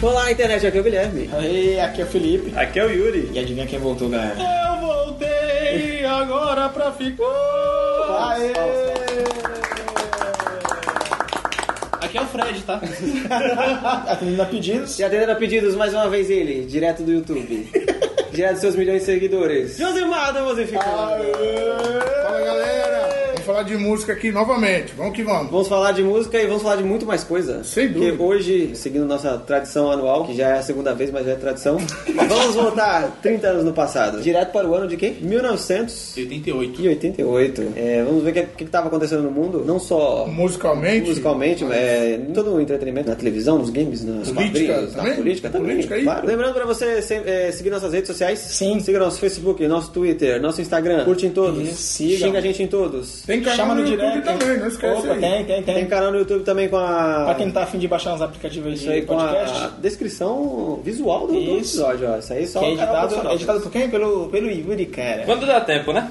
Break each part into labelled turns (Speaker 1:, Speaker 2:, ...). Speaker 1: Olá, internet, aqui é o Guilherme.
Speaker 2: Ei, aqui é o Felipe.
Speaker 3: Aqui é o Yuri.
Speaker 2: E adivinha quem voltou, galera?
Speaker 3: Eu voltei agora pra ficou.
Speaker 2: Aê!
Speaker 3: Aqui é o Fred, tá?
Speaker 2: Atendendo a tá pedidos.
Speaker 1: E atendendo a pedidos, mais uma vez ele, direto do YouTube. direto dos seus milhões de seguidores. Ah, Josimar da Musificando.
Speaker 4: Fala galera, vamos falar de música aqui novamente. Vamos que vamos.
Speaker 1: Vamos falar de música e vamos falar de muito mais coisa.
Speaker 4: Sem dúvida.
Speaker 1: Porque hoje, seguindo nossa tradição anual, que já é a segunda vez, mas já é tradição, vamos voltar 30 anos no passado. Direto para o ano de quê? 1988.
Speaker 3: 88.
Speaker 1: É, vamos ver o que- o que estava acontecendo no mundo, não só
Speaker 4: Musicalmente.
Speaker 1: musicalmente, é, em todo o entretenimento na televisão, nos games, nas
Speaker 4: Política
Speaker 1: quadrilhas, na
Speaker 4: também?
Speaker 1: política também.
Speaker 4: Política aí?
Speaker 1: claro. Lembrando pra você se- é, seguir nossas redes sociais.
Speaker 2: Sim.
Speaker 1: Siga nosso Facebook, nosso Twitter, nosso Instagram. Curte em todos.
Speaker 2: Isso, sigam.
Speaker 1: Xinga a gente em todos.
Speaker 4: Tem canal
Speaker 2: Chama
Speaker 4: no,
Speaker 2: no
Speaker 4: YouTube
Speaker 2: direct.
Speaker 4: também, não esquece
Speaker 2: Opa,
Speaker 4: aí.
Speaker 2: tem, tem, tem.
Speaker 1: Tem canal no YouTube também com a.
Speaker 2: Pra quem tá afim de baixar uns aplicativos
Speaker 1: Isso
Speaker 2: de
Speaker 1: aí com
Speaker 2: podcast.
Speaker 1: a descrição visual do, do
Speaker 2: Isso.
Speaker 1: episódio, ó. Isso aí só
Speaker 2: Que é
Speaker 1: o cara
Speaker 2: editado,
Speaker 1: profissional.
Speaker 2: é editado por quem? Pelo, pelo Yuri, cara.
Speaker 3: Quando dá tempo, né?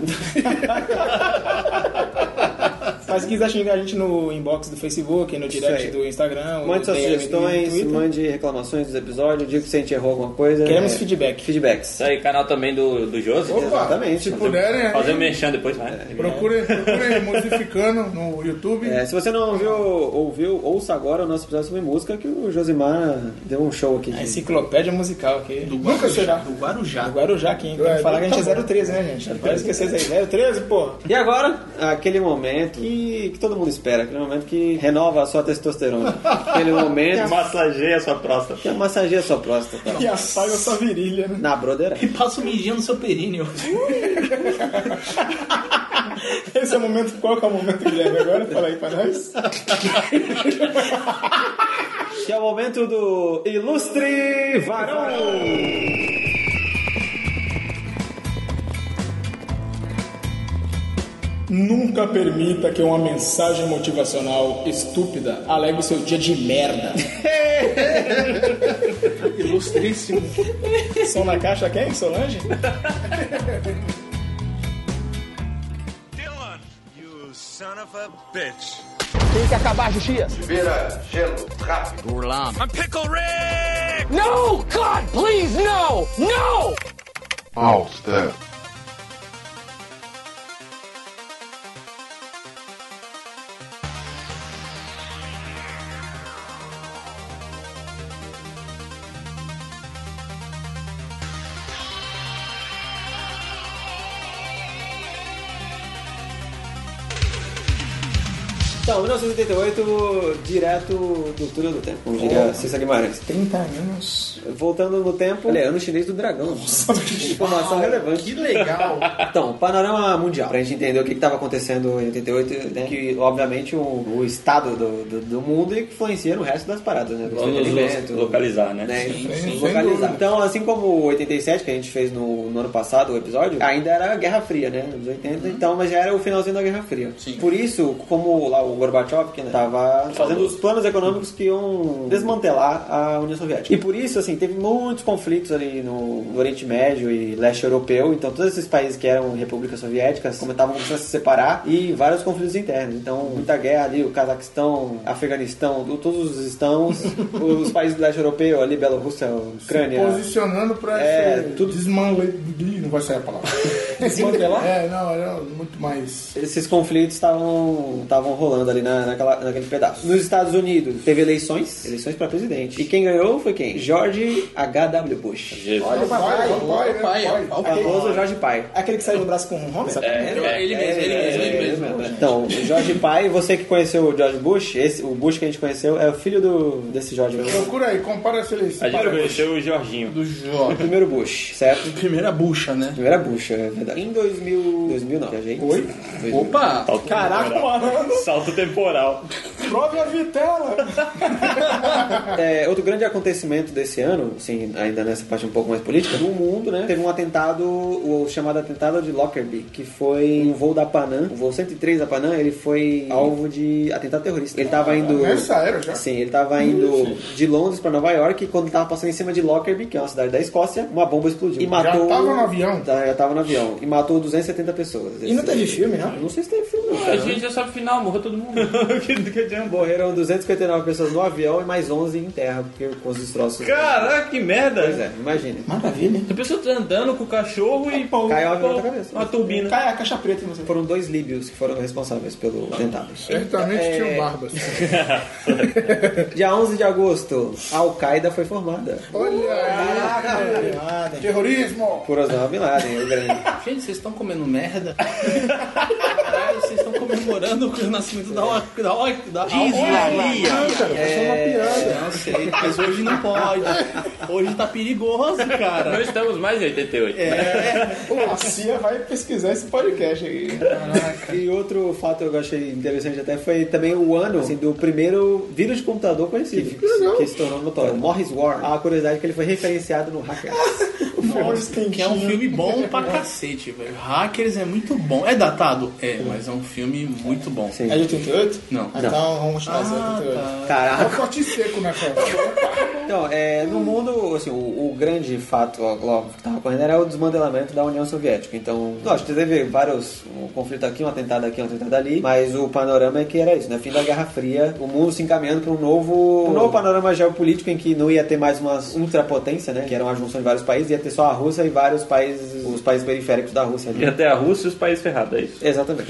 Speaker 2: Mas se quiser xingar a gente no inbox do Facebook, no direct
Speaker 1: aí.
Speaker 2: do Instagram,
Speaker 1: Mande suas
Speaker 2: DM do
Speaker 1: sugestões,
Speaker 2: Twitter.
Speaker 1: mande reclamações dos episódios, diga que se a gente errou alguma coisa.
Speaker 2: Queremos
Speaker 1: é,
Speaker 2: feedback.
Speaker 1: Feedbacks.
Speaker 5: Isso aí, canal também do, do Josi.
Speaker 4: Opa,
Speaker 1: Exatamente.
Speaker 4: se puderem, é, aí,
Speaker 5: Fazer o merchan depois, né? vai.
Speaker 4: procurem, procurem Musificando no YouTube.
Speaker 1: É, se você não ouviu, ouviu, ouça agora o nosso episódio sobre música, que o Josimar deu um show aqui.
Speaker 2: A
Speaker 1: De...
Speaker 2: enciclopédia musical aqui. Do Nunca
Speaker 4: Guarujá.
Speaker 2: será.
Speaker 3: Do Guarujá.
Speaker 2: Do Guarujá aqui, hein? Tem que
Speaker 4: É,
Speaker 2: falar que a gente
Speaker 4: tá
Speaker 2: é 013, né, gente? Não pode esquecer isso aí. 013, pô.
Speaker 1: E agora, aquele momento que, que todo mundo espera, aquele momento que renova a sua testosterona. aquele momento
Speaker 5: Massageia a sua próstata.
Speaker 1: que massageia a sua próstata. tá?
Speaker 2: E apaga sua virilha, né?
Speaker 1: Na brodeira.
Speaker 3: E passo mijando um seu períneo.
Speaker 2: Esse é o momento. Qual que é o momento, Guilherme? Agora fala aí pra nós.
Speaker 1: Que é o momento do Ilustre Varão!
Speaker 2: Nunca permita que uma mensagem motivacional estúpida alegue o seu dia de merda.
Speaker 3: Ilustríssimo.
Speaker 2: Som na caixa quem? Solange?
Speaker 6: Dylan, you son of a bitch.
Speaker 7: Vira gelo, rápido.
Speaker 6: I'm Pickle Rick!
Speaker 8: No! God, please, no! No!
Speaker 7: Alster.
Speaker 1: Então, 1988, direto do túnel do tempo, como diria Cissa Guimarães.
Speaker 2: 30 anos.
Speaker 1: Voltando no tempo, olha, ano chinês do dragão. Informação relevante.
Speaker 3: Que legal.
Speaker 1: Então, panorama mundial. Pra gente entender o que estava acontecendo em 88, né? Que, obviamente, o, o estado do, do, do mundo e que influencia no resto das paradas, né? Do
Speaker 5: Vamos
Speaker 1: entretenimento,
Speaker 5: lo- localizar, né?
Speaker 4: sim, sem
Speaker 1: localizar.
Speaker 4: dúvida.
Speaker 1: Então, assim como o 87, que a gente fez no, no ano passado, o episódio, ainda era a Guerra Fria, né? Nos 80, então, mas já era o finalzinho da Guerra Fria. Por isso, como lá o Gorbachev, que tava fazendo os planos econômicos que iam desmantelar a União Soviética. E por isso, assim, teve muitos conflitos ali no, no Oriente Médio e leste europeu, então todos esses países que eram repúblicas soviéticas começavam começando a se separar e vários conflitos internos. Então, muita guerra ali, o Cazaquistão, Afeganistão, do- todos os estãos, os países do leste europeu, ali, Bielorrússia, Ucrânia.
Speaker 4: Posicionando pra
Speaker 1: É,
Speaker 4: esse
Speaker 1: tudo-
Speaker 4: desmanle... Ih, Não vai sair a palavra.
Speaker 2: Desmantelar?
Speaker 4: É, não, era muito mais...
Speaker 1: Esses conflitos estavam estavam rolando ali na, naquela- naquele pedaço. Nos Estados Unidos teve eleições, eleições para presidente. E quem ganhou foi quem? George H.W. Bush.
Speaker 5: Jesus.
Speaker 4: Vai, vai, vai, né? Vai.
Speaker 1: O famoso Jorge Pai.
Speaker 2: Aquele que saiu do braço com um homem, sabe?
Speaker 5: É, é,
Speaker 3: Ele mesmo, ele mesmo, ele mesmo.
Speaker 1: Então, o George Pai, você que conheceu o George Bush, esse, o Bush que a gente conheceu é o filho do, desse George Bush.
Speaker 4: Procura aí, compara a seleção.
Speaker 5: A gente conheceu o Jorginho.
Speaker 3: Do Jó.
Speaker 1: O primeiro Bush, certo?
Speaker 3: Primeira bucha, né?
Speaker 1: Primeira Bush, é verdade. Em 2000, 2009, a gente...
Speaker 4: Oi?
Speaker 3: Opa!
Speaker 5: Salto
Speaker 2: Caraca,
Speaker 5: temporal.
Speaker 2: mano.
Speaker 5: Salto temporal.
Speaker 2: Prove a vitela.
Speaker 1: É, outro grande acontecimento desse ano, assim, ainda nessa parte um pouco mais política, no mundo, né? Teve um atentado, o chamado atentado de Lockerbie, que foi um voo da Panam, o voo 103 da Panam, ele foi alvo de atentado terrorista. Ele tava indo.
Speaker 4: Ah, Nessa era já?
Speaker 1: Sim, ele tava indo de Londres pra Nova York e quando tava passando em cima de Lockerbie, que é uma cidade da Escócia, uma bomba explodiu. E matou.
Speaker 4: tava no avião?
Speaker 1: Tá, já tava no avião. E matou 270 pessoas.
Speaker 2: E não teve filme, não?
Speaker 4: né?
Speaker 1: Não sei se teve filme, não.
Speaker 5: A gente já sabe o final, morreu todo mundo. que, que caramba.
Speaker 1: Morreram 259 pessoas no avião e mais 11 em terra, porque com os destroços.
Speaker 5: Caraca, que merda.
Speaker 1: Pois é, imagina.
Speaker 2: Maravilha.
Speaker 5: A pessoa tá andando com o cachorro e pô,
Speaker 1: Caiu um avião
Speaker 5: pô,
Speaker 1: na cabeça.
Speaker 5: uma turbina.
Speaker 2: Cai a caixa preta em você.
Speaker 1: Foram dois líbios que foram responsáveis pelo atentado.
Speaker 4: Certamente um tinham barbas.
Speaker 1: Dia 11 de agosto, a Al-Qaeda foi formada.
Speaker 4: Olha aí. Terrorismo.
Speaker 1: Por Osama Bin Laden, o grande.
Speaker 3: Gente, vocês estão comendo merda? Caralho, vocês estão comemorando o nascimento da hora. Da hora da
Speaker 4: Não, cara, é só uma piada.
Speaker 3: Não sei, mas hoje não pode. Hoje tá perigoso,
Speaker 9: Não
Speaker 3: cara.
Speaker 9: estamos mais em 88.
Speaker 5: É.
Speaker 2: Pô, a CIA vai pesquisar esse podcast aí.
Speaker 1: E outro fato que eu achei interessante até foi também o ano assim, do primeiro vírus de computador conhecido, que, se tornou notório. Morris War. A curiosidade é que ele foi referenciado no Hacker.
Speaker 3: Que é um filme bom pra cacete, velho. Hackers é muito bom. É datado? É, mas é um filme muito bom.
Speaker 1: Sim.
Speaker 2: É de 88?
Speaker 3: Não.
Speaker 2: Ah, Então vamos continuar ah, 88.
Speaker 1: Caraca.
Speaker 4: É um corte seco
Speaker 2: né,
Speaker 4: nessa hora.
Speaker 1: Então, é, no mundo, assim, o, o grande fato ó, óbvio, que estava ocorrendo era o desmantelamento da União Soviética. Então, lógico, teve vários um conflito aqui, um atentado aqui, um atentado ali, mas o panorama é que era isso, né? Fim da Guerra Fria, o mundo se encaminhando para um novo, um novo panorama geopolítico em que não ia ter mais uma ultrapotência, né? Que era uma junção de vários países, ia ter só a Rússia e vários países, os países periféricos da Rússia.
Speaker 5: E
Speaker 1: Ali.
Speaker 5: até a Rússia e os países ferrados, é isso.
Speaker 1: Exatamente.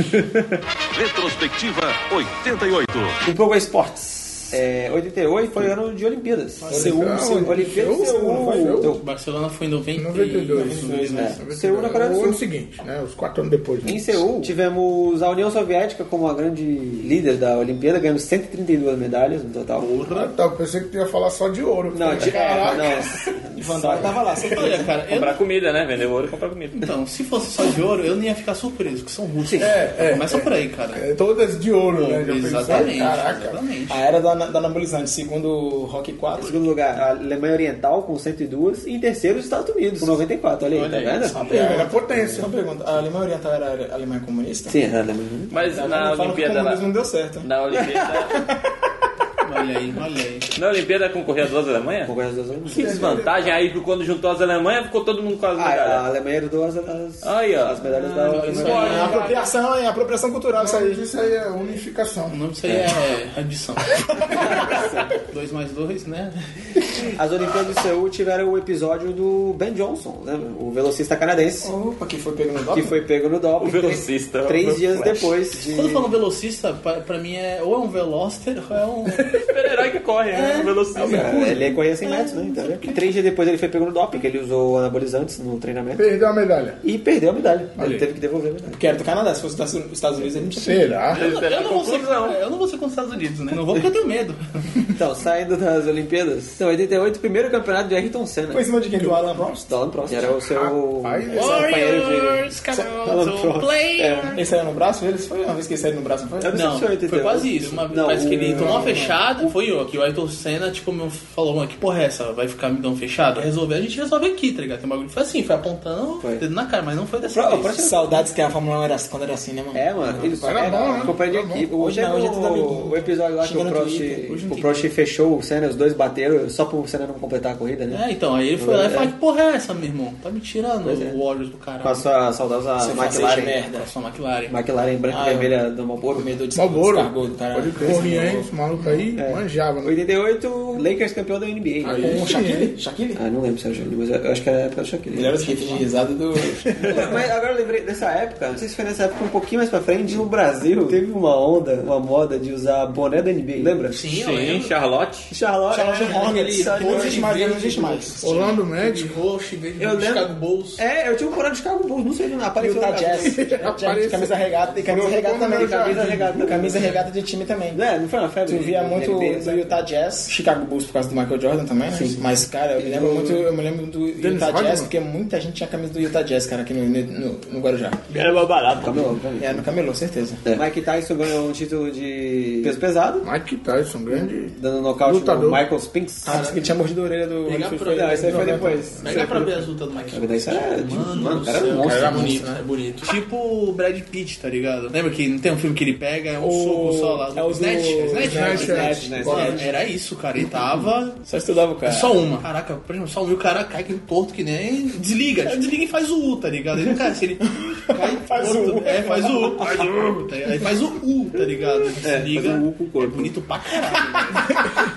Speaker 6: Retrospectiva 88.
Speaker 1: Um pouco a esportes. É, 88 foi ano de Olimpíadas. Seul,
Speaker 4: legal,
Speaker 1: Seul, Olimpíadas,
Speaker 4: Seul, não foi Seul?
Speaker 1: Seul.
Speaker 3: Barcelona foi em 90 e- né?
Speaker 4: 92.
Speaker 2: né?
Speaker 1: É. Seul na Coreia do
Speaker 4: O
Speaker 1: Sul.
Speaker 4: ano seguinte, né? Os quatro anos depois. né?
Speaker 1: Em Seul, tivemos a União Soviética como a grande líder da Olimpíada, ganhando 132 medalhas no total.
Speaker 4: Ah, tá, eu pensei que tu ia falar só de ouro.
Speaker 1: Não, de, é,
Speaker 4: Caraca.
Speaker 1: não.
Speaker 2: Van Damme tava lá, você
Speaker 3: Olha, cara, eu...
Speaker 9: Comprar comida, né? Vender ouro e comprar comida.
Speaker 3: Então, se fosse só de ouro, eu não ia ficar surpreso, que são russos.
Speaker 4: É, é,
Speaker 3: Começa por aí, cara.
Speaker 4: É, Todas de ouro, né? Já pensou?
Speaker 3: Exatamente,
Speaker 4: Caraca.
Speaker 3: exatamente.
Speaker 2: A era da, da anabolizante, segundo o Rock
Speaker 1: Em
Speaker 2: 4.
Speaker 1: segundo lugar, a Alemanha Oriental com 102 e em terceiro os Estados Unidos com 94. Olha aí, tá vendo?
Speaker 2: Só uma
Speaker 4: Era
Speaker 2: pergunta. Só
Speaker 4: potência.
Speaker 2: É. uma pergunta. A Alemanha Oriental era a Alemanha comunista?
Speaker 1: Sim, a Alemanha. é um
Speaker 9: Mas
Speaker 2: Ela
Speaker 9: na
Speaker 2: fala que o
Speaker 9: Olimpíada
Speaker 4: É.
Speaker 9: lá.
Speaker 2: comunismo não deu certo.
Speaker 9: Na Olimpíada,
Speaker 3: Olha aí, olha aí.
Speaker 9: na Olimpíada concorria duas Alemanhas?
Speaker 1: Concorreu as duas Alemanhas.
Speaker 9: Que desvantagem aí que quando juntou as Alemanhas ficou todo mundo com as
Speaker 1: Ah,
Speaker 9: medalhas.
Speaker 1: a Alemanha herdou as, as,
Speaker 5: Ah,
Speaker 9: Aí, ó.
Speaker 1: as medalhas da
Speaker 3: Ah,
Speaker 1: Alemanha.
Speaker 2: É apropriação, é apropriação cultural isso aí.
Speaker 4: Isso aí é unificação.
Speaker 3: O nome disso aí é adição. 2 mais 2, né?
Speaker 1: As Olimpíadas de Seul tiveram o episódio do Ben Johnson, né? o velocista canadense,
Speaker 2: Opa, que foi pego no dó.
Speaker 1: que foi pego no doping.
Speaker 5: O velocista,
Speaker 1: Três
Speaker 5: o
Speaker 1: dias
Speaker 5: flash.
Speaker 1: depois de...
Speaker 3: Quando eu falo velocista, pra, pra mim é ou é um velociter ou é um.
Speaker 5: super-herói que corre, né? Velocista.
Speaker 1: É, ele corria 100 metros, né? Então, né? Três dias depois ele foi pego no doping, que ele usou anabolizantes no treinamento.
Speaker 4: Perdeu a medalha.
Speaker 1: E perdeu a medalha. Ele
Speaker 2: aí.
Speaker 1: teve que devolver a medalha.
Speaker 2: Porque era do Canadá, se fosse dos Estados Unidos, ele não tinha
Speaker 4: Será?
Speaker 2: É.
Speaker 3: Eu não, vou ser, é, eu não vou ser com os Estados Unidos, né? Não vou porque eu tenho medo.
Speaker 1: Então, saindo das Olimpíadas, então, 88, primeiro campeonato de Ayrton Senna. Tá
Speaker 2: Foi em cima de quem? Do Alan Prost?
Speaker 1: Dallan Prost. Era o seu
Speaker 4: Rapaz,
Speaker 1: seu companheiro de... Alan Prost.
Speaker 4: É,
Speaker 3: player!
Speaker 2: Ele saiu no braço? Ele foi uma vez que ele saiu no braço, não foi?
Speaker 1: Eu não sei
Speaker 3: Não,
Speaker 1: se foi 88.
Speaker 3: foi quase isso. Uma,
Speaker 1: Não,
Speaker 3: parece que
Speaker 1: o-
Speaker 3: ele tomou uma fechada. foi eu, que o Ayrton Senna, tipo, meu, falou, mano, que porra é essa? Vai ficar me dando fechada? Resolver, a gente resolve aqui, tá ligado? Tem um bagulho. Foi assim, foi apontando,
Speaker 1: Foi.
Speaker 3: dedo na cara, mas não foi dessa
Speaker 1: Pro-
Speaker 3: vez.
Speaker 1: pro-
Speaker 2: Saudades que a Fórmula 1 era assim, quando era assim, né, mano?
Speaker 1: É, mano, ele
Speaker 4: era
Speaker 1: era
Speaker 4: bom, né?
Speaker 1: companheiro de
Speaker 4: Era bom.
Speaker 1: equipe.
Speaker 2: Hoje
Speaker 1: Hoje
Speaker 2: não,
Speaker 1: é
Speaker 2: hoje é tudo
Speaker 1: o,
Speaker 2: amiguinho.
Speaker 1: o episódio lá que
Speaker 2: Xinga
Speaker 1: o
Speaker 2: no
Speaker 1: Prost,
Speaker 2: Twitter, hoje não
Speaker 1: o
Speaker 2: tem
Speaker 1: Prost fechou o Senna, os dois bateram só pro Senna não completar a corrida, né?
Speaker 3: É, então, aí ele foi lá
Speaker 1: É.
Speaker 3: e falou, que porra é essa, meu irmão? Tá me tirando
Speaker 1: Pois é.
Speaker 3: o ódio do
Speaker 1: Com a
Speaker 3: caralho.
Speaker 1: sua saudosa
Speaker 2: Você faz
Speaker 1: McLaren.
Speaker 2: de merda.
Speaker 3: Só a McLaren.
Speaker 1: McLaren branca
Speaker 2: Ah,
Speaker 1: e
Speaker 2: eu-
Speaker 1: vermelha do Malboro.
Speaker 2: Comedor de
Speaker 4: Malboro.
Speaker 2: escargot do caralho.
Speaker 4: Pode correr, hein? Esse maluco aí
Speaker 1: É.
Speaker 2: É.
Speaker 4: manjava. né?
Speaker 1: 88, Lakers campeão da NBA.
Speaker 2: Com o Shaquille? Shaquille?
Speaker 1: Ah, não lembro se era o Shaquille, mas eu acho que era a época do Shaquille.
Speaker 2: Ele era o skate de risada do...
Speaker 1: Mas agora eu lembrei dessa época, não sei se foi nessa época um pouquinho mais pra frente, no Brasil teve uma onda, uma moda de usar boné da NBA, lembra?
Speaker 3: Sim, eu
Speaker 9: Sim,
Speaker 3: lembro.
Speaker 9: Charlotte.
Speaker 1: Charlotte,
Speaker 2: Charlotte
Speaker 1: é,
Speaker 2: Hornets.
Speaker 1: aquele-
Speaker 2: Não existe mais, não existe mais.
Speaker 4: Orlando
Speaker 3: De
Speaker 4: Magic.
Speaker 3: roxo, em vez de
Speaker 1: Eu lembro-
Speaker 3: Chicago Bulls.
Speaker 1: É, eu tinha um boné do Chicago Bulls, não sei, não apareceu.
Speaker 2: Utah
Speaker 1: no
Speaker 2: Jazz.
Speaker 1: Brasil.
Speaker 2: Jazz, Camisa regata. E camisa
Speaker 4: Foi o
Speaker 2: regata
Speaker 4: Orlando
Speaker 2: também.
Speaker 4: Magic.
Speaker 2: Camisa
Speaker 1: regata.
Speaker 2: regata. Camisa regata de time também.
Speaker 1: É, não foi uma febre.
Speaker 2: Tu via muito do
Speaker 1: né?
Speaker 2: Utah Jazz, Chicago Bulls por causa do Michael Jordan também, né? Mas, cara, eu me lembro muito, eu me lembro do Utah
Speaker 4: Rodman.
Speaker 2: Jazz, porque muita gente tinha camisa do Utah Jazz, cara, aqui no, no, no Guarujá.
Speaker 5: Era mais barato.
Speaker 1: Tá
Speaker 2: É, no Camelô, certeza.
Speaker 1: É. Mike Tyson ganhou um título de peso pesado,
Speaker 4: Mike Tyson, um grande.
Speaker 1: dando nocaute no
Speaker 4: Lutador.
Speaker 1: Michael Spinks.
Speaker 2: Ah, disse que ele tinha mordido a orelha do...
Speaker 3: Pegar
Speaker 2: Holyfield,
Speaker 3: pra-
Speaker 1: não, esse aí foi
Speaker 2: noventa.
Speaker 1: depois.
Speaker 3: Pega pra ver as lutas do Michael.
Speaker 1: Daí isso era, tipo,
Speaker 3: Mano
Speaker 1: mano, o cara
Speaker 3: do
Speaker 1: era um monstro.
Speaker 4: Era
Speaker 3: bonito,
Speaker 2: monstro.
Speaker 3: né? É bonito. Tipo o Brad Pitt, tá ligado? Lembra que não tem um filme que ele pega, é um
Speaker 2: O-
Speaker 3: soco só lá.
Speaker 2: é o do-
Speaker 3: Snatch? É Snatch?
Speaker 2: Snatch,
Speaker 3: É,
Speaker 2: Snatch,
Speaker 1: Snatch. né?
Speaker 3: É, Era isso, cara. Ele tava...
Speaker 2: Só estudava o cara.
Speaker 3: É Só uma. Caraca, por exemplo, só uma. E o cara cai que torto que nem... Desliga. tipo, desliga e faz o U, tá ligado? Ele, cara, se ele... Cai,
Speaker 2: Faz
Speaker 3: torto,
Speaker 2: o U.
Speaker 3: É, faz o U. Faz o U. tá ligado? Aí faz o U, tá ligado? Desliga.
Speaker 5: faz um U com o corpo.
Speaker 3: É bonito pra caralho.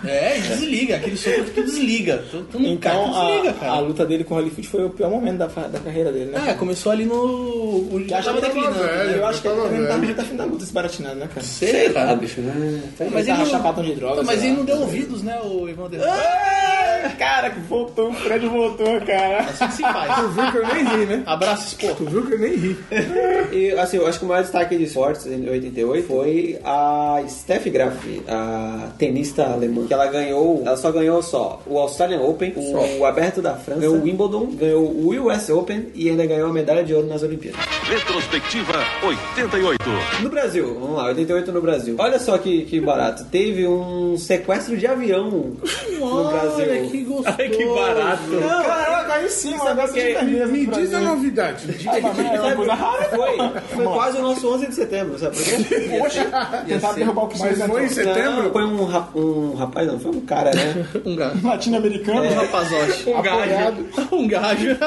Speaker 3: velho. é, e desliga. Aquele soco que tu desliga. Tu, tu não cai, tu
Speaker 2: Então, a,
Speaker 3: desliga, cara.
Speaker 2: a luta dele com o Holyfield foi o pior momento da, fa- da carreira dele, né?
Speaker 3: É, começou ali no. O já
Speaker 2: tá
Speaker 3: tava declinando.
Speaker 4: velho.
Speaker 3: Né?
Speaker 2: eu acho que ele tá
Speaker 4: tava
Speaker 2: também não tava
Speaker 4: velho.
Speaker 2: muito afim da luta, esse baratinado, né, cara?
Speaker 3: Sei,
Speaker 1: Ah,
Speaker 3: cara.
Speaker 1: bicho, né? Tem-
Speaker 3: Mas
Speaker 2: ele
Speaker 3: ele
Speaker 2: tava
Speaker 3: não-
Speaker 2: chapatão de drogas.
Speaker 3: Não, mas
Speaker 2: sei
Speaker 3: ele
Speaker 2: lá.
Speaker 3: não deu ouvidos, né, o Evander?
Speaker 2: Ah, Cara, que voltou, o Fred voltou, cara.
Speaker 3: Assim que se faz.
Speaker 4: Tu viu que eu nem ri, né?
Speaker 3: Abraço, esporto.
Speaker 4: Tu viu que eu nem ri.
Speaker 1: E assim, eu acho que o maior destaque de esportes em 88 foi a Steph Graf, a tenista alemã. Que ela ganhou, ela só ganhou só o Australian Open, o Aberto da França, ganhou o Wimbledon, ganhou o US Open e ainda ganhou a medalha de ouro nas Olimpíadas.
Speaker 6: Retrospectiva 88.
Speaker 1: No Brasil, vamos lá, 88 no Brasil. Olha só que, que barato. Teve um sequestro de avião no Brasil.
Speaker 3: que gostoso.
Speaker 9: Ai, que barato.
Speaker 1: Não,
Speaker 2: Caraca, aí sim, mano.
Speaker 1: Sabe o que é?
Speaker 4: né? Me diz a novidade.
Speaker 2: É uma coisa rara.
Speaker 1: Foi, foi quase o nosso 11 de setembro, sabe por quê?
Speaker 2: Poxa, tentava derrubar o Cristiano
Speaker 4: Mas foi em
Speaker 2: Ronaldo.
Speaker 1: Não,
Speaker 4: setembro?
Speaker 1: foi um, rap- um rapaz, não, foi um cara, né?
Speaker 3: Um gajo.
Speaker 2: Latino-americano,
Speaker 3: Um
Speaker 2: é.
Speaker 3: rapazote. Um
Speaker 2: Apoiado.
Speaker 3: gajo. Um gajo.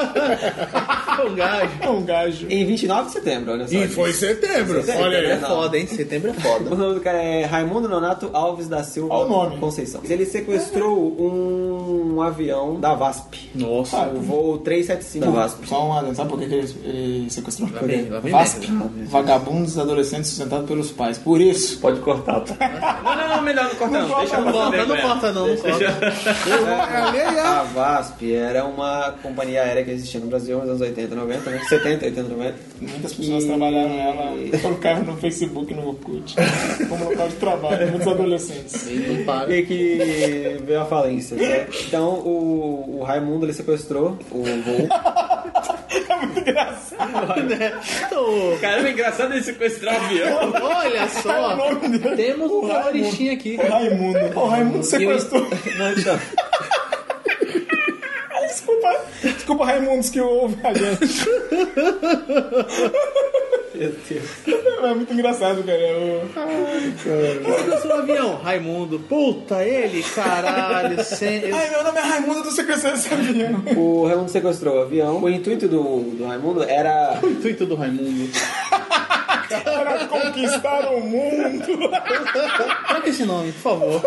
Speaker 3: Um gajo.
Speaker 2: é um gajo.
Speaker 1: Em 29 de setembro, olha só.
Speaker 4: E foi em setembro. Olha aí.
Speaker 3: É foda, hein? Setembro é foda.
Speaker 1: O nome do cara é Raimundo Nonato Alves da Silva
Speaker 2: Olha o nome.
Speaker 1: Conceição. Ele sequestrou um avião da VASP.
Speaker 3: Nossa.
Speaker 1: O voo 375 da VASP.
Speaker 2: Só um adendo, sabe por que que ele, ele sequestrou?
Speaker 3: Lá vem, lá vem
Speaker 2: Vasco,
Speaker 3: merda.
Speaker 2: vagabundos adolescentes sustentados pelos pais. Por isso,
Speaker 5: Pode cortar, tá?
Speaker 9: Não, não, não, melhor não corta, não.
Speaker 2: corta,
Speaker 9: Deixa eu
Speaker 3: Não
Speaker 9: fazer
Speaker 3: corta, não
Speaker 5: é.
Speaker 9: vergonha.
Speaker 3: corta, não. Não corta.
Speaker 4: É alheia.
Speaker 1: A VASP era uma companhia aérea que existia no Brasil nos anos 80, 90, né? 70, 80, 90.
Speaker 2: muitas pessoas trabalharam nela, colocaram no Facebook e no Orkut como local de trabalho, muitos adolescentes.
Speaker 3: Não para.
Speaker 1: E que veio a falência. certo? Então o, o Raimundo ele sequestrou o voo.
Speaker 3: Ô,
Speaker 5: é
Speaker 9: Caramba, engraçado ele sequestrar o avião.
Speaker 3: Olha só. Temos um terroristinha aqui.
Speaker 2: Raimundo. O Raimundo sequestrou.
Speaker 1: Não, então,
Speaker 2: Desculpa, desculpa, Raimundos, que ouve a gente. É muito engraçado, cara. Eu-
Speaker 3: Sequestrou o avião. Raimundo. Puta, ele, caralho. Sem...
Speaker 2: Ai, meu nome é Raimundo, tu sequestrou esse avião.
Speaker 1: o Raimundo sequestrou o avião. O intuito do, do Raimundo era
Speaker 3: O intuito do Raimundo.
Speaker 2: Para conquistar o mundo.
Speaker 3: Troca esse nome, por favor.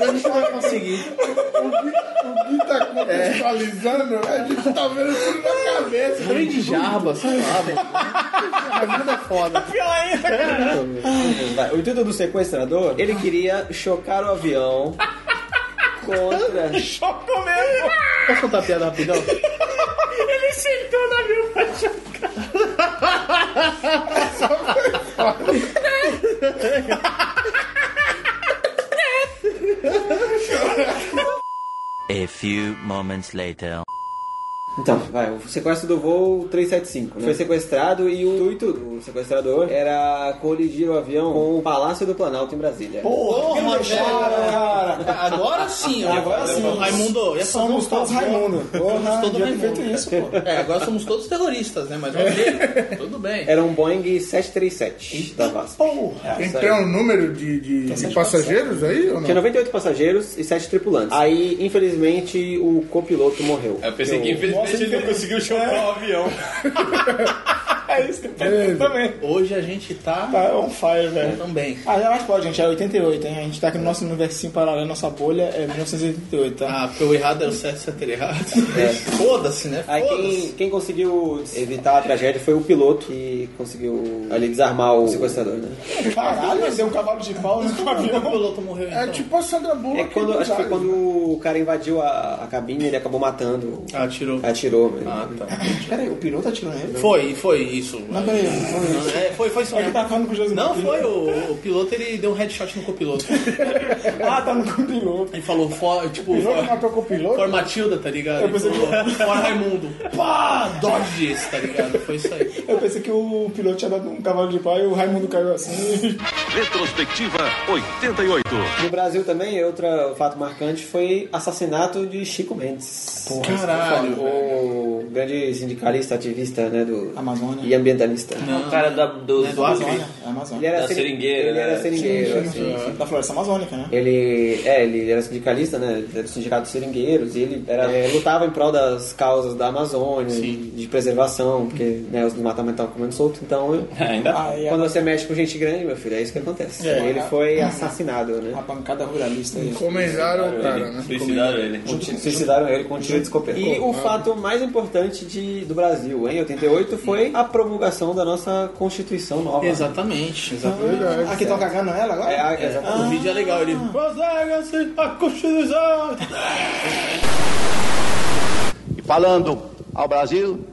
Speaker 3: A gente não vai conseguir.
Speaker 4: O Gui tá contextualizando, a gente tá vendo tudo na cabeça.
Speaker 3: Trem de jarba, sei lá, velho. Raimundo é foda.
Speaker 1: Vai, O intuito do sequestrador, ele queria chocar o avião contra.
Speaker 2: Choco mesmo.
Speaker 3: Posso contar a piada rapidão?
Speaker 10: A few moments later.
Speaker 1: Então, vai, o sequestro do voo 375 né? foi sequestrado e o intuito do sequestrador era colidir o avião com o Palácio do Planalto em Brasília.
Speaker 3: Porra,
Speaker 2: Cara, cara.
Speaker 3: Agora sim, ó.
Speaker 2: Agora sim.
Speaker 3: Raimundo, ia fazer um
Speaker 2: Somos todos Raimundo. Porra,
Speaker 3: Todo
Speaker 2: devia ter
Speaker 3: Raimundo.
Speaker 2: feito isso, pô.
Speaker 3: É, agora somos todos terroristas, né? Mas ok, tudo bem.
Speaker 1: Era um Boeing 737 da VASP.
Speaker 2: Porra.
Speaker 1: É,
Speaker 4: Então,
Speaker 1: sério.
Speaker 4: o número de, de-
Speaker 1: Tá
Speaker 4: de passageiros aí ou
Speaker 1: Tinha
Speaker 4: não?
Speaker 1: 98 passageiros e 7 tripulantes. Aí, infelizmente, o copiloto morreu.
Speaker 9: Eu pensei que
Speaker 2: Nossa,
Speaker 9: infelizmente ele não
Speaker 2: infeliz-
Speaker 9: conseguiu chocar o avião.
Speaker 2: É isso que eu pensei também.
Speaker 3: Hoje a gente tá
Speaker 2: Tá on fire, velho.
Speaker 3: também.
Speaker 2: Ah, mas pode, gente. É 88, hein? A gente tá aqui no nosso universinho paralelo, nossa bolha é 1988, tá?
Speaker 3: Ah, porque o errado é o certo, certo era errado. Foda-se, né?
Speaker 1: Aí quem,
Speaker 3: Foda-se.
Speaker 1: quem conseguiu evitar a tragédia foi o piloto que conseguiu ali desarmar o sequestrador, né?
Speaker 2: Caralho, mas deu um cavalo de pau no
Speaker 3: O
Speaker 2: avião.
Speaker 3: piloto morreu então.
Speaker 4: É tipo a Sandra Bullock.
Speaker 1: É quando, acho que foi quando o cara invadiu a, a cabine, ele acabou matando.
Speaker 3: Ah, tirou.
Speaker 1: Atirou, né? velho.
Speaker 3: Ah, tá.
Speaker 2: Peraí, o piloto atirou nele?
Speaker 3: Foi, foi isso.
Speaker 2: Não, peraí, não foi.
Speaker 3: É, foi, foi isso
Speaker 2: É que
Speaker 3: mesmo.
Speaker 2: tá falando com o Josimar.
Speaker 3: Não, foi o, o piloto, ele deu um headshot no copiloto.
Speaker 2: Ah, tá no copiloto.
Speaker 3: Ele falou, fo, tipo,
Speaker 4: O piloto
Speaker 3: for,
Speaker 4: matou com o piloto?
Speaker 3: for Matilda, tá ligado?
Speaker 2: Eu pensei
Speaker 3: Ele falou, for Raimundo. Pá, dodge esse, tá ligado? Foi isso aí.
Speaker 2: Eu pensei que o piloto tinha dado um cavalo de pau e o Raimundo caiu assim.
Speaker 6: Retrospectiva 88.
Speaker 1: No Brasil também, outro fato marcante foi assassinato de Chico Mendes.
Speaker 3: Caralho,
Speaker 1: O o grande sindicalista, ativista, né, do...
Speaker 2: Amazônia.
Speaker 1: E ambientalista.
Speaker 5: O cara da, do,
Speaker 2: É do Amazônia. É Amazônia. é
Speaker 1: Ele era
Speaker 5: Da
Speaker 1: seri-
Speaker 5: seringueira,
Speaker 1: Ele era
Speaker 5: né?
Speaker 1: seringueiro,
Speaker 2: Sim,
Speaker 1: assim.
Speaker 2: sim, sim. Da floresta amazônica, né?
Speaker 1: Ele, é, ele era sindicalista, né? Ele Era do sindicato dos seringueiros e ele era, é, lutava em prol das causas da Amazônia,
Speaker 3: Sim.
Speaker 1: de preservação, porque né, os desmatamentos estavam comendo solto. Então, eu-
Speaker 5: Ainda
Speaker 2: Aí a,
Speaker 1: quando você mexe com gente grande, meu filho, é isso que acontece.
Speaker 2: É.
Speaker 1: ele foi assassinado,
Speaker 2: a
Speaker 1: né?
Speaker 2: bancada ruralista aí.
Speaker 4: Comenzaram o cara, né?
Speaker 5: suicidaram ele.
Speaker 1: Suicidaram ele com um tiro de escopeta. E o
Speaker 2: é.
Speaker 1: fato mais importante de, do Brasil, em 88, foi a promulgação da nossa Constituição nova.
Speaker 3: Exatamente, exatamente.
Speaker 2: Ah, que estão cagando ela agora?
Speaker 1: É, a- exatamente.
Speaker 3: O vídeo é legal, ele.
Speaker 2: Ah.
Speaker 3: Prossegue-se a Constituição!
Speaker 7: E falando ao Brasil,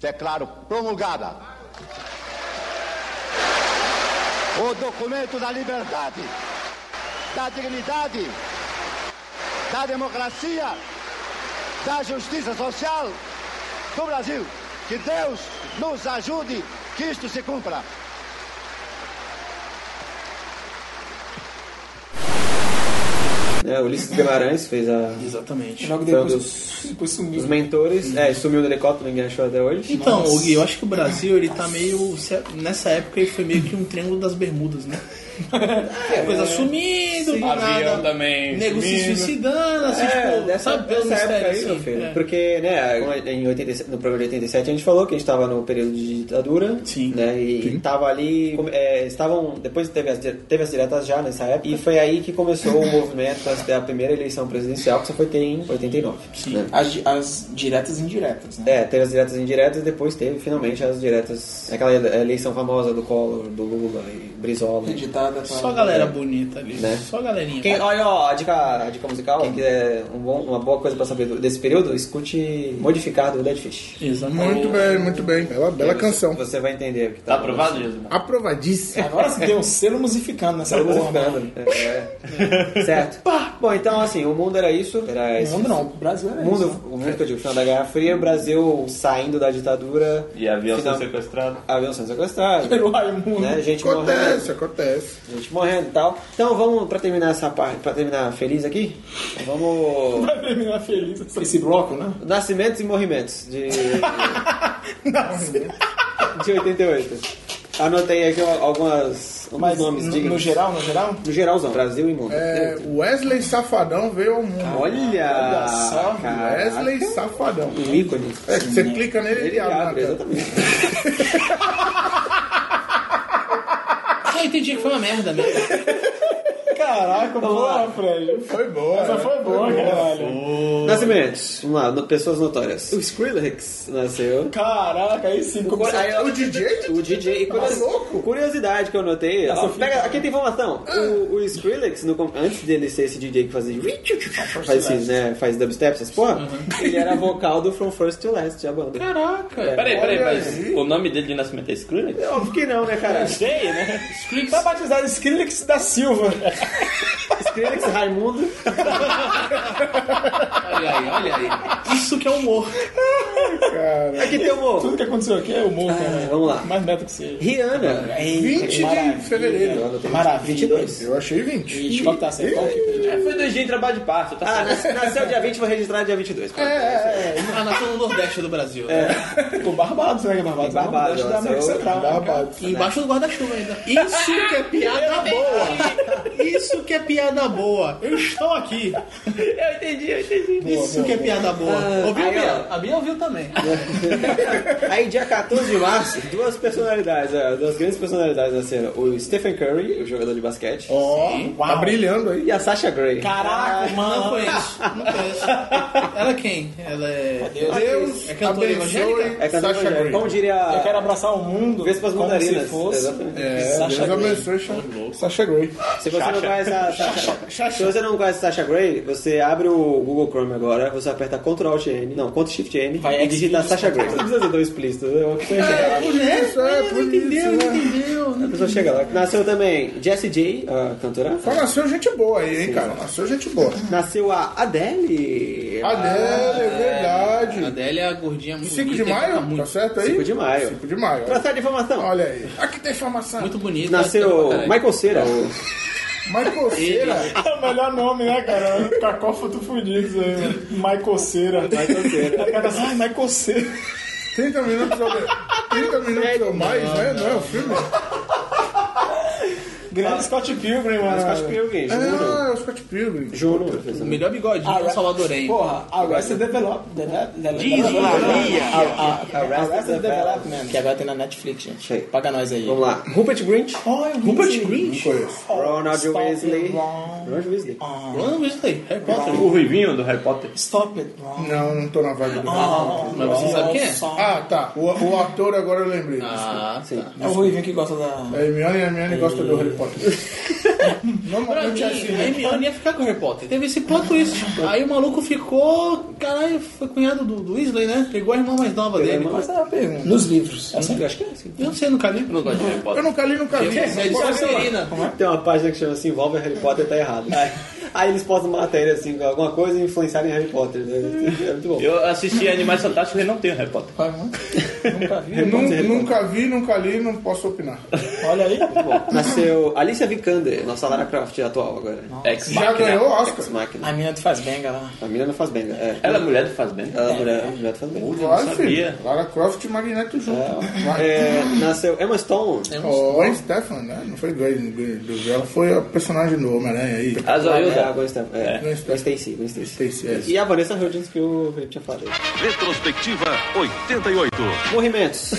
Speaker 7: declaro promulgada o documento da liberdade, da dignidade, da democracia, da justiça social do Brasil. Que Deus nos ajude que isto se cumpra.
Speaker 1: Né, Ulisses Guimarães fez a,
Speaker 3: Exatamente.
Speaker 2: Logo
Speaker 1: foi um
Speaker 2: depois,
Speaker 1: dos,
Speaker 2: depois
Speaker 1: dos
Speaker 2: sumiu.
Speaker 1: mentores. É, sumiu do helicóptero, ninguém achou até hoje.
Speaker 3: Então, o Gui, eu acho que o Brasil, ele tá meio. se- Nessa época, ele foi meio que um triângulo das Bermudas, né? É, Coisa sumindo, do
Speaker 9: Avião
Speaker 3: nada.
Speaker 9: também.
Speaker 3: Nego se
Speaker 9: sumindo.
Speaker 3: suicidando,
Speaker 1: É,
Speaker 3: assim, tipo, sabe, pelo mistério,
Speaker 1: meu
Speaker 3: assim.
Speaker 1: filho.
Speaker 3: é.
Speaker 1: Porque, né, em 87, no programa de 87 a gente falou que a gente estava no período de ditadura.
Speaker 3: Sim.
Speaker 1: Né, e estava ali. come- é, estavam. Depois teve as, di- teve as diretas já nessa época. E foi aí que começou o movimento até a primeira eleição presidencial, que só foi ter em 89.
Speaker 3: Sim.
Speaker 1: né.
Speaker 2: As, di- as diretas e indiretas, né?
Speaker 1: É, teve as diretas e indiretas e depois teve finalmente as diretas. Aquela eleição famosa do Collor, do Lula e Brizola.
Speaker 2: É, Editada pra...
Speaker 3: Só galera bonita ali.
Speaker 1: Né?
Speaker 3: Só galerinha.
Speaker 1: Quem, olha, ó, a dica, a dica musical, quem quiser um bom- uma boa coisa pra saber do- desse período, escute Modificar do Dead Fish.
Speaker 3: Exatamente.
Speaker 4: Muito bem, muito bem. Bela, bela canção.
Speaker 1: Você vai entender o que tá
Speaker 5: Tá aprovado, Jesus?
Speaker 4: Aprovadíssimo.
Speaker 2: Agora se deu um selo musificando nessa
Speaker 1: Tá
Speaker 2: porra, mano.
Speaker 1: musificando. É, é. certo. Bom, então assim, o mundo era isso. Era esse.
Speaker 2: Não, não, o Brasil era
Speaker 1: O mundo,
Speaker 2: isso. né?
Speaker 1: o mundo que eu digo, final da Guerra Fria, o Brasil saindo da ditadura.
Speaker 5: E avião
Speaker 1: Final-
Speaker 5: sendo sequestrado.
Speaker 1: Avião sendo sequestrado.
Speaker 2: Pelo Raimundo.
Speaker 1: Né? Gente morrendo.
Speaker 4: Acontece, acontece.
Speaker 1: Gente morrendo e tal. Então vamos, pra terminar essa parte, pra terminar feliz aqui, Então, vamos.
Speaker 2: Vai terminar feliz essa- esse bloco, né?
Speaker 1: Nascimentos e morrimentos de. de 88. Anotei aqui algumas, alguns
Speaker 2: Mas
Speaker 1: nomes
Speaker 2: no,
Speaker 1: dignos.
Speaker 2: no geral, no geral...
Speaker 1: No geralzão. Brasil e mundo.
Speaker 4: É, Wesley Safadão veio ao mundo.
Speaker 1: Olha!
Speaker 2: Olha só,
Speaker 1: caraca.
Speaker 4: Wesley Safadão.
Speaker 1: Um ícone.
Speaker 4: É, que você clica nele e ele abre. né, cara?
Speaker 1: exatamente.
Speaker 3: Ah, eu entendi que foi uma merda mesmo.
Speaker 2: Caraca, porra, Fred.
Speaker 4: Foi boa.
Speaker 2: Essa
Speaker 4: né?
Speaker 2: foi boa, caralho.
Speaker 1: Nascimentos. Vamos lá, no- pessoas notórias. O Skrillex nasceu.
Speaker 2: Caraca, aí sim. como se-
Speaker 1: Aí, ó,
Speaker 4: O DJ?
Speaker 1: o DJ. E curios-
Speaker 4: Tá louco?
Speaker 1: Curiosidade que eu notei. ó, pega, aqui tem informação. O, o Skrillex, no com- antes dele ser esse DJ que fazia. Faz, esses, né, faz dubstep, essas porra. Ele era vocal do From First to Last, a banda.
Speaker 3: Caraca.
Speaker 5: Peraí, peraí,
Speaker 4: Olha
Speaker 5: mas
Speaker 4: aí.
Speaker 5: o nome dele de nascimento é Skrillex?
Speaker 1: Óbvio que não, né, cara?
Speaker 5: Sei, né?
Speaker 3: Skrillex.
Speaker 2: Tá batizado Skrillex da Silva. É,
Speaker 1: Skrillex, Raimundo.
Speaker 3: Olha aí, olha aí. Isso que é humor.
Speaker 1: É. Aqui tem o morro.
Speaker 2: Tudo que aconteceu aqui é humor, cara.
Speaker 1: Vamos lá.
Speaker 2: Mais meta que seja.
Speaker 1: Rihanna.
Speaker 2: É,
Speaker 4: 20 de fevereiro.
Speaker 2: Maravilha.
Speaker 1: 22.
Speaker 4: Eu achei 20.
Speaker 2: Ixi, qual que tá certo? Qual que-
Speaker 5: É, foi dois dias de trabalho de parto, tá?
Speaker 1: Ah, nas- nasceu dia 20, vou registrar dia 22. Pronto.
Speaker 3: Ah, nasceu no Nordeste do Brasil. né?
Speaker 2: Pô, Barbados, né?
Speaker 1: Barbados,
Speaker 2: Barbados. Barbados da
Speaker 1: nossa,
Speaker 2: América
Speaker 1: eu-
Speaker 2: Central. né, cara?
Speaker 4: Babado.
Speaker 3: Embaixo do guarda-chuva ainda. Isso que é piada boa. Isso que é piada boa. Eu estou aqui.
Speaker 5: Eu entendi, eu entendi.
Speaker 3: Isso que é piada boa. Ouviu,
Speaker 1: aí,
Speaker 3: Bia?
Speaker 1: ó.
Speaker 3: A Bia ouviu também.
Speaker 1: Aí, dia 14 de março, duas personalidades, é, duas grandes personalidades nasceram. O Stephen Curry, o jogador de basquete,
Speaker 4: Ó, tá
Speaker 2: Uau.
Speaker 4: brilhando aí.
Speaker 1: e a Sasha Grey.
Speaker 2: Caraca,
Speaker 3: Não
Speaker 2: mano.
Speaker 3: conheço. Não conheço. Ela é quem? Ela é.
Speaker 4: Deus
Speaker 3: É cantora evangélica?
Speaker 1: É cantora
Speaker 4: Sasha
Speaker 1: evangélica.
Speaker 4: Grey.
Speaker 1: Como diria
Speaker 2: Eu quero abraçar o mundo
Speaker 1: Vespas
Speaker 2: É como se
Speaker 1: Mandarinas.
Speaker 2: fosse
Speaker 1: Exatamente.
Speaker 4: É,
Speaker 2: Sasha
Speaker 4: Deus
Speaker 2: Grey.
Speaker 4: abençoe Sha- Sasha Grey.
Speaker 1: Se você não conhece a Sasha, se você não conhece a Sasha Grey, você abre o Google Chrome agora, você aperta Ctrl Alt N, não, Ctrl Shift N
Speaker 2: Vai,
Speaker 1: e digita Sasha Grey. Não precisa ser tão explícito, é uma pessoa chega lá.
Speaker 4: Por isso, é, por isso. né?
Speaker 1: A pessoa chega lá. Nasceu também Jessie J, a cantora.
Speaker 4: Só Então, nasceu gente boa aí, hein, cara. Nasceu gente boa.
Speaker 1: Nasceu a Adele. Ah,
Speaker 4: Adele, é
Speaker 3: A
Speaker 4: verdade.
Speaker 3: Adélia é a gordinha muito
Speaker 4: 5 de
Speaker 3: bonita e canta
Speaker 4: maio, tá
Speaker 3: Muito,
Speaker 4: certo aí?
Speaker 1: 5 de maio.
Speaker 4: 5 de maio. Ah,
Speaker 1: Pra de informação.
Speaker 4: Olha aí. Aqui tem informação.
Speaker 3: muito tá bonita. é
Speaker 1: Nasceu
Speaker 3: Caralho.
Speaker 1: Michael Cera, o
Speaker 4: Michael Cera.
Speaker 2: É o melhor nome, né, cara? Cacófato fudido isso aí, mano. Michael Cera.
Speaker 1: Michael Cera.
Speaker 2: Aí o cara, Ai, Michael Cera.
Speaker 4: 30 minutos é ou, 30 minutos ou mais, né? Não é o filme?
Speaker 2: Grande Scott Pilgrim, mano.
Speaker 1: Scott Pilgrim, juro.
Speaker 4: Ah, é o Scott Pilgrim.
Speaker 1: Juro.
Speaker 3: O melhor bigodinho
Speaker 2: Arre-
Speaker 3: salvadorenho.
Speaker 2: Porra, Arrested Develop, Develop, Develop,
Speaker 10: Diz lá, Lia.
Speaker 2: Arrested,
Speaker 1: Arrested Development.
Speaker 2: Arrested Development, que agora tem na Netflix, gente.
Speaker 1: Sei.
Speaker 2: Paga nós aí.
Speaker 1: Vamos lá. Rupert Grint.
Speaker 2: Oh, é Rupert Grint?
Speaker 1: Ronald
Speaker 2: Stop
Speaker 1: Weasley.
Speaker 2: it, Ron.
Speaker 1: Ronald Weasley.
Speaker 3: Ronald Weasley, Harry Potter.
Speaker 9: O Ruivinho do Harry Potter.
Speaker 2: Stop it, Ron.
Speaker 4: Não, não tô na vibe do
Speaker 1: Ah.
Speaker 3: Mas você sabe quem é?
Speaker 4: Ah, tá. O, o ator agora eu lembrei.
Speaker 3: Ah, tá.
Speaker 2: É o Ruivinho que gosta da...
Speaker 4: A Hermione, a Hermione gosta do Harry Potter.
Speaker 3: Pra mim,
Speaker 4: Normalmente é assim,
Speaker 3: a
Speaker 4: né?
Speaker 3: Hermione ia ficar com o Harry Potter. Uhum. Teve esse plot twist. Aí o maluco ficou. Caralho, foi cunhado do, do Weasley, né? Pegou a irmã mais nova dele.
Speaker 2: Essa é a pergunta. Nos livros. Essa eu acho que é assim.
Speaker 3: Eu não sei, nunca li.
Speaker 5: Não gosto de Harry
Speaker 4: Eu
Speaker 5: Potter.
Speaker 4: nunca li, nunca vi.
Speaker 3: É de Sonserina.
Speaker 1: Tem uma página que chama assim, envolve Harry Potter, tá errado. Aí, aí eles postam matéria assim, com alguma coisa e influenciaram em Harry Potter. né? É muito bom.
Speaker 5: Eu assisti Animais Fantásticos e não tenho Harry Potter.
Speaker 2: Nunca vi.
Speaker 1: Harry Potter,
Speaker 4: Nun-
Speaker 1: Harry Potter.
Speaker 4: Nunca vi, nunca li, não posso opinar.
Speaker 2: Olha aí.
Speaker 1: Nasceu Alicia Vikander, nossa Lara Croft atual agora.
Speaker 5: Ex
Speaker 4: Já ganhou o Oscar.
Speaker 1: Máquina.
Speaker 2: A menina tu faz bem, galera.
Speaker 1: A menina não faz bem, né? É.
Speaker 5: Ela é mulher do Fazbender?
Speaker 1: Ela é mulher, a mulher faz bem.
Speaker 4: Claro,
Speaker 5: sabia.
Speaker 4: filho. Lara Croft e Magneto junto. Vai.
Speaker 1: É, nasceu Emma Stone.
Speaker 4: Oh, Gwen Stefan, né? Não foi Gwen, Gwen do- ela foi a personagem do Homem-Aranha aí.
Speaker 5: A
Speaker 1: É, a
Speaker 5: Zoilda.
Speaker 1: Gwen Stefani. É,
Speaker 4: Gwen
Speaker 1: Gwen
Speaker 4: Stefani.
Speaker 1: Stacy, Gwen Stacy.
Speaker 4: Stacy, é isso.
Speaker 1: E a Vanessa Hudgens que eu eu tinha falado.
Speaker 6: Retrospectiva 88.
Speaker 1: Morrimentos.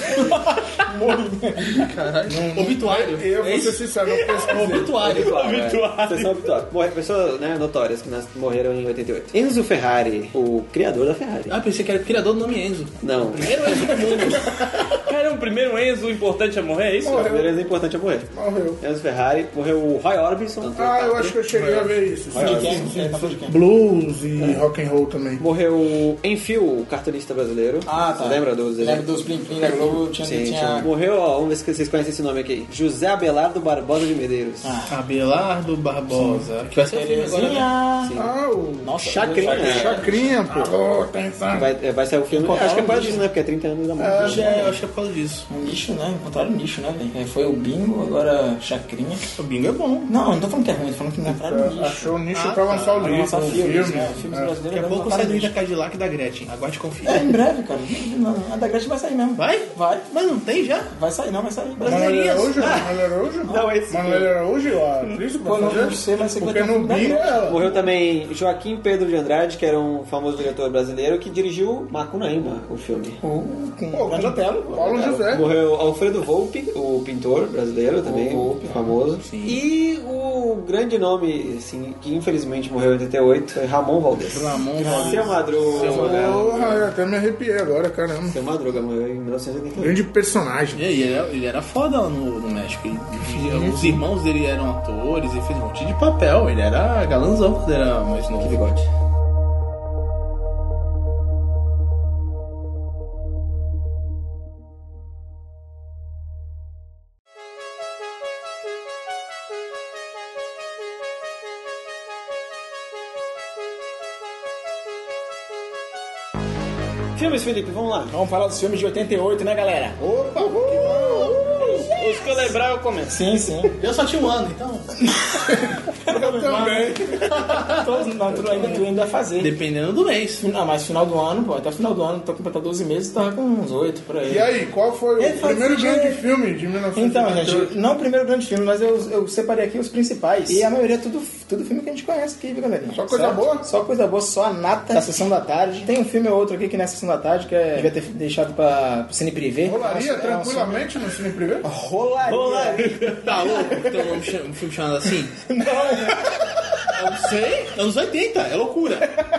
Speaker 3: Obituário.
Speaker 4: Eu vou
Speaker 3: É
Speaker 4: ser
Speaker 3: isso?
Speaker 4: sincero, eu pesquisei.
Speaker 3: Obituário.
Speaker 1: Obituário. Sessão obituário. Morre, pessoas né, notórias que nas- morreram em 88. Enzo Ferrari, o criador da Ferrari.
Speaker 3: Ah, pensei que era o criador do nome Enzo.
Speaker 1: Não,
Speaker 3: Primeiro Enzo do mundo.
Speaker 5: Cara, o primeiro Enzo, o importante é morrer, é isso?
Speaker 1: o primeiro é importante é morrer.
Speaker 4: Morreu.
Speaker 1: Enzo Ferrari, morreu o Roy Orbison.
Speaker 4: Ah, eu acho que eu cheguei a ver isso.
Speaker 2: De quem? Você tá falando de quem?
Speaker 4: Blues e rock and roll também.
Speaker 1: Morreu o Enfio, o cartunista brasileiro.
Speaker 2: Ah, tá.
Speaker 1: Você Lembra do desenho?
Speaker 2: Lembra dos Plim Plim da Globo? Tinha...
Speaker 1: Sim,
Speaker 2: tinha...
Speaker 1: Morreu, ó, vamos ver se vocês conhecem esse nome aqui. José Abelardo Barbosa de Medeiros.
Speaker 2: Ah,
Speaker 3: Abelardo Barbosa. Que vai ser filme agora, né?
Speaker 2: Terezinha.
Speaker 4: Ah, o
Speaker 2: Nossa,
Speaker 1: Chacrinha.
Speaker 4: Chacrinha, pô. Oh, atenção.
Speaker 1: Vai, é, vai sair o filme.
Speaker 2: Encontraram
Speaker 1: Acho que é por causa
Speaker 2: o
Speaker 1: disso, né? Porque é 30 anos da morte.
Speaker 3: Hoje é, eu acho que é por causa disso.
Speaker 2: Um nicho, né? Encontraram um nicho, né, velho? É, Foi o bingo, agora chacrinha.
Speaker 3: O bingo é bom.
Speaker 2: Não, eu não tô falando que é ruim, tô falando que encontraram um nicho.
Speaker 4: Ah, Achou o nicho pra lançar o
Speaker 2: Pra
Speaker 4: livro,
Speaker 2: lançar
Speaker 4: o
Speaker 2: filmes,
Speaker 4: filme.
Speaker 2: né? Filmes
Speaker 4: É.
Speaker 2: brasileiros.
Speaker 3: Daqui a
Speaker 2: agora
Speaker 3: pouco
Speaker 2: lançaram
Speaker 3: sai do
Speaker 2: nicho.
Speaker 3: da Cadillac e da Gretchen. Aguarde e confie.
Speaker 2: É, em breve, cara. Não, não, a da Gretchen vai sair mesmo.
Speaker 3: Vai?
Speaker 2: Vai.
Speaker 3: Mas não tem já?
Speaker 2: Vai sair, não, é né? vai sair.
Speaker 4: Manoel
Speaker 2: Brasileirinhas. Ah,
Speaker 4: Araújo? Manoel Araújo?
Speaker 1: Não, esse
Speaker 4: Manoel Araújo, a atriz, pra
Speaker 2: Pô, não
Speaker 4: fazer?
Speaker 2: sei, mas você
Speaker 4: Porque
Speaker 2: contou
Speaker 4: no
Speaker 2: tudo, né?
Speaker 4: bingo é ela.
Speaker 1: Morreu também Joaquim Pedro de Andrade, que era um famoso diretor brasileiro que dirigiu Macunaíma, o filme.
Speaker 2: Com- Com
Speaker 4: Pô,
Speaker 2: o grande Otelo.
Speaker 4: Paulo José.
Speaker 1: Morreu Alfredo Volpe, o pintor brasileiro também, famoso. E o grande nome, assim, que infelizmente morreu em 88, foi Ramon Valdez.
Speaker 3: Ramon Valdez.
Speaker 1: Seu Madruga. Seu
Speaker 4: Porra, eu até me arrepiei agora, caramba.
Speaker 1: Seu Madruga morreu em 1988.
Speaker 4: Grande personagem.
Speaker 3: E aí, ele era, ele era foda lá no, no México. Ele- ele- os irmãos dele eram atores e fez um monte de papel. Ele era galanzão quando era mais novo. bigode.
Speaker 1: Filmes, Felipe, vamos lá.
Speaker 2: Vamos falar dos filmes de 88, né, galera?
Speaker 4: Opa, uh,
Speaker 5: Os que eu lembrar eu começo.
Speaker 2: Sim, sim.
Speaker 3: Eu só tinha um ano, então.
Speaker 4: eu também.
Speaker 2: Todos, não, tu ainda, tu ainda vai fazer.
Speaker 3: Dependendo do mês.
Speaker 2: Não, mas final do ano, pô, até final do ano, tô completando 12 meses, tava com uns 8 por aí.
Speaker 4: E aí, qual foi
Speaker 2: Ele
Speaker 4: o
Speaker 2: fazia-
Speaker 4: primeiro grande filme de 1988?
Speaker 2: Então, gente, não o primeiro grande filme, mas eu, eu separei aqui os principais. E a maioria é tudo, tudo filme que a gente conhece aqui, viu, galerinha?
Speaker 4: Só coisa
Speaker 2: Certo?
Speaker 4: boa?
Speaker 2: Só coisa boa, só a nata da Sessão da Tarde. Tem um filme ou outro aqui que não é Sessão da Tarde, que é, devia ter deixado pra pro Cine Privé.
Speaker 4: Rolaria
Speaker 2: É um- é um
Speaker 4: tranquilamente no cine privê?
Speaker 2: filme- Rolaria.
Speaker 3: Tá louco? Tem um, nome cha- um filme chamado assim?
Speaker 2: Não. né?
Speaker 3: Eu não sei. Anos 80. É loucura.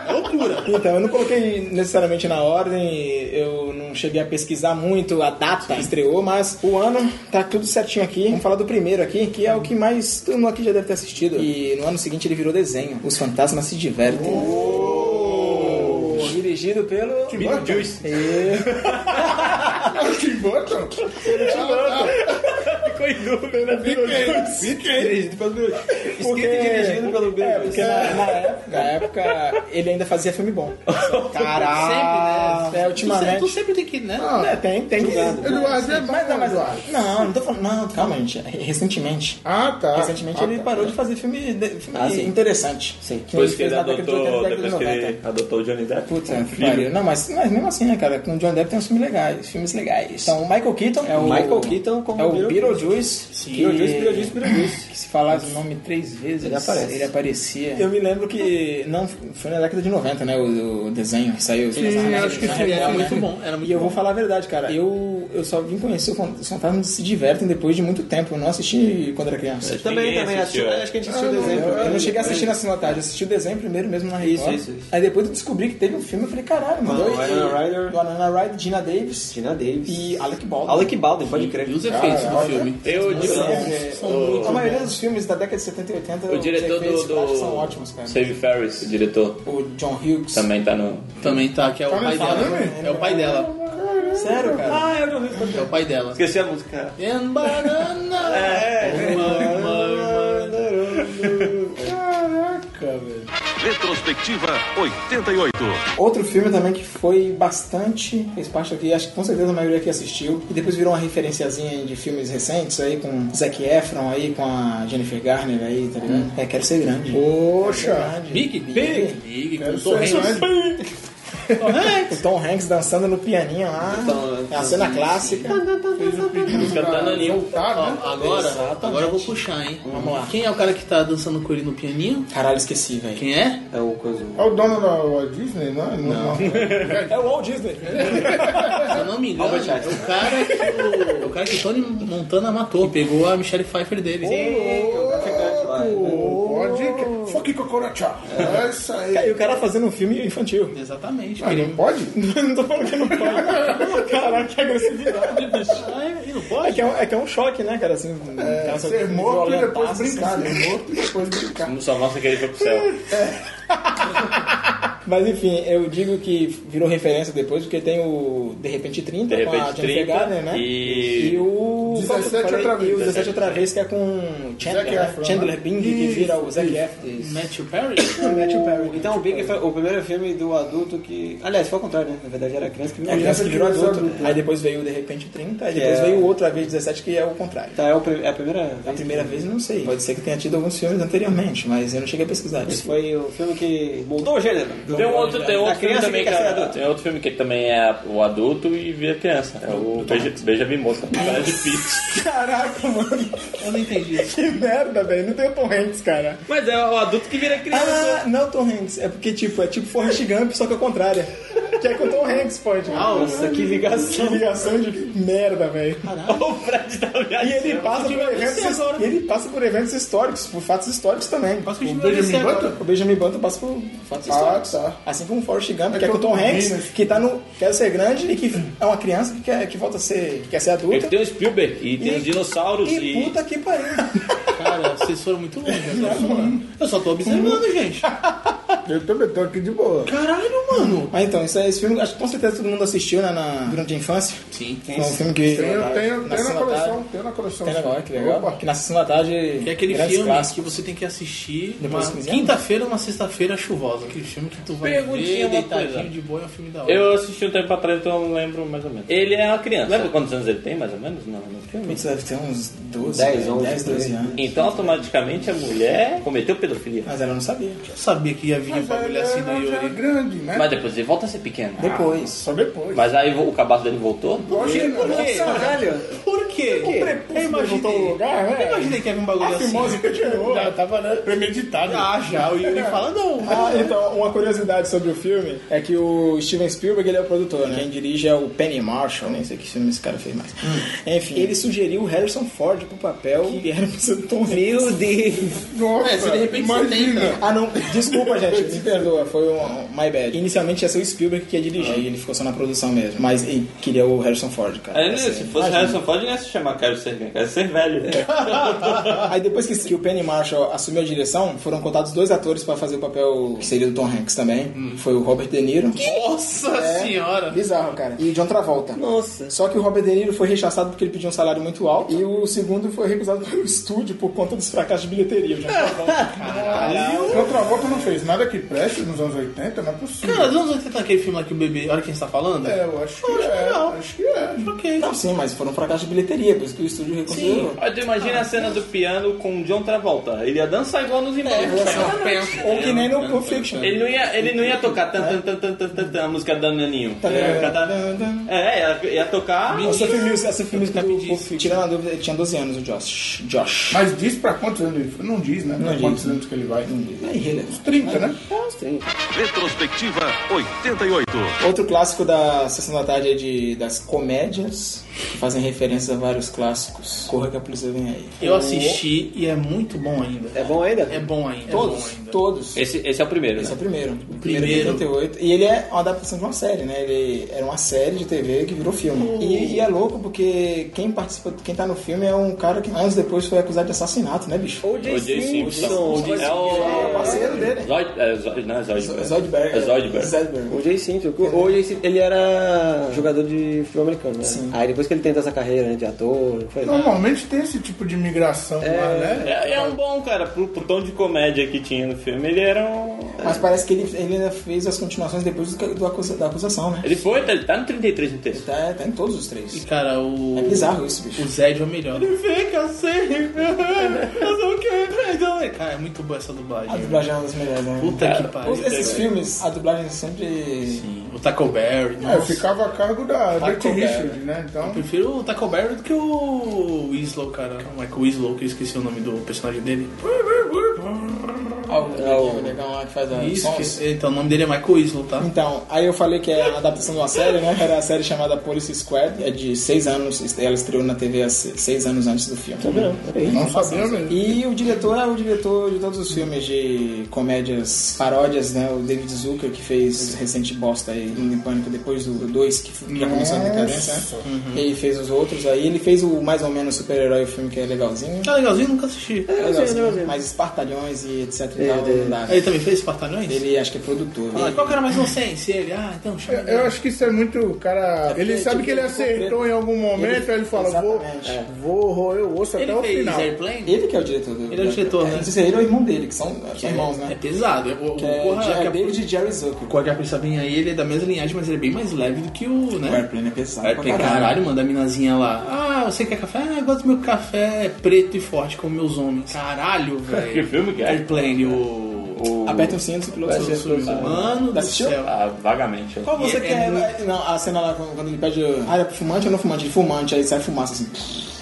Speaker 3: É loucura.
Speaker 2: Então, eu não coloquei necessariamente na ordem, eu não cheguei a pesquisar muito a data que estreou, mas o ano tá tudo certinho aqui. Vamos falar do primeiro aqui, que é o que mais todo mundo aqui já deve ter assistido. E no ano seguinte ele virou desenho. Os fantasmas se divertem. Dirigido pelo.
Speaker 4: É. Beetlejuice. Tim Burton?
Speaker 5: ficou em dúvida.
Speaker 1: Dirigido pelo Bill. Escrito e dirigido pelo Bill.
Speaker 2: É, porque na, na época, na época ele ainda fazia filme bom.
Speaker 1: Caralho.
Speaker 2: Ah, É, ultimamente.
Speaker 3: né? Tu sempre tem que, né?
Speaker 2: Não, é, tem, tem.
Speaker 4: Eduardo, Eduardo é bom,
Speaker 2: Mas não, mas
Speaker 4: Eduardo.
Speaker 2: Não, não tô falando. Não, calma, gente. Recentemente.
Speaker 4: Ah, tá.
Speaker 2: Recentemente
Speaker 4: Ah,
Speaker 2: ele
Speaker 4: tá.
Speaker 2: parou de fazer filme, de- filme
Speaker 1: Ah, sim.
Speaker 2: interessante. Sim. Que
Speaker 5: Depois que
Speaker 2: fez
Speaker 5: ele
Speaker 2: na década de 80,
Speaker 5: adotou,
Speaker 2: década de
Speaker 5: depois que
Speaker 2: 90.
Speaker 5: ele adotou o Johnny Depp.
Speaker 2: Puta, é, que pariu. Não, mas, mas mesmo assim, né, cara? Com o John Depp tem uns filmes legais. Filmes legais. Então, o Michael Keaton é o.
Speaker 1: Michael Keaton como
Speaker 2: É o
Speaker 1: Beetlejuice.
Speaker 2: Beetlejuice. que-
Speaker 1: Beetlejuice, Beetlejuice, Beetlejuice.
Speaker 2: Que se falasse o nome três vezes,
Speaker 1: Ele aparece.
Speaker 2: ele aparecia. Eu me lembro que. Não, foi na década de 90, né? O, o desenho que saiu.
Speaker 3: Sim, eu acho que
Speaker 2: Na
Speaker 3: sim, era
Speaker 2: Record,
Speaker 3: É muito
Speaker 2: né?
Speaker 3: bom, era muito
Speaker 2: e eu
Speaker 3: bom.
Speaker 2: vou falar a verdade, cara. Eu, eu só vim conhecer o fan- os fantasmas se divertem depois de muito tempo. Eu não assisti quando era criança.
Speaker 1: Também,
Speaker 5: Ninguém
Speaker 1: também.
Speaker 5: assistiu,
Speaker 1: assistiu-
Speaker 5: é.
Speaker 1: Acho que a gente assistiu o
Speaker 2: Eu,
Speaker 1: desenho.
Speaker 2: eu não cheguei a assistir na Cinema Tarde, eu assisti o desenho primeiro mesmo na Record.
Speaker 1: Isso, isso, isso.
Speaker 2: Aí depois eu descobri que teve um filme, eu falei, caralho, mano.
Speaker 1: Mano, Winona Ryder.
Speaker 2: Winona Ryder, Gina Davis
Speaker 1: Gina Davis.
Speaker 2: e Alec Baldwin. É,
Speaker 1: Alec Baldwin, pode crer.
Speaker 3: E os efeitos do filme?
Speaker 5: Eu digo,
Speaker 2: A maioria dos filmes da década de 70 e 80
Speaker 5: o diretor
Speaker 2: os efeitos
Speaker 5: do,
Speaker 2: práticos são ótimos, cara.
Speaker 5: do Save Ferris, o diretor,
Speaker 2: O John Hughes.
Speaker 5: também tá no...
Speaker 3: Também tá, que é o pai dela. É o pai dela.
Speaker 2: Sério, cara?
Speaker 1: Ah, eu não vi.
Speaker 3: É o pai dela.
Speaker 5: Esqueci a música.
Speaker 3: And banana.
Speaker 2: Caraca, velho.
Speaker 6: Retrospectiva 88.
Speaker 2: Outro filme também que foi bastante. fez parte aqui, acho que com certeza a maioria aqui assistiu. E depois virou uma referenciazinha de filmes recentes aí com Zac Efron aí, com a Jennifer Garner aí, tá ligado? É, quero ser grande.
Speaker 4: Poxa.
Speaker 3: Big Big. Big, com
Speaker 4: Sou
Speaker 3: torrente.
Speaker 4: grande.
Speaker 2: O Tom Hanks dançando no pianinho lá. É a cena clássica.
Speaker 4: Fez um pedido
Speaker 5: Cantando
Speaker 4: pra
Speaker 5: ali.
Speaker 4: voltar, né?
Speaker 3: um Ó, Agora, agora eu vou puxar, hein? Vamos lá. Quem é o cara que tá dançando com ele no pianinho?
Speaker 2: Caralho, esqueci, velho.
Speaker 3: Quem é?
Speaker 1: É o coisa.
Speaker 4: É o dono da Walt Disney, não é? Não.
Speaker 2: É o Walt Disney.
Speaker 3: Se eu não me engano, é
Speaker 1: Albert Einstein.
Speaker 3: o cara que o, é o cara que Tony Montana matou, pegou a Michelle Pfeiffer dele.
Speaker 1: É,
Speaker 4: Pode. Fuck Cocoracha. Oh. É isso aí.
Speaker 2: E o cara fazendo um filme infantil.
Speaker 3: Exatamente.
Speaker 4: Ah,
Speaker 3: Ele-
Speaker 4: não pode?
Speaker 2: Não tô falando que não pode. Caralho, que agressividade, bicho.
Speaker 3: Ah, ele não
Speaker 2: É
Speaker 3: pode?
Speaker 2: que é um, é que é um choque, né, cara? Assim, um
Speaker 4: É,
Speaker 2: cara só
Speaker 4: ser morto e depois
Speaker 2: violentaço,
Speaker 4: brincar.
Speaker 2: assim.
Speaker 4: Né? Morto e depois brincar.
Speaker 5: Só mostra que ele foi pro céu.
Speaker 2: Mas enfim, eu digo que virou referência depois, porque tem o De Repente 30
Speaker 5: De
Speaker 2: com a
Speaker 5: Repente
Speaker 2: Jennifer
Speaker 5: 30
Speaker 2: Garner, né?
Speaker 5: e-
Speaker 2: o...
Speaker 4: 17 outra vez.
Speaker 2: E o 17 outra vez, que é com Chandler,
Speaker 4: Zac
Speaker 2: né?
Speaker 4: Efron,
Speaker 2: Chandler Bing, que vira o Zac Efron.
Speaker 3: Matthew Perry?
Speaker 1: Então, o Big foi o primeiro filme do adulto que. Aliás, foi ao contrário, né? Na verdade, era criança que
Speaker 2: É a criança que virou
Speaker 4: virou
Speaker 2: adulto. né?
Speaker 4: adulto.
Speaker 2: Aí depois veio o De Repente 30, aí
Speaker 1: Que
Speaker 2: depois
Speaker 1: é-
Speaker 2: veio outra vez 17, que é o contrário.
Speaker 1: Tá, é o pri- é a primeira. vez.
Speaker 2: A primeira vez, não sei. Pode ser que tenha tido alguns filmes anteriormente, mas eu não cheguei a pesquisar.
Speaker 1: Esse foi o filme que moldou o gênero.
Speaker 5: Tem um outro, tem
Speaker 1: A
Speaker 5: outro filme
Speaker 1: criança
Speaker 5: também
Speaker 1: que
Speaker 5: que
Speaker 1: quer ser
Speaker 5: é,
Speaker 1: adulto.
Speaker 5: tem outro filme que também é o adulto e vira criança. É o Beija, Beija Mimosa. Cara de Pitt.
Speaker 2: Caraca, mano.
Speaker 3: Eu não entendi.
Speaker 2: Que merda, velho. Não tem o Tom Hanks, cara.
Speaker 5: Mas é o adulto que vira criança.
Speaker 2: Ah, não Tom Hanks. É porque, tipo, é tipo Forrest Gump, só que ao contrário. Que é com o Tom Hanks, pode.
Speaker 1: Nossa, que
Speaker 2: Que
Speaker 1: ligação.
Speaker 2: ligação de merda, velho.
Speaker 5: O Fred tá viajando.
Speaker 2: E ele passa, por eventos, e ele passa por eventos históricos, por fatos históricos também.
Speaker 3: Posso
Speaker 4: O
Speaker 3: continuar
Speaker 4: Benjamin
Speaker 3: descendo?
Speaker 4: Button?
Speaker 2: O Benjamin Button passa por fatos
Speaker 4: Ah,
Speaker 2: históricos.
Speaker 4: tá.
Speaker 2: Assim como o Forrest Gump,
Speaker 4: É
Speaker 2: que é
Speaker 4: que
Speaker 2: com o
Speaker 4: eu
Speaker 2: Tom
Speaker 4: tô
Speaker 2: Hanks,
Speaker 4: rindo.
Speaker 2: que tá no Quer Ser Grande e que é uma criança que, quer, que volta a ser, que quer ser adulta.
Speaker 5: Ele tem o Spielberg e tem
Speaker 2: E-
Speaker 5: os dinossauros e...
Speaker 2: E puta que pariu.
Speaker 3: Cara, vocês foram muito longe agora, mano. Eu só tô observando, gente.
Speaker 4: Eu também tô aqui de boa.
Speaker 3: Caralho, mano.
Speaker 2: Ah, então, esse, esse filme, acho que com certeza todo mundo assistiu, né, na, durante a infância.
Speaker 3: Sim.
Speaker 2: Foi um filme que...
Speaker 4: Tenho, tenho, tenho na
Speaker 2: sessão da
Speaker 4: coleção. Tenho na coleção.
Speaker 2: Tem agora, que legal.
Speaker 4: Opa.
Speaker 2: Que na sessão da tarde.
Speaker 3: Que é aquele
Speaker 2: grandes
Speaker 3: filme
Speaker 2: clássicos.
Speaker 3: que você tem que assistir
Speaker 2: Depois
Speaker 3: uma
Speaker 2: de 15 anos?
Speaker 3: quinta-feira ou uma sexta-feira chuvosa. Aquele filme que tu vai
Speaker 5: Perguntinha,
Speaker 3: ver
Speaker 5: uma
Speaker 3: deitadinho
Speaker 5: coisa.
Speaker 3: de boa é um filme da hora.
Speaker 5: Eu assisti um tempo atrás, então eu não lembro mais ou menos. Ele é uma criança. Lembra quantos anos ele tem, mais ou menos, no, no filme?
Speaker 2: Putz, deve ter uns 12,
Speaker 1: 10, 11,
Speaker 2: 10 12 anos.
Speaker 5: Então, automaticamente, a mulher cometeu pedofilia.
Speaker 2: Mas ela não sabia.
Speaker 3: Eu sabia que ia vir um
Speaker 4: Mas
Speaker 3: bagulho
Speaker 4: ele
Speaker 3: assim
Speaker 4: era
Speaker 3: no
Speaker 4: já
Speaker 3: Yuri.
Speaker 4: grande, né?
Speaker 5: Mas É. depois ele volta a ser pequeno.
Speaker 2: Depois.
Speaker 4: Só depois.
Speaker 5: Mas aí o cabaço dele voltou.
Speaker 4: Eu acho que não.
Speaker 1: Caralho.
Speaker 3: Por quê? Eu imaginei,
Speaker 4: lugar, né?
Speaker 3: eu imaginei que ia vir um bagulho assim.
Speaker 4: continuou.
Speaker 3: Já tava né, premeditado. Ah, já. O Yuri fala, não.
Speaker 2: Ah, então, uma curiosidade sobre o filme é que o Steven Spielberg ele é o produtor, né? Quem dirige é o Penny Marshall, nem sei que filme esse cara fez mais.
Speaker 3: Hum.
Speaker 2: Enfim, ele sugeriu o Harrison Ford pro papel que era pra ser o Tom Hanks.
Speaker 1: Meu Deus.
Speaker 4: Nossa,
Speaker 3: É, se de repente você
Speaker 4: imagina.
Speaker 3: tenta.
Speaker 2: Ah, não, desculpa, gente. Te, te perdoa, foi um, um my bad. Inicialmente ia ser o Spielberg que ia
Speaker 3: Ah.
Speaker 2: dirigir, e ele ficou só na produção mesmo. Mas ele queria o Harrison Ford, cara.
Speaker 3: É,
Speaker 5: Aí,
Speaker 2: Assim,
Speaker 5: É, se fosse
Speaker 2: imagina.
Speaker 5: Harrison Ford, ele ia se chamar Quero Ser Gay, Quero Ser Velho.
Speaker 2: Aí depois que, que o Penny Marshall assumiu a direção, foram contados dois atores pra fazer o papel que seria do Tom Hanks também. Foi o Robert De Niro. É
Speaker 3: Nossa senhora!
Speaker 2: Bizarro, cara. E o John Travolta.
Speaker 1: Nossa.
Speaker 2: Só que o Robert De Niro foi rechaçado porque ele pediu um salário muito alto. E o segundo foi recusado pelo estúdio por conta dos fracassos de bilheteria. O John Travolta.
Speaker 4: O John Travolta não fez nada que preste nos anos 80, não é possível.
Speaker 3: Cara, os anos 80 é aquele filme lá que o bebê. Olha quem está falando?
Speaker 4: é, eu acho que é. Acho que é.
Speaker 3: Ok.
Speaker 2: Não, sim, mas foram fracassos de bilheteria, por isso que o estúdio reconsiderou.
Speaker 5: Olha, tu imagina a cena do piano com o John Travolta. Ele ia dançar igual nos irmãos.
Speaker 2: Ou que nem no Pulp Fiction.
Speaker 5: Ele não ia, ele não ia tocar tan, tan, tan, tan, tan, tan, tan, a música da Naninho. Ia cantar- É, ia, ia tocar.
Speaker 2: Tá Essa foi music, essa foi music do Pulp Fiction. Tirando a dúvida, ele tinha 12 anos, o Josh. Josh.
Speaker 4: Mas diz pra quantos anos ele foi? Não diz, né? pra
Speaker 2: diz.
Speaker 4: quantos anos que ele vai.
Speaker 2: É irrelevante.
Speaker 4: 30, né?
Speaker 6: Retrospectiva 88.
Speaker 2: Outro clássico da Sessão da Tarde é de, das comédias, que fazem referência a vários clássicos. Corra que a polícia vem aí.
Speaker 3: Eu assisti e é muito bom ainda.
Speaker 1: É bom ainda?
Speaker 3: É bom ainda. É bom
Speaker 2: Todos,
Speaker 3: ainda.
Speaker 2: todos.
Speaker 5: Esse, esse é o primeiro,
Speaker 2: Esse é o
Speaker 5: né?
Speaker 2: primeiro. O primeiro de
Speaker 3: primeiro.
Speaker 2: 88. E ele é uma adaptação de uma série, né? Ele era uma série de TV que virou filme. E, e é louco porque quem participa, quem tá no filme é um cara que anos depois foi acusado de assassinato, né, bicho?
Speaker 1: O J.
Speaker 5: O J. Simpson.
Speaker 1: Simpson.
Speaker 5: É
Speaker 2: É o
Speaker 5: o...
Speaker 2: parceiro dele.
Speaker 5: Zoid, é, Zoid, não é Zoidberg.
Speaker 2: Zoidberg.
Speaker 5: É Zoidberg.
Speaker 1: O Jay Simpson. O o Jay Simpson, ele era jogador de futebol americano, né? Aí depois que ele tenta essa carreira né, de ator, foi lá.
Speaker 4: Normalmente tem esse tipo de migração lá, né?
Speaker 5: É, é um bom, cara, pro, pro tom de comédia que tinha no filme, ele era um...
Speaker 2: Mas parece que ele, ele ainda fez as continuações depois do, do acusa- da acusação, né?
Speaker 5: Ele foi, tá- ele tá no 33 inteiro.
Speaker 2: Tá, tá em todos os
Speaker 3: E
Speaker 2: três.
Speaker 3: cara, o.
Speaker 2: É bizarro isso, bicho.
Speaker 3: O Zed é o melhor. Fica assim. Eu sou o quê? Cara, é muito boa essa dublagem.
Speaker 2: A dublagem é uma das melhores, né?
Speaker 3: Puta
Speaker 5: Cara,
Speaker 3: que pariu.
Speaker 2: Esses filmes, a dublagem é sempre.
Speaker 3: Sim, O Taco Berry.
Speaker 4: É, eu
Speaker 3: Nossa.
Speaker 4: ficava a cargo da
Speaker 3: Taco
Speaker 4: Betty
Speaker 3: Bell.
Speaker 4: Richard, né? Então,
Speaker 3: Eu prefiro o Taco Berry do que o Winslow, cara. O Michael Winslow, que eu esqueci o nome do personagem dele.
Speaker 2: Ah, o negão, o negão lá é que faz a.
Speaker 3: É Isso,
Speaker 2: sons.
Speaker 3: que- então o nome dele é Michael Winslow, tá?
Speaker 2: Então, aí eu falei que é a adaptação de uma série, né? Era a série chamada Police Squad, é de seis anos, ela estreou na TV há se- seis anos antes do
Speaker 3: Tá
Speaker 2: filme.
Speaker 4: não sabia mesmo.
Speaker 2: E o diretor é o diretor de todos os filmes de comédias, paródias, né? O David Zucker, que fez o recente bosta aí, Mundo em Pânico, depois do 2, que f- já começou a decadência, né?
Speaker 3: Uhum.
Speaker 2: Ele fez os outros aí, ele fez o mais ou menos super-herói, o filme que é legalzinho.
Speaker 3: Ah, legalzinho, nunca assisti.
Speaker 2: É. Tá legalzinho mas Assim, Espartalhões e etc e tal, não dá.
Speaker 3: Ele também fez Espartalhões?
Speaker 2: Ele acho que é produtor.
Speaker 3: Ah,
Speaker 2: ele-
Speaker 3: qual que era mais inocente? Ele, ah, então chama ele.
Speaker 4: Eu acho que isso é muito, o cara. Ele
Speaker 2: porque,
Speaker 4: sabe
Speaker 2: tipo,
Speaker 4: que ele
Speaker 2: ele
Speaker 4: acertou
Speaker 2: ficou-
Speaker 4: em algum momento, aí ele fala, vou,
Speaker 2: Exatamente.
Speaker 4: vou roer o osso até
Speaker 3: Ele
Speaker 4: o
Speaker 3: fez
Speaker 4: final.
Speaker 3: Airplane?
Speaker 2: Ele que é o diretor do.
Speaker 3: Ele é o diretor, né?
Speaker 2: Não sei se é ele ou o irmão dele, que são, são irmãos,
Speaker 3: É
Speaker 2: né?
Speaker 3: pesado. O, o,
Speaker 2: Que é,
Speaker 3: porra,
Speaker 2: é
Speaker 3: que a-
Speaker 2: David e Jerry Zucker. né?
Speaker 3: Qual que a polícia vem aí, ele é da mesma linhagem, mas ele é bem mais leve do que o,
Speaker 2: O
Speaker 3: né?
Speaker 2: Airplane é pesado.
Speaker 3: Aí
Speaker 2: pra
Speaker 3: tem caralho, manda a minazinha lá. Ah, você quer café? Ah, eu gosto do meu café preto e forte, como meus homens. Caralho, velho.
Speaker 5: Que filme que é?
Speaker 3: Airplane, o...
Speaker 5: O...
Speaker 2: Aperta o cinto e o piloto
Speaker 5: Parece
Speaker 2: sumiu.
Speaker 3: Mano
Speaker 2: Tá
Speaker 3: do
Speaker 2: assistindo?
Speaker 3: céu.
Speaker 5: Ah, vagamente.
Speaker 2: Qual você
Speaker 3: É- é
Speaker 2: quer? Não, a cena lá quando quando ele pede. Ah, é fumante ou não fumante? Ele fumante, aí sai fumaça assim.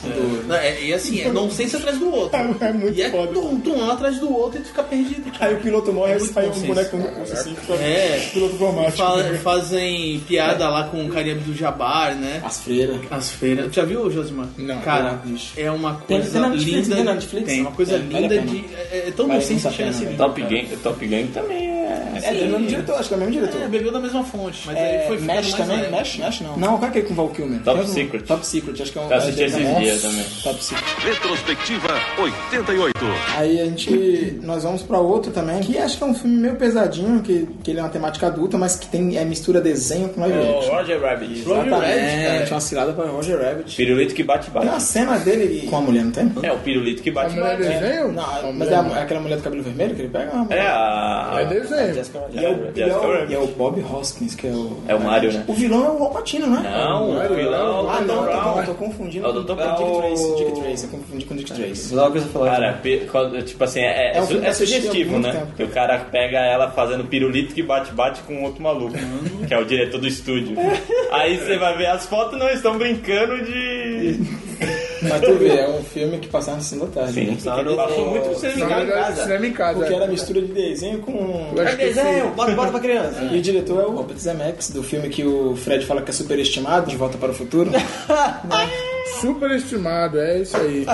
Speaker 2: Do-
Speaker 3: Não, é- E assim, é nonsense atrás do outro.
Speaker 2: É muito
Speaker 3: e é
Speaker 2: foda.
Speaker 3: tum, tum, um atrás do outro e tu fica perdido. cara.
Speaker 2: Aí o piloto morre,
Speaker 3: É
Speaker 2: aí
Speaker 3: muito
Speaker 2: sai um
Speaker 3: nonsense.
Speaker 2: boneco assim, fica
Speaker 3: É.
Speaker 2: piloto né? fumante.
Speaker 3: Fa- fazem piada lá com o carinha do Jabar, né?
Speaker 2: As freiras.
Speaker 3: As feiras. Tu Já viu, Josimar?
Speaker 2: Não.
Speaker 3: Cara,
Speaker 2: Não, bicho.
Speaker 3: é uma
Speaker 2: Tem-
Speaker 3: coisa
Speaker 2: tem na Netflix,
Speaker 3: linda.
Speaker 2: tem na Netflix?
Speaker 3: Tem uma coisa
Speaker 2: Tem, vale
Speaker 3: linda
Speaker 2: a pena.
Speaker 3: de. É, é tão
Speaker 2: Vale
Speaker 3: nonsense que
Speaker 2: muito a
Speaker 3: chega
Speaker 2: pena, né? Tá
Speaker 3: nesse
Speaker 2: velho.
Speaker 5: Top
Speaker 3: nível.
Speaker 5: Gang, Top Gang também é...
Speaker 2: É do mesmo diretor, acho que é o mesmo
Speaker 3: É,
Speaker 2: diretor.
Speaker 3: bebeu da mesma fonte. Mas
Speaker 2: É,
Speaker 3: ele foi ficando
Speaker 2: Mesh
Speaker 3: mais
Speaker 2: também?
Speaker 3: leve.
Speaker 2: Mesh? Mesh não. Não, qual é que é com o Val Kilmer?
Speaker 5: Top
Speaker 2: Tem um-
Speaker 5: Secret.
Speaker 2: Top Secret, acho que é um.
Speaker 5: Eu assisti
Speaker 2: é-
Speaker 5: esses
Speaker 2: Nossa.
Speaker 5: dias também.
Speaker 2: Top Secret.
Speaker 6: Retrospectiva 88.
Speaker 2: Aí a gente, nós vamos pra outro também, que acho que é um filme meio pesadinho, que, que ele é uma temática adulta, mas que tem é mistura desenho com live
Speaker 5: O
Speaker 2: action.
Speaker 5: Roger Rabbit.
Speaker 3: Oh, Roger Rabbit, cara.
Speaker 2: Exatamente, uma cilada pra Roger Rabbit.
Speaker 5: Pirulito que bate
Speaker 2: Tem
Speaker 5: bate.
Speaker 2: uma cena dele com a mulher, não tem?
Speaker 5: É, o pirulito que
Speaker 4: A
Speaker 5: bate
Speaker 4: mulher é
Speaker 5: bate.
Speaker 4: desenho?
Speaker 2: Não,
Speaker 4: A
Speaker 2: mas
Speaker 4: mulher
Speaker 2: é,
Speaker 4: não.
Speaker 2: a- é aquela mulher do cabelo vermelho que ele pega? Não,
Speaker 5: É a...
Speaker 4: É desenho.
Speaker 2: Jessica
Speaker 5: É,
Speaker 2: E é o, e é
Speaker 5: Jessica
Speaker 2: o,
Speaker 5: Rabbit.
Speaker 2: e é o Bob Hoskins, que é o.
Speaker 5: É o Mario, né?
Speaker 2: O vilão é o Al Pacino, não é?
Speaker 5: Não, o vilão...
Speaker 2: Ah, não, tá bom, eu tô
Speaker 5: É
Speaker 2: confundindo
Speaker 5: o
Speaker 2: com o Dick
Speaker 5: Dr. Brown. É
Speaker 2: Trace. Dick Trace, eu confundi com o Dick Trace.
Speaker 1: Logo que você falou.
Speaker 5: Cara, pi- quando- tipo assim, é, é,
Speaker 2: É um
Speaker 5: su-
Speaker 2: filme que
Speaker 5: é
Speaker 2: eu assisti há
Speaker 5: sugestivo,
Speaker 2: muito
Speaker 5: né?
Speaker 2: tempo.
Speaker 5: Que o cara pega ela fazendo pirulito que bate-bate com outro maluco, que é o diretor do estúdio. Aí você vai ver, as fotos não estão brincando de.
Speaker 2: Mas tu vê, é um filme que passava no cinema da tarde. né?
Speaker 5: Passou muito pra
Speaker 1: é
Speaker 5: você
Speaker 4: Na
Speaker 5: brincar em
Speaker 4: verdade,
Speaker 5: casa.
Speaker 4: é cinema em casa.
Speaker 2: Porque
Speaker 4: é.
Speaker 2: era mistura de desenho com.
Speaker 4: Eu acho que esse-
Speaker 1: bota, bota pra criança.
Speaker 2: E o diretor é o Robert Zemeckis, do filme que o Fred fala que é superestimado, De Volta para o Futuro.
Speaker 4: Superestimado, é isso aí.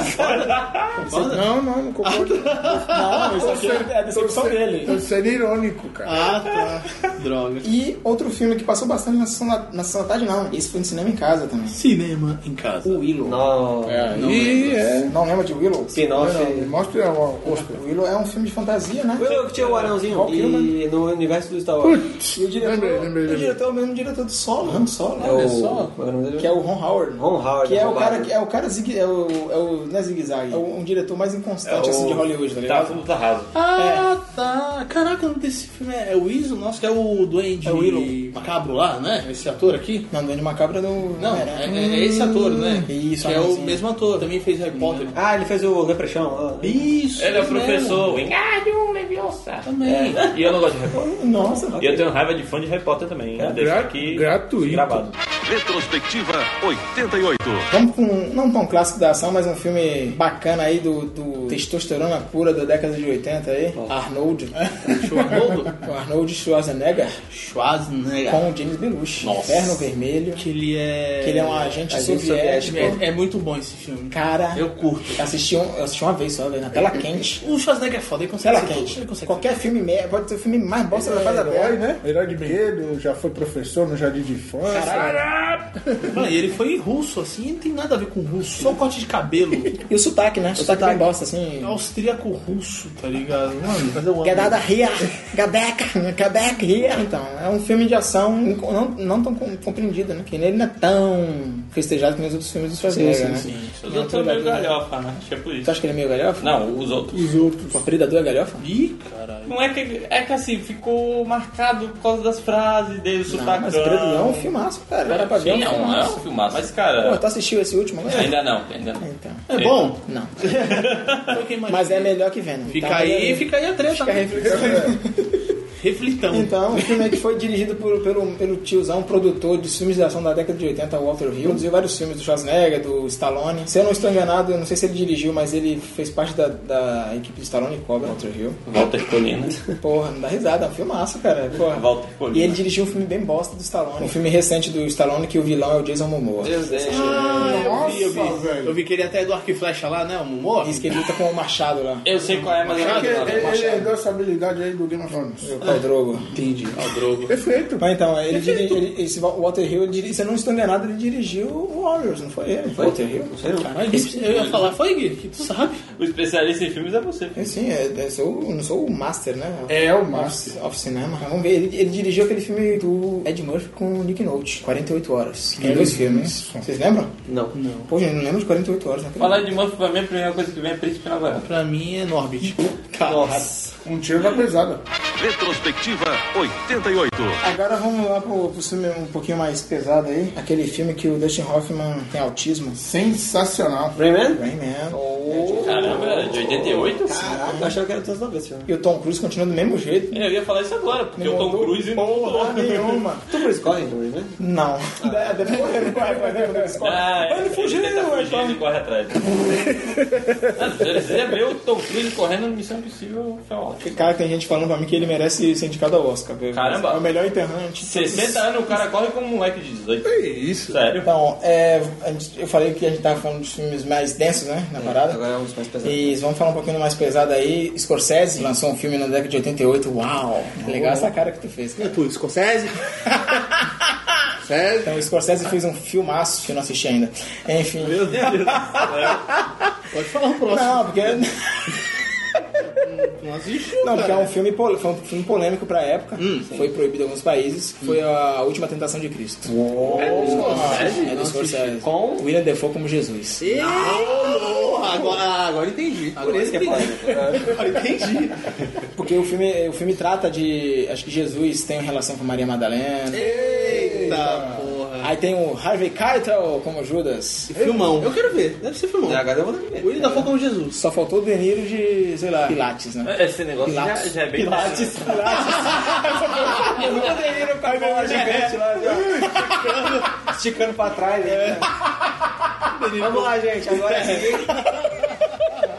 Speaker 4: não, não, não concordo.
Speaker 2: Não, isso aqui é a decepção dele.
Speaker 4: Eu seria irônico, cara.
Speaker 2: Ah, tá.
Speaker 3: Droga.
Speaker 2: E outro filme que passou bastante na sessão da, na sessão da tarde, não. Esse foi no cinema em casa também.
Speaker 3: Cinema em casa.
Speaker 2: O Willow. Não,
Speaker 1: Não.
Speaker 5: Ah,
Speaker 4: É,
Speaker 3: né?
Speaker 4: e é.
Speaker 2: lembra de Willow?
Speaker 1: Spin-off.
Speaker 4: Não, Mostra o pôster.
Speaker 2: Willow é um filme de fantasia, né?
Speaker 1: Willow que tinha o anãozinho. E no universo do Star Wars.
Speaker 4: Putz,
Speaker 2: E o diretor,
Speaker 4: lembrei,
Speaker 2: e
Speaker 4: lembrei,
Speaker 2: o
Speaker 4: lembrei.
Speaker 2: diretor é o mesmo diretor do Solo. Solo,
Speaker 1: É o. Como é o nome dele?
Speaker 2: Que é o Ron Howard.
Speaker 1: Ron Howard.
Speaker 2: Que é o
Speaker 1: roubado.
Speaker 2: cara que é o cara zig, é o, é o não é zigue-zague, é o- um diretor mais inconstante assim de Hollywood, tá
Speaker 5: Tá
Speaker 2: ligado?
Speaker 5: tudo tá raso.
Speaker 3: Ah, tá. Caraca, o nome desse filme é, é o Iso, nosso, que é o Duende
Speaker 2: É o Willow.
Speaker 3: Macabro lá, né? Esse ator aqui.
Speaker 2: Não, Duende Macabro é do
Speaker 3: Não, é, é- é esse ator, né?
Speaker 2: Isso,
Speaker 3: que é o
Speaker 2: anãozinho.
Speaker 3: mesmo ator, também fez Harry Potter.
Speaker 1: Ah, ele fez o ah. Leprechaun. lá.
Speaker 3: Isso,
Speaker 5: Ele é o
Speaker 3: isso mesmo.
Speaker 5: professor. Wingardium Leviosa.
Speaker 3: Também.
Speaker 5: E eu não gosto de Harry Potter.
Speaker 2: Nossa,
Speaker 5: E eu tenho raiva de fã de Harry Potter também. Eu deixo
Speaker 4: gra-
Speaker 5: aqui
Speaker 4: gratuito.
Speaker 5: gravado.
Speaker 6: Retrospectiva 88.
Speaker 2: vamos com um- não tão clássico da ação, mas um filme bacana aí do, do testosterona pura da década de 80 aí, Arnold.
Speaker 3: é Schwarzenegger.
Speaker 2: o Arnold Schwarzenegger
Speaker 3: Schwarzenegger.
Speaker 2: com o James Belushi,
Speaker 3: Nossa.
Speaker 2: Inferno Vermelho,
Speaker 3: Que ele é...
Speaker 2: que ele é um agente,
Speaker 1: Agente
Speaker 2: soviético.
Speaker 1: soviético.
Speaker 3: É, é muito bom esse filme.
Speaker 2: Cara,
Speaker 3: Eu curto.
Speaker 2: assisti, um- eu assisti uma vez só, velho, na tela quente.
Speaker 3: O Schwarzenegger é foda, ele consegue
Speaker 2: Tela
Speaker 3: ser tudo,
Speaker 2: quente.
Speaker 3: Ele consegue É,
Speaker 2: Qualquer filme merda, pode ser o filme mais bosta da fase agora.
Speaker 4: Herói, né? Herói de brinquedo, já foi professor no jardim de infância.
Speaker 3: ser. Mano, e ele foi russo, assim, e não tem nada a ver com russo. Só o corte de cabelo.
Speaker 2: E o sotaque, né? O sotaque bem bosta, assim.
Speaker 3: Austríaco-russo, É tá ligado? Mano, mas eu amo.
Speaker 2: Gadada Ria, Gabeca, Gabeca Ria. Então, é um filme de ação inco- não, não tão com- compreendido, né? Que ele não é tão festejado como os outros filmes do
Speaker 3: É,
Speaker 2: Schwarzenegger, né?
Speaker 5: Os outros são meio galhofa, né? Acho que é por
Speaker 2: Tu
Speaker 5: isso.
Speaker 2: acha que ele é meio galhofa?
Speaker 5: Não, os outros.
Speaker 2: Os outros. O Predador é galhofa?
Speaker 3: Ih, caralho.
Speaker 5: Não é que. É que assim, ficou marcado por causa das frases dele, o
Speaker 2: Não,
Speaker 3: tá
Speaker 5: sotaque.
Speaker 2: mas o Predador é um filmaço, cara. Era pra ver
Speaker 5: Tá Sim,
Speaker 2: um
Speaker 5: é um, é um
Speaker 2: filmaço.
Speaker 5: filmaço. Mas,
Speaker 2: Pô,
Speaker 5: cara.
Speaker 2: tu assistiu esse último agora?
Speaker 5: Ainda não, ainda não.
Speaker 2: Então,
Speaker 3: É bom?
Speaker 2: não.
Speaker 3: Foi quem mais-
Speaker 2: Mas é melhor que Venom.
Speaker 3: Fica
Speaker 2: Então,
Speaker 3: aí,
Speaker 2: beleza.
Speaker 3: fica aí a treta. né?
Speaker 2: Fica a reflexão.
Speaker 3: Reflitão.
Speaker 2: Então, o filme é que foi dirigido por, pelo, pelo tiozão, um produtor dos filmes de ação da década de 80, Walter Hill. Produziu vários filmes do Schwarzenegger, do Stallone. Se eu não estou enganado, eu não sei se ele dirigiu, mas ele fez parte da, da equipe do Stallone e Cobra, Walter Hill.
Speaker 5: Walter Colinas.
Speaker 2: Porra, não dá risada, é um filmaço, cara. Porra.
Speaker 5: Walter é Colina.
Speaker 2: E ele dirigiu um filme bem bosta do Stallone. Um filme recente do Stallone que o vilão é o Jason Momoa.
Speaker 3: Eu vi, eu vi.
Speaker 4: Nossa, velho.
Speaker 3: Eu vi que ele até é do arco e flecha lá, né? O Mumor.
Speaker 2: Diz que ele luta com o Machado lá.
Speaker 5: Eu sei qual é, mas eu não
Speaker 4: Porque
Speaker 5: lembro o nome.
Speaker 4: ele, ele herdou essa habilidade aí do Game of Thrones.
Speaker 2: O Khal Drogo.
Speaker 3: Entendi. Ó, Ah, o Drogo.
Speaker 4: Perfeito.
Speaker 2: Mas então, ele, diri- ele- esse Walter Hill, ele diri- se eu não estou enganado, ele dirigiu o Warriors, não foi ele? Foi? Walter Hill? Não sei não.
Speaker 3: Caralho, eu ia falar, foi, Gui, que tu sabe.
Speaker 5: O especialista em filmes é você.
Speaker 2: É, Sim, é, é, sou, não sou o master, né?
Speaker 4: É o Márcio.
Speaker 2: Master of Cinema. Então, Vamos ver, ele, ele dirigiu aquele filme do Ed Murphy com o Nick Nolte, 48 Horas. Que tem dois filmes. Vocês lembram?
Speaker 1: Não.
Speaker 2: Pô, gente, eu não lembro de 48 Horas. Né?
Speaker 5: Falar de Murphy pra mim, a primeira coisa que vem é Príncipe Nova York.
Speaker 3: Pra mim é Norbit.
Speaker 5: Nossa.
Speaker 4: Um tiro na pesada.
Speaker 6: Retrospectiva 88.
Speaker 2: Agora vamos lá pro, pro filme um pouquinho mais pesado aí. Aquele filme que o Dustin Hoffman tem autismo. né?
Speaker 4: Sensacional.
Speaker 1: Rayman?
Speaker 2: Rain Man.
Speaker 5: Caramba, era de 88?
Speaker 1: Caraca, eu achava que era dos anos 90 esse filme.
Speaker 2: E o Tom Cruise continua do mesmo jeito.
Speaker 5: Eu ia falar isso agora, porque o Tom
Speaker 2: mudou
Speaker 5: Cruise não
Speaker 2: Porra
Speaker 5: mudou.
Speaker 2: nenhuma.
Speaker 1: Tu por escorre do Rayman?
Speaker 2: Não. Depois
Speaker 5: Ah,
Speaker 2: Ele fugiu,
Speaker 5: ele tá
Speaker 2: ué,
Speaker 5: fugindo e corre atrás. Ah, Você ia ver o Tom Cruise correndo no Missão Impossível foi ótimo.
Speaker 2: Cara, tem gente falando pra mim que ele merece ser indicado ao Oscar. velho.
Speaker 5: Caramba.
Speaker 2: É o melhor enterrante.
Speaker 5: 60 anos o cara corre como um moleque de 18.
Speaker 4: É isso.
Speaker 5: Sério?
Speaker 2: Então, é, a gente- eu falei que a gente tava falando dos filmes mais densos, né? Na parada.
Speaker 1: Agora é um dos mais pesados.
Speaker 2: E vamos falar um pouquinho mais pesado aí. Scorsese lançou um filme na década de 88. Uau! Legal essa cara que tu fez, cara.
Speaker 3: Tu, Scorsese?
Speaker 2: Então, o Scorsese fez um filmaço que eu não assisti ainda. Enfim.
Speaker 3: Meu Deus. Pode falar o próximo.
Speaker 2: Não, porque, é,
Speaker 3: Não assiste.
Speaker 2: não, porque é um filme, pol- foi um filme polêmico pra época. foi proibido em alguns países. Foi a Última Tentação de Cristo. É do Scorsese. Com William Defoe como Jesus.
Speaker 3: Porra, agora, agora entendi. Agora
Speaker 1: Esse que é polêmico.
Speaker 3: Agora entendi.
Speaker 2: Porque o filme, o filme trata de. Acho que Jesus tem relação com Maria Madalena.
Speaker 3: Eita porra.
Speaker 2: Aí tem o Harvey Keitel como Judas.
Speaker 3: Filmão. Eu quero ver. Deve ser filmão.
Speaker 1: É, Agora eu vou ter que
Speaker 3: O
Speaker 1: ver.
Speaker 3: William da como Jesus.
Speaker 2: Só faltou o De Niro de, sei lá, Pilates, né?
Speaker 5: Esse negócio já,
Speaker 2: Pilates.
Speaker 5: já é bem
Speaker 2: Pilates, Pilates.
Speaker 1: Esticando pra trás, né? Vamos lá, gente. Agora é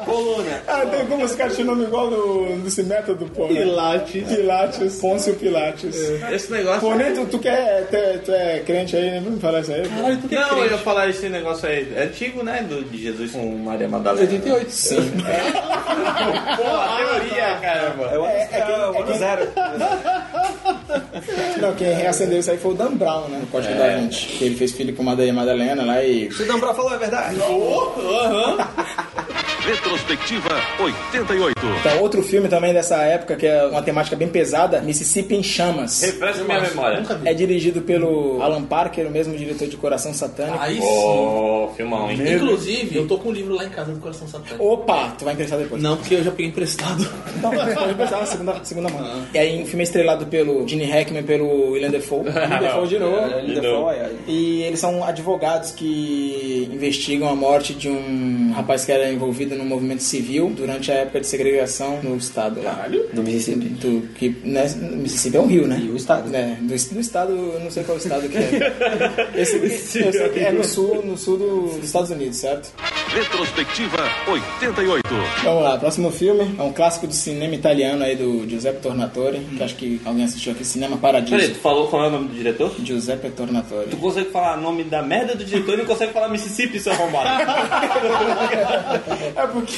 Speaker 1: Coluna.
Speaker 2: Ah, tem como os caras tinham nome igual no, desse método, pô. né?
Speaker 3: Pilates.
Speaker 2: Pilates, Pôncio Pilates.
Speaker 9: Esse negócio.
Speaker 2: Pô, nem tu, tu quer. Tu, tu é crente aí, né? Não fala isso aí. pô.
Speaker 9: Caralho, tu que é
Speaker 5: Não, eu
Speaker 9: crente.
Speaker 5: ia falar esse negócio aí. É antigo, né? Do, de Jesus com Maria Madalena.
Speaker 3: 88. Sim.
Speaker 5: Porra, teoria, cara, mano.
Speaker 1: Eu é, é, o ano zero.
Speaker 2: Não, quem reacendeu isso aí foi o Dan Brown, né? No Código da Vinci. Que ele fez filho com Mada- Madalena lá e.
Speaker 1: Se o Dan Brown falou a verdade.
Speaker 6: Retrospectiva 88.
Speaker 2: Então, outro filme também dessa época, que é uma temática bem pesada, Mississippi em Chamas.
Speaker 5: Refresca minha memória.
Speaker 2: É dirigido pelo Alan Parker, o mesmo diretor de Coração Satânico.
Speaker 3: Aí sim.
Speaker 5: Ô, filmão, hein?
Speaker 3: Inclusive, eu tô com um livro lá em casa do Coração Satânico.
Speaker 2: Opa, tu vai emprestar depois.
Speaker 3: Não, porque eu já peguei emprestado.
Speaker 2: Não, mas pode pensar na segunda, segunda mão. E aí, um filme estrelado pelo Gene Hackman e pelo William Defoe. William Defoe de novo.
Speaker 1: Ele
Speaker 5: É, De
Speaker 1: falou,
Speaker 5: novo.
Speaker 1: olha aí.
Speaker 2: E eles são advogados que investigam a morte de um rapaz que era envolvido no movimento civil durante a época de segregação no estado lá.
Speaker 1: No Mississippi.
Speaker 2: Do, que, né, Mississippi é um rio, né?
Speaker 1: E o estado.
Speaker 2: É, do, do estado, eu não sei qual estado que é. Esse, eu sei que é no sul, no sul do- dos Estados Unidos, certo?
Speaker 6: Retrospectiva 88.
Speaker 2: Vamos lá, próximo filme é um clássico do cinema italiano aí do Giuseppe Tornatore, que acho que alguém assistiu aqui, Cinema
Speaker 5: Peraí, tu
Speaker 2: Paradiso.
Speaker 5: falou qual é o nome do diretor?
Speaker 2: Giuseppe Tornatore.
Speaker 5: Tu consegue falar o nome da merda do diretor e não consegue falar Mississippi, seu arrombado.
Speaker 2: É porque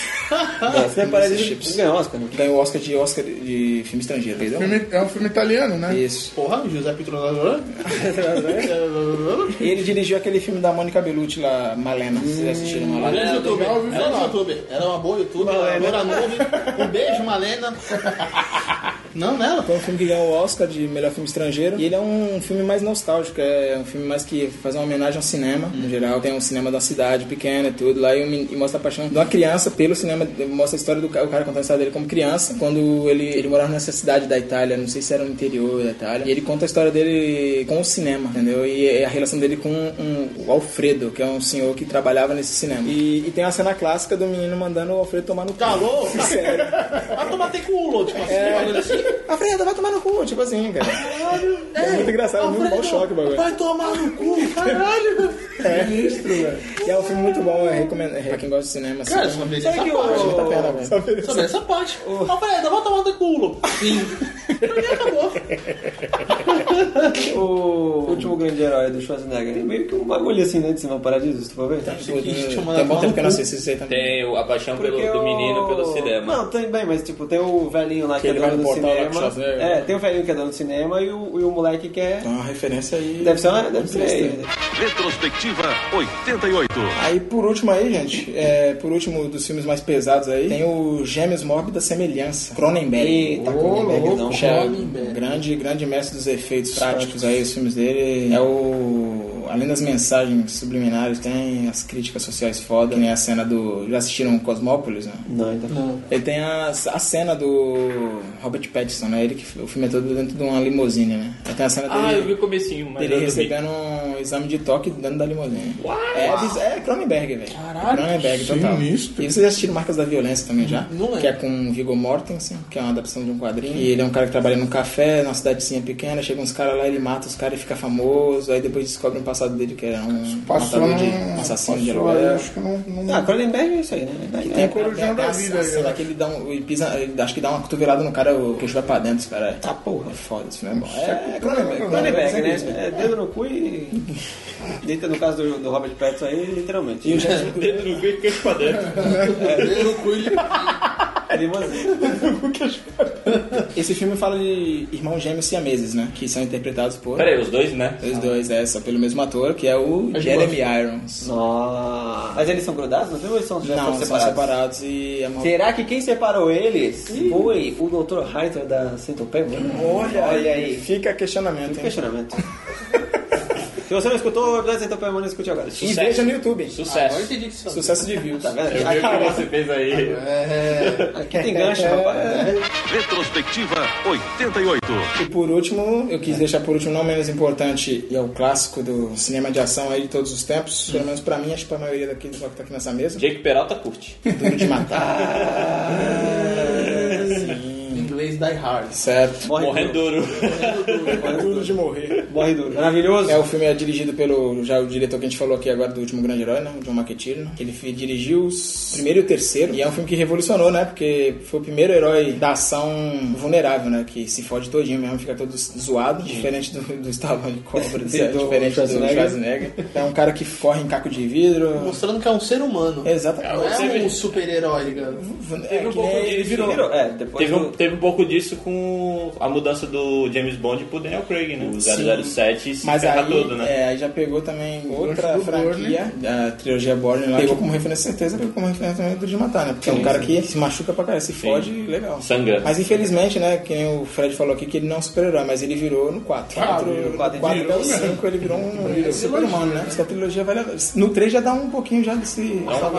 Speaker 1: Você parece que ganhou Oscar, né?
Speaker 2: ganhou o Oscar de Oscar de filme estrangeiro, entendeu?
Speaker 4: Filme- é um filme italiano, né?
Speaker 2: Isso.
Speaker 3: Porra, o José Pitronador.
Speaker 2: E ele dirigiu aquele filme da Mônica Bellucci lá, Malena. Vocês assistiram Malena?
Speaker 3: Ela é youtuber,
Speaker 4: legal, viu?
Speaker 3: ela é youtuber, ela é uma boa youtuber, ela adora nuvem. Um beijo, Malena. Não, nela.
Speaker 2: Foi um filme que ganhou o Oscar de melhor filme estrangeiro. E ele é um filme mais nostálgico, é um filme mais que faz uma homenagem ao cinema, no geral. Tem um cinema da cidade pequena e tudo lá, e, um men- e mostra a paixão de uma criança pelo cinema. Mostra a história do ca- o cara contando a história dele como criança, quando ele, ele morava nessa cidade da Itália, não sei se era no interior da Itália. E ele conta a história dele com o cinema, entendeu? E é a relação dele com um- o Alfredo, que é um senhor que trabalhava nesse cinema. E, e tem a cena clássica do menino mandando o Alfredo tomar no cu.
Speaker 3: Calou?
Speaker 2: Sério.
Speaker 3: Vai Ah, tomar até com o Ulo, tipo assim, falando assim.
Speaker 2: Alfredo, vai tomar no cu, tipo assim, cara. É muito engraçado, é muito bom choque o bagulho.
Speaker 3: Tá Vai tomar no cu, caralho.
Speaker 2: É, sinistro, velho. E é um filme muito bom, eu recomendo é, pra quem gosta de cinema. Assim,
Speaker 3: Cara,
Speaker 2: né?
Speaker 3: só vê
Speaker 1: É
Speaker 3: essa
Speaker 2: Sabe que
Speaker 3: parte,
Speaker 2: o-
Speaker 3: tá pera,
Speaker 2: Só vê-
Speaker 3: Sobre essa parte. Alfredo, vai tomar no cu, Ulo. Sim. E acabou.
Speaker 1: O último grande herói do Schwarzenegger. Tem meio que um bagulho assim, né? De cima do Paradiso, se tu for ver.
Speaker 2: Tem É Tá bom tempo que eu não assisto isso aí também.
Speaker 5: Tem o- a paixão pelo,
Speaker 1: Porque
Speaker 5: do menino
Speaker 1: o-
Speaker 5: pelo cinema.
Speaker 1: Não, tem bem, mas tipo, tem o velhinho lá que,
Speaker 2: Que
Speaker 1: é
Speaker 2: ele vai
Speaker 1: dono
Speaker 2: no
Speaker 1: do
Speaker 2: portal lá com o
Speaker 1: cinema.
Speaker 2: Schwarzenegger.
Speaker 1: É, tem o velhinho que é dono do cinema e o, e o moleque que é.
Speaker 2: Então, é uma referência aí.
Speaker 1: Deve ser uma. Deve ser.
Speaker 6: Retrospectiva 88.
Speaker 2: Aí por último aí, gente, é, por último dos filmes mais pesados aí, tem o Gêmeos Mórbida Semelhança, Cronenberg.
Speaker 1: Eita, Cronenberg não.
Speaker 2: Que é um grande, grande mestre dos efeitos práticos aí, os filmes dele. É o. Além das mensagens subliminares, tem as críticas sociais foda, que nem a cena do. Já assistiram Cosmópolis, né?
Speaker 1: Não, então.
Speaker 2: Ele tem a, a cena do Robert Pattinson, né? Ele que, o filme é todo dentro de uma limusine, né? Aí tem a cena
Speaker 5: Ah, eu vi
Speaker 2: dele,
Speaker 5: o comecinho, mas
Speaker 2: dele
Speaker 5: eu dormi.
Speaker 2: recebendo um exame de toque dentro da limusine. É, biz- é Cronenberg, velho. Caralho. Cronenberg, total.
Speaker 4: sinistro.
Speaker 2: E vocês já assistiram Marcas da Violência também já?
Speaker 3: Não lembro.
Speaker 2: Que é com Viggo Mortensen, que é uma adaptação de um quadrinho. E ele é um cara que trabalha num café, numa cidadezinha pequena. Chega uns caras lá, ele mata os caras e fica famoso. Aí depois descobre um passado dele que era um
Speaker 4: Passou
Speaker 2: matador de
Speaker 4: num-
Speaker 2: um assassino de
Speaker 4: passou aí,
Speaker 2: aluguel.
Speaker 4: acho que não... não...
Speaker 1: Ah, Cronenberg é isso aí, né?
Speaker 2: Tem a
Speaker 4: corujão
Speaker 2: tem a-
Speaker 4: da
Speaker 2: tem a
Speaker 4: vida,
Speaker 2: é, cena
Speaker 4: eu
Speaker 2: que ele dá um, ele pisa, ele- acho que dá uma cotovelada no cara, o queixo vai pra dentro, esse cara. Tá porra. É foda, isso não é bom. É, Cronenberg.
Speaker 1: Cronenberg, né? É dedo no cu e. Deita no caso do, do Robert Pattinson aí, literalmente.
Speaker 2: E o James
Speaker 5: Dedo no cu e queixo pra dentro.
Speaker 1: Limousine.
Speaker 2: Esse filme fala de irmãos gêmeos siameses, né? Que são interpretados por...
Speaker 5: Peraí, os dois, né?
Speaker 2: Os dois, é, só pelo mesmo ator, que é o Jeremy Irons.
Speaker 1: Nossa. Mas eles são grudados no filme ou eles são já
Speaker 2: Não,
Speaker 1: foram
Speaker 2: são separados e... É uma...
Speaker 1: Será que quem separou eles foi o Dr. Hyder da Centopeia? Olha, Olha aí.
Speaker 2: Fica questionamento, hein?
Speaker 1: Questionamento. Se você não escutou é o episódio da Centopeia, Humana, escute agora.
Speaker 2: E veja no YouTube.
Speaker 3: Ah, Agora eu
Speaker 5: Sucesso.
Speaker 3: entendi o que você
Speaker 2: Sucesso de views.
Speaker 1: Tá vendo?
Speaker 5: Eu vi o que
Speaker 1: Aqui,
Speaker 5: você fez aí.
Speaker 1: aqui tem gancho,
Speaker 2: É.
Speaker 1: rapaz.
Speaker 6: Retrospectiva 88.
Speaker 2: E por último, eu quis deixar por último, não menos importante, e é o clássico do cinema de ação aí de todos os tempos, pelo menos pra mim, acho que pra maioria daqui do que tá aqui nessa mesa,
Speaker 5: Jake Peralta curte.
Speaker 2: Duro de Matar.
Speaker 3: Em inglês Die Hard.
Speaker 2: Certo.
Speaker 1: Morre
Speaker 5: Morrendo duro.
Speaker 2: Duro de morrer.
Speaker 1: Morre duro. Maravilhoso.
Speaker 2: É, o filme é dirigido pelo já o diretor que a gente falou aqui agora do último grande herói, né? O John McTiernan. Ele fi- dirigiu os primeiro e o terceiro. E é um filme que revolucionou, né? Porque foi o primeiro herói da ação vulnerável, né? Que se fode todinho mesmo, fica todo zoado. Diferente do, do Stallone Cobra,
Speaker 1: do
Speaker 2: do, diferente do
Speaker 1: Schwarzenegger.
Speaker 2: Schwarzenegger. É um cara que forra em caco de vidro.
Speaker 3: Mostrando que é um ser humano.
Speaker 2: Exatamente.
Speaker 3: Não é um super-herói, ligado?
Speaker 2: É,
Speaker 1: um
Speaker 2: que nem ele virou.
Speaker 1: É, depois
Speaker 5: Teve um,
Speaker 1: do-
Speaker 5: teve um pouco disso com a mudança do James Bond pro Daniel Craig, né? O 007 se
Speaker 2: Mas
Speaker 5: ferra
Speaker 2: aí,
Speaker 5: todo, né?
Speaker 2: é, aí já pegou também
Speaker 4: Gancho
Speaker 2: outra
Speaker 4: do
Speaker 2: franquia, a trilogia Borne lá. Pegou como referência, certeza, pegou como referência também do de matar, né? Porque é um cara que se machuca pra caralho, se fode, legal.
Speaker 5: Sangra.
Speaker 2: Mas infelizmente, né, que nem o Fred falou aqui, que ele não é um super-herói, mas ele virou no 4.
Speaker 1: virou no
Speaker 2: no 4
Speaker 1: quatro,
Speaker 2: até
Speaker 1: virou
Speaker 2: o 5 ele virou um super-humano, né? Essa trilogia vale a... No 3 já dá um pouquinho já desse...
Speaker 3: Tá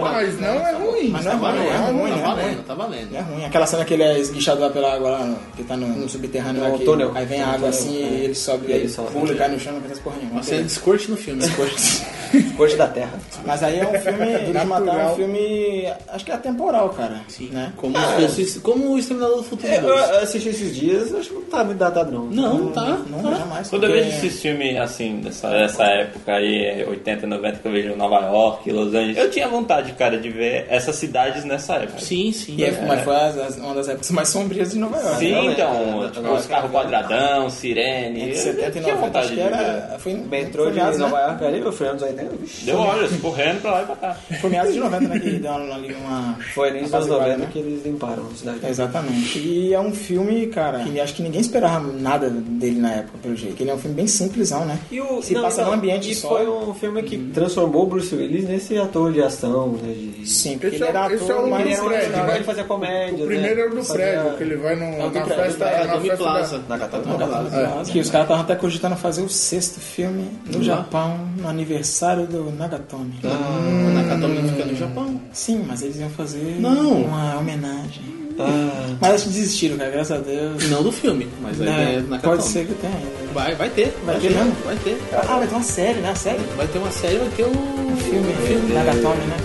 Speaker 4: Mas não é ruim.
Speaker 2: Mas não
Speaker 5: tá
Speaker 2: é ruim, é ruim, não é ruim.
Speaker 3: tá
Speaker 2: É
Speaker 3: valendo.
Speaker 2: ruim. Aquela cena que ele é esguichado lá pela água lá, que tá no, no subterrâneo
Speaker 1: No
Speaker 2: lá, que-
Speaker 1: túnel.
Speaker 2: Aí vem a
Speaker 1: No
Speaker 2: água
Speaker 1: túnel,
Speaker 2: assim
Speaker 1: é.
Speaker 2: e ele sobe,
Speaker 1: E ele
Speaker 2: ele
Speaker 1: sobe.
Speaker 2: pula, cai no chão, não acontece porra nenhuma.
Speaker 3: Você discurte no filme.
Speaker 2: um
Speaker 1: Corte da Terra.
Speaker 2: Mas aí é um filme Duro de matar, é um
Speaker 4: Natural.
Speaker 2: filme. Acho que é atemporal, cara.
Speaker 3: Sim.
Speaker 2: Né?
Speaker 3: Como, se fosse- como o Exterminador do Futuro
Speaker 1: É,
Speaker 3: 2.
Speaker 1: eu assisti esses dias, acho que não tá muito datado, não.
Speaker 2: é.
Speaker 3: Não, tá.
Speaker 2: Não,
Speaker 3: tá.
Speaker 2: jamais.
Speaker 5: Toda
Speaker 2: porque-
Speaker 5: vez que esses filmes, assim, dessa, dessa época aí, 80, 90, que eu vejo em Nova York, Los Angeles, eu tinha vontade, cara, de ver essas cidades nessa época.
Speaker 3: Sim, sim.
Speaker 2: E é, mas foi as- as- uma das épocas mais sombrias de Nova York.
Speaker 5: Sim,
Speaker 2: né?
Speaker 5: então, tipo, os carros quadradão, sirene,
Speaker 2: Entre
Speaker 5: eu
Speaker 2: 70 É e
Speaker 5: É, tinha
Speaker 2: 90, acho
Speaker 5: vontade
Speaker 2: que
Speaker 5: de ver.
Speaker 2: era. Foi em
Speaker 1: Metrô
Speaker 2: foi
Speaker 1: de
Speaker 2: meados, né?
Speaker 1: Nova York ali, meu, foi anos 80, vixi.
Speaker 5: Deu olhos, correndo pra lá e pra cá.
Speaker 2: Foi meados de 90, né? Que deu uma- ali uma.
Speaker 1: Foi no início dos anos 90
Speaker 2: Apaziguada, né?
Speaker 1: que eles limparam a cidade.
Speaker 2: Exatamente. E é um filme, cara, que acho que ninguém esperava nada dele na época, pelo jeito. Ele é um filme bem simplesão, né?
Speaker 1: E o,
Speaker 2: Se passa num ambiente
Speaker 1: e
Speaker 2: só.
Speaker 1: foi um filme que transformou o Bruce Willis nesse ator de ação, né? De...
Speaker 2: Sim, porque
Speaker 4: Esse
Speaker 2: ele
Speaker 4: é o-
Speaker 2: era
Speaker 4: esse é
Speaker 2: ator,
Speaker 4: o
Speaker 2: mas
Speaker 1: Ele,
Speaker 4: Ele
Speaker 1: era um
Speaker 4: Fred,
Speaker 1: original,
Speaker 4: vai-
Speaker 1: ele fazia comédia.
Speaker 4: O primeiro
Speaker 1: né?
Speaker 4: é o do
Speaker 1: Fazia-
Speaker 4: Fred, que ele vai no,
Speaker 2: do
Speaker 4: na
Speaker 2: Fred,
Speaker 4: festa,
Speaker 3: é,
Speaker 4: na
Speaker 3: Tommy
Speaker 4: festa
Speaker 3: Plaza.
Speaker 4: da...
Speaker 1: Na Catata.
Speaker 2: Nagatomi. Que os caras estavam até cogitando fazer o sexto filme no Japão, no aniversário do Nagatomi. Hum.
Speaker 3: Ah, Nakatomi não fica no Japão.
Speaker 2: Sim, mas eles iam fazer
Speaker 3: Não.
Speaker 2: uma homenagem.
Speaker 1: Ah,
Speaker 2: Mas acho que desistiram, cara, graças a Deus.
Speaker 3: Não do filme, mas aí é,
Speaker 2: É,
Speaker 3: Nakatomi.
Speaker 2: pode ser que tenha. ainda.
Speaker 3: Vai, vai ter.
Speaker 2: Vai ter mesmo?
Speaker 3: Vai ter.
Speaker 2: Ah, vai ter uma série, né? A série?
Speaker 3: Vai ter uma série, vai ter um
Speaker 2: Filme, filme Nagatomi, né?